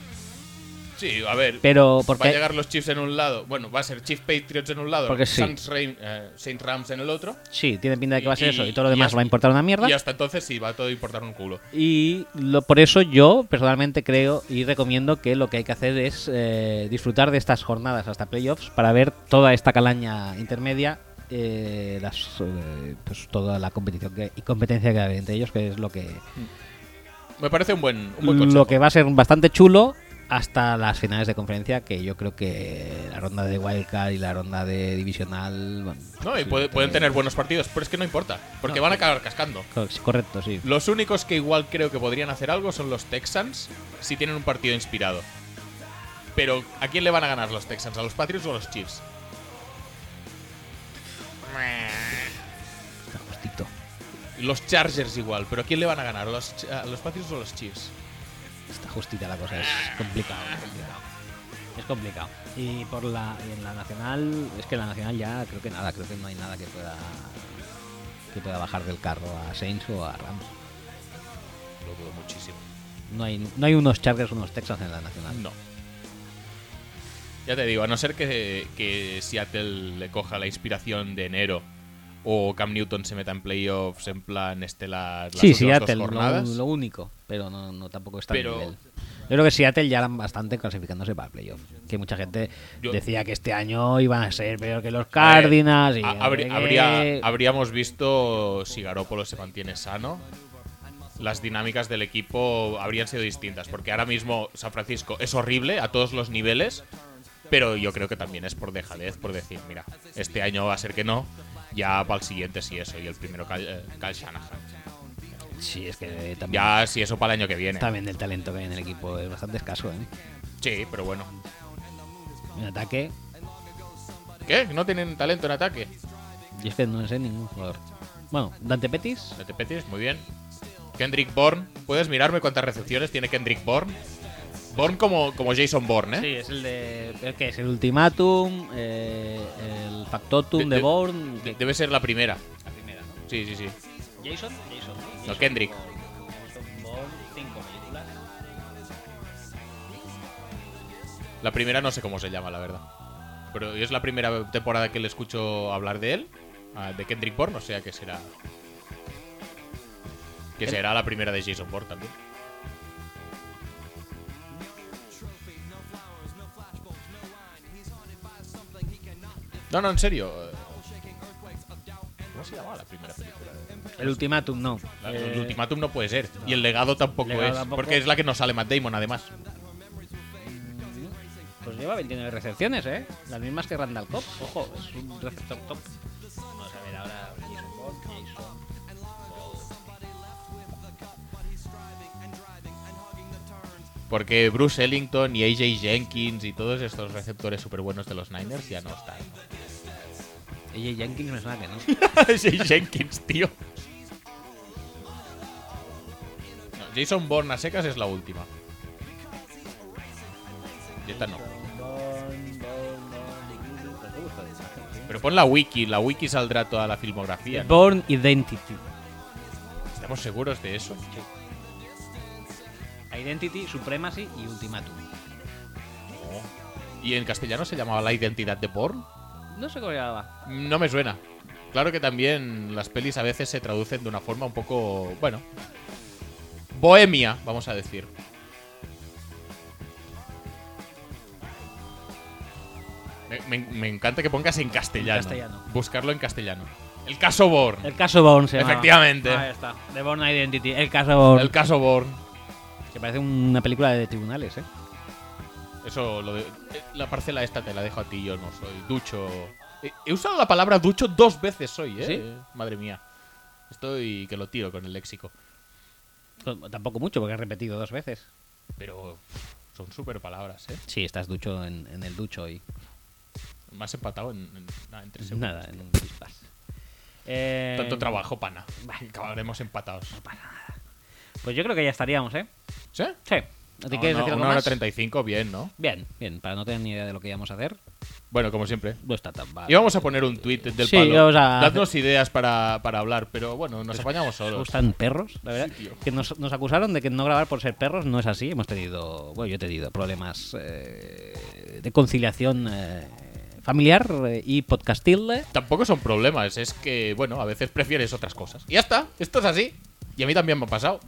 Speaker 2: Sí, a ver.
Speaker 1: Pero.
Speaker 2: Va a
Speaker 1: Porque,
Speaker 2: llegar los Chiefs en un lado. Bueno, va a ser Chiefs Patriots en un lado.
Speaker 1: Porque sí.
Speaker 2: Saints Rein- eh, Saints Rams en el otro.
Speaker 1: sí, tiene pinta de que va a ser
Speaker 2: Y-
Speaker 1: eso. Y todo lo
Speaker 2: y
Speaker 1: demás
Speaker 2: hasta-
Speaker 1: va a importar una mierda.
Speaker 2: Y hasta entonces sí, va a todo importar un culo.
Speaker 1: Y lo, por eso yo personalmente creo y recomiendo que lo que hay que hacer es eh, disfrutar de estas jornadas hasta playoffs para ver toda esta calaña intermedia, eh, las, eh, pues toda la competición que, y competencia que hay entre ellos, que es lo que,
Speaker 2: Me parece un buen, un buen consejo.
Speaker 1: lo que va a ser bastante chulo hasta las finales de conferencia, que yo creo que la ronda de wildcard y la ronda de divisional... bueno,
Speaker 2: No,
Speaker 1: sí,
Speaker 2: y puede- pueden
Speaker 1: también-
Speaker 2: tener buenos partidos, pero es que no importa. Porque
Speaker 1: No,
Speaker 2: van
Speaker 1: sí.
Speaker 2: a acabar cascando.
Speaker 1: Co- Correcto, sí.
Speaker 2: Los únicos que igual creo que podrían hacer algo son los Texans si tienen un partido inspirado. Pero ¿a quién le van a ganar los Texans? ¿A los Patriots o a los Chiefs?
Speaker 1: Está justito.
Speaker 2: Los Chargers igual, pero ¿a quién le van a ganar? ¿A los, Ch- a los Patriots o a los Chiefs?
Speaker 1: Está justita la cosa, es complicado. es complicado. Es complicado. Y por la y en la nacional, es que en la nacional ya creo que nada, creo que no hay nada que pueda que pueda bajar del carro a Saints o a Rams.
Speaker 2: Lo dudo muchísimo.
Speaker 1: No hay no hay unos Chargers, unos Texans en la nacional.
Speaker 2: No. Ya te digo, a no ser que, que Seattle le coja la inspiración de enero o Cam Newton se meta en playoffs en plan estelar las
Speaker 1: sí,
Speaker 2: últimas dos
Speaker 1: Seattle, lo,
Speaker 2: jornadas.
Speaker 1: lo único, pero no, no tampoco está
Speaker 2: Pero-
Speaker 1: al nivel. Yo creo que Seattle ya eran bastante clasificándose para playoff. Que mucha gente
Speaker 2: Yo-
Speaker 1: decía que este año iban a ser peor que los
Speaker 2: A ver,
Speaker 1: Cardinals. y
Speaker 2: a-
Speaker 1: no
Speaker 2: habría-
Speaker 1: sé qué.
Speaker 2: habría- habríamos visto si Garópolo se mantiene sano. Las dinámicas del equipo habrían sido distintas, porque ahora mismo San Francisco es horrible a todos los niveles, pero yo creo que también es por dejadez, por decir, mira, este año va a ser que no, ya para el siguiente sí eso, y el primero Cal, eh, Kyle Shanahan.
Speaker 1: Sí, es que también,
Speaker 2: Ya sí eso para el año que viene.
Speaker 1: también el talento que hay en el equipo es bastante escaso. ¿eh?
Speaker 2: Sí, pero bueno.
Speaker 1: En ataque,
Speaker 2: ¿Qué? ¿No tienen talento en ataque?
Speaker 1: yo es que no sé ningún jugador. Bueno, Dante Petis,
Speaker 2: No te petes, muy bien. Kendrick Bourne, ¿puedes mirarme cuántas recepciones tiene Kendrick Bourne? Bourne como, como Jason Bourne, ¿eh?
Speaker 1: sí, es el de. ¿El qué es? El Ultimatum, eh, el Factotum
Speaker 2: De-
Speaker 1: de,
Speaker 2: de-
Speaker 1: Bourne.
Speaker 2: De-
Speaker 1: que-
Speaker 2: Debe ser la primera.
Speaker 1: la primera, ¿no?
Speaker 2: Sí, sí, sí.
Speaker 1: Jason, Jason.
Speaker 2: No, Kendrick.
Speaker 1: Jason Bourne, cinco películas.
Speaker 2: La primera no sé cómo se llama, la verdad. Pero es la primera temporada que le escucho hablar de él, ah, de Kendrick Bourne, o sea que será. Que será la primera de Jason Bourne también. No, no, en serio. eh, ¿Cómo se llamaba la primera película?
Speaker 1: El Ultimatum, no.
Speaker 2: La-
Speaker 1: Eh,
Speaker 2: El ultimátum no puede ser. Y el legado tampoco
Speaker 1: Legado
Speaker 2: es.
Speaker 1: tampoco.
Speaker 2: Porque es la que nos sale Matt Damon, además.
Speaker 1: Pues lleva 29 recepciones, ¿eh? Las mismas que Randall Cobb. Ojo, es un receptor top. Vamos a ver ahora Jason Bourne, Jason.
Speaker 2: Porque Bruce Ellington y AJ Jenkins y todos estos receptores súper buenos de los Niners ya no están.
Speaker 1: Ella Jenkins me suena que no.
Speaker 2: AJ Jenkins, tío. No, Jason Bourne a secas es la última. Y esta no. Pero pon la wiki, la wiki saldrá toda la filmografía. ¿no?
Speaker 1: Born Identity.
Speaker 2: ¿Estamos seguros de eso?
Speaker 1: Identity, Supremacy y Ultimatum.
Speaker 2: ¿Y en castellano se llamaba La identidad de Bourne?
Speaker 1: No sé cómo llamaba.
Speaker 2: No me suena. Claro que también las pelis a veces se traducen de una forma un poco, bueno, bohemia, vamos a decir. Me, me- me encanta que pongas en castellano.
Speaker 1: castellano.
Speaker 2: Buscarlo en castellano. El caso Born.
Speaker 1: El caso Born se llama.
Speaker 2: Efectivamente.
Speaker 1: Ahí está. The Born Identity. El caso Born.
Speaker 2: El caso Born.
Speaker 1: Que parece una película de tribunales, ¿eh?
Speaker 2: Eso, lo de, eh, la parcela esta te la dejo a ti, yo no soy ducho. Eh, He usado la palabra ducho dos veces hoy, ¿eh? Madre mía. Estoy que lo tiro con el léxico.
Speaker 1: T- Tampoco mucho, porque he repetido dos veces.
Speaker 2: Pero pff, son súper palabras, ¿eh?
Speaker 1: Sí, estás ducho en, en el ducho y.
Speaker 2: Más empatado en, en- nada, en tres segundos.
Speaker 1: Nada, en un pispás. Eh,
Speaker 2: Tanto trabajo, pana. Acabaremos empatados.
Speaker 1: Pues yo creo que ya estaríamos, ¿eh?
Speaker 2: ¿Sí?
Speaker 1: Sí. ¿No te
Speaker 2: Ah,
Speaker 1: quieres
Speaker 2: una-
Speaker 1: decir algo
Speaker 2: una hora
Speaker 1: más?
Speaker 2: 35, bien, ¿no?
Speaker 1: Bien, bien, para no tener ni idea de lo que íbamos a hacer,
Speaker 2: Bueno, como siempre.
Speaker 1: no está tan mal.
Speaker 2: Y vamos a poner un tweet del
Speaker 1: Sí,
Speaker 2: palo.
Speaker 1: vamos a- Pues,
Speaker 2: Dadnos ideas para, para hablar, pero bueno, nos apañamos
Speaker 1: Nos
Speaker 2: solos.
Speaker 1: gustan perros, la verdad.
Speaker 2: tío.
Speaker 1: que nos, nos acusaron de que no grabar por ser perros no es así. Hemos tenido, bueno, yo he tenido problemas eh, de conciliación eh, familiar eh, y podcastil. eh.
Speaker 2: Tampoco son problemas, es que, bueno, a veces prefieres otras cosas. Y ya está, esto es así. Y a mí también me ha pasado.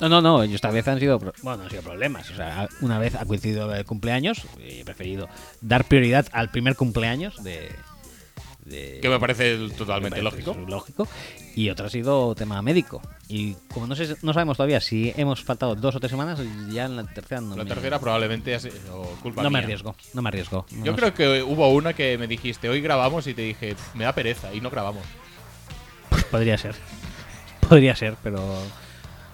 Speaker 1: No, no, no, yo esta vez han sido, pro- bueno, no han sido problemas. O sea, una vez ha coincidido el cumpleaños y he preferido dar prioridad al primer cumpleaños de... de-
Speaker 2: Que me parece totalmente
Speaker 1: Eh, me parece
Speaker 2: lógico.
Speaker 1: lógico. Y otra ha sido tema médico. Y como no, sé, no sabemos todavía si hemos faltado dos o tres semanas, ya en la tercera no
Speaker 2: La
Speaker 1: me-
Speaker 2: tercera probablemente ha sido culpa
Speaker 1: No me
Speaker 2: mía.
Speaker 1: arriesgo, no me arriesgo.
Speaker 2: Yo creo que hubo una que me dijiste, hoy grabamos y te dije, me da pereza y no grabamos.
Speaker 1: que podría ser. <laughs> Podría ser, pero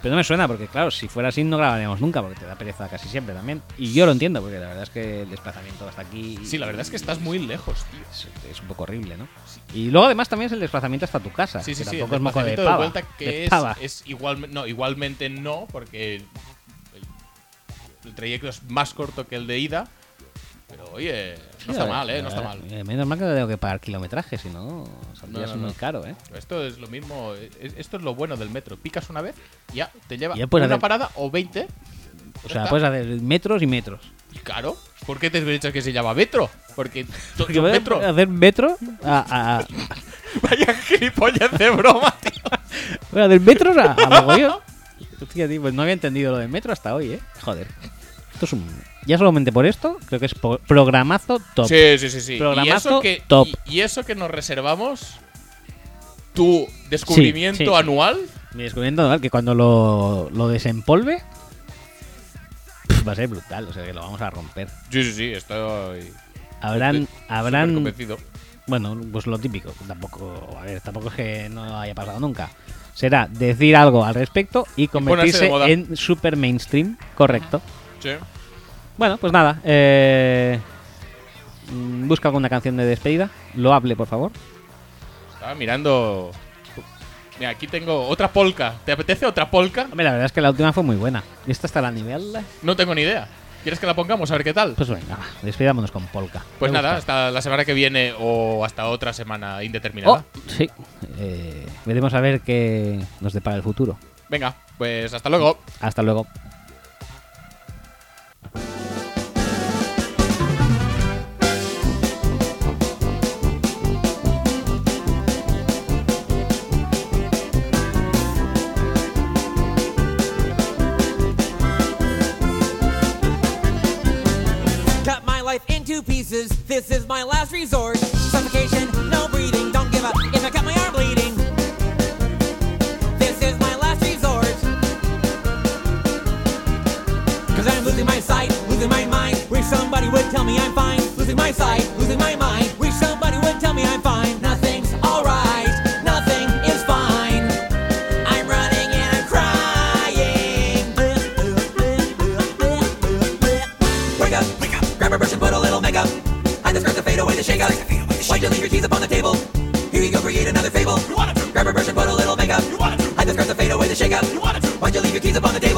Speaker 1: pero no me suena porque claro, si fuera así no grabaríamos nunca porque te da pereza casi siempre también. Y yo lo entiendo porque la verdad es que el desplazamiento hasta aquí
Speaker 2: Sí, la verdad es que estás muy lejos, tío.
Speaker 1: es, es un poco horrible, ¿no? Y luego además también es el desplazamiento hasta tu casa,
Speaker 2: Sí, sí,
Speaker 1: que
Speaker 2: sí.
Speaker 1: tampoco
Speaker 2: el
Speaker 1: es moco de
Speaker 2: desplazamiento
Speaker 1: pava.
Speaker 2: vuelta que
Speaker 1: de
Speaker 2: es,
Speaker 1: pava.
Speaker 2: es igual, no, igualmente no, porque el, el- el trayecto es más corto que el de ida. Pero oye, no está
Speaker 1: Sí,
Speaker 2: mal, eh,
Speaker 1: la
Speaker 2: no está
Speaker 1: verdad,
Speaker 2: mal.
Speaker 1: eh, Menos mal que no tengo que pagar kilometraje, si no, saldría
Speaker 2: No, no,
Speaker 1: muy
Speaker 2: no.
Speaker 1: caro, ¿eh?
Speaker 2: Esto es lo mismo, e- e- esto es lo bueno del metro. Picas una vez, ya te lleva
Speaker 1: Ya
Speaker 2: una
Speaker 1: puedes hacer-
Speaker 2: parada o 20.
Speaker 1: O
Speaker 2: Ya
Speaker 1: sea,
Speaker 2: está.
Speaker 1: puedes hacer metros y metros.
Speaker 2: Y Claro, ¿por qué te has dicho que se llama metro?
Speaker 1: <laughs>
Speaker 2: Porque, to-
Speaker 1: Porque puedes
Speaker 2: metro.
Speaker 1: hacer metro a, a-
Speaker 2: Vaya gilipollas de broma, tío.
Speaker 1: Bueno, del metro a, a mogollón. Hostia, tío, pues no había entendido lo del metro hasta hoy, ¿eh? Joder. Esto es un... Ya solamente por esto, creo que es po- programazo top.
Speaker 2: Sí, sí, sí, sí. Y
Speaker 1: Programazo
Speaker 2: eso que,
Speaker 1: top.
Speaker 2: Y, y eso que nos reservamos, tu descubrimiento
Speaker 1: sí, sí.
Speaker 2: anual.
Speaker 1: Mi descubrimiento anual, que cuando lo, lo desempolve... pf, va a ser brutal, o sea que lo vamos a romper.
Speaker 2: Sí, sí, sí, estoy
Speaker 1: Habrán...
Speaker 2: Estoy súper
Speaker 1: habrán
Speaker 2: convencido.
Speaker 1: bueno, pues lo típico. Tampoco... A ver, tampoco es que no haya pasado nunca. Será decir algo al respecto y
Speaker 2: ponerse
Speaker 1: convertirse
Speaker 2: de moda.
Speaker 1: en super mainstream, correcto.
Speaker 2: Sí.
Speaker 1: Bueno, pues nada. Eh, mm, busca alguna canción de despedida. Lo hable, por favor.
Speaker 2: Estaba mirando. Mira, aquí tengo otra polka. ¿Te apetece otra polka?
Speaker 1: Hombre, la verdad es que la última fue muy buena. ¿Y esta está a la nivel?
Speaker 2: No tengo ni idea. ¿Quieres que la pongamos? A ver qué tal.
Speaker 1: Pues venga, va, despidámonos con Polka.
Speaker 2: Pues
Speaker 1: Me
Speaker 2: nada,
Speaker 1: gusta.
Speaker 2: hasta la semana que viene o hasta otra semana indeterminada.
Speaker 1: Oh, sí. Eh, veremos a ver qué nos depara el futuro.
Speaker 2: Venga, pues hasta luego.
Speaker 1: Hasta luego.
Speaker 5: Cut my life into pieces. This is my last resort. Suffocation, no breathing. Don't give up if I cut my arm bleeding. This is my last resort. Cause I'm losing my sight, losing my mind. Wish somebody would tell me I'm fine. Losing my sight, losing my mind. Wish somebody would tell me I'm fine. Nothing's alright. Nothing is fine. I'm running and I'm crying. Wake up, wake up, grab a brush and put a little makeup. I describe the fade away the shake up. Why'd you leave your keys upon the table? Here you go, create another fable. Grab a brush and put a little makeup. I describe the fade away the shake up. Why'd you leave your keys upon the table?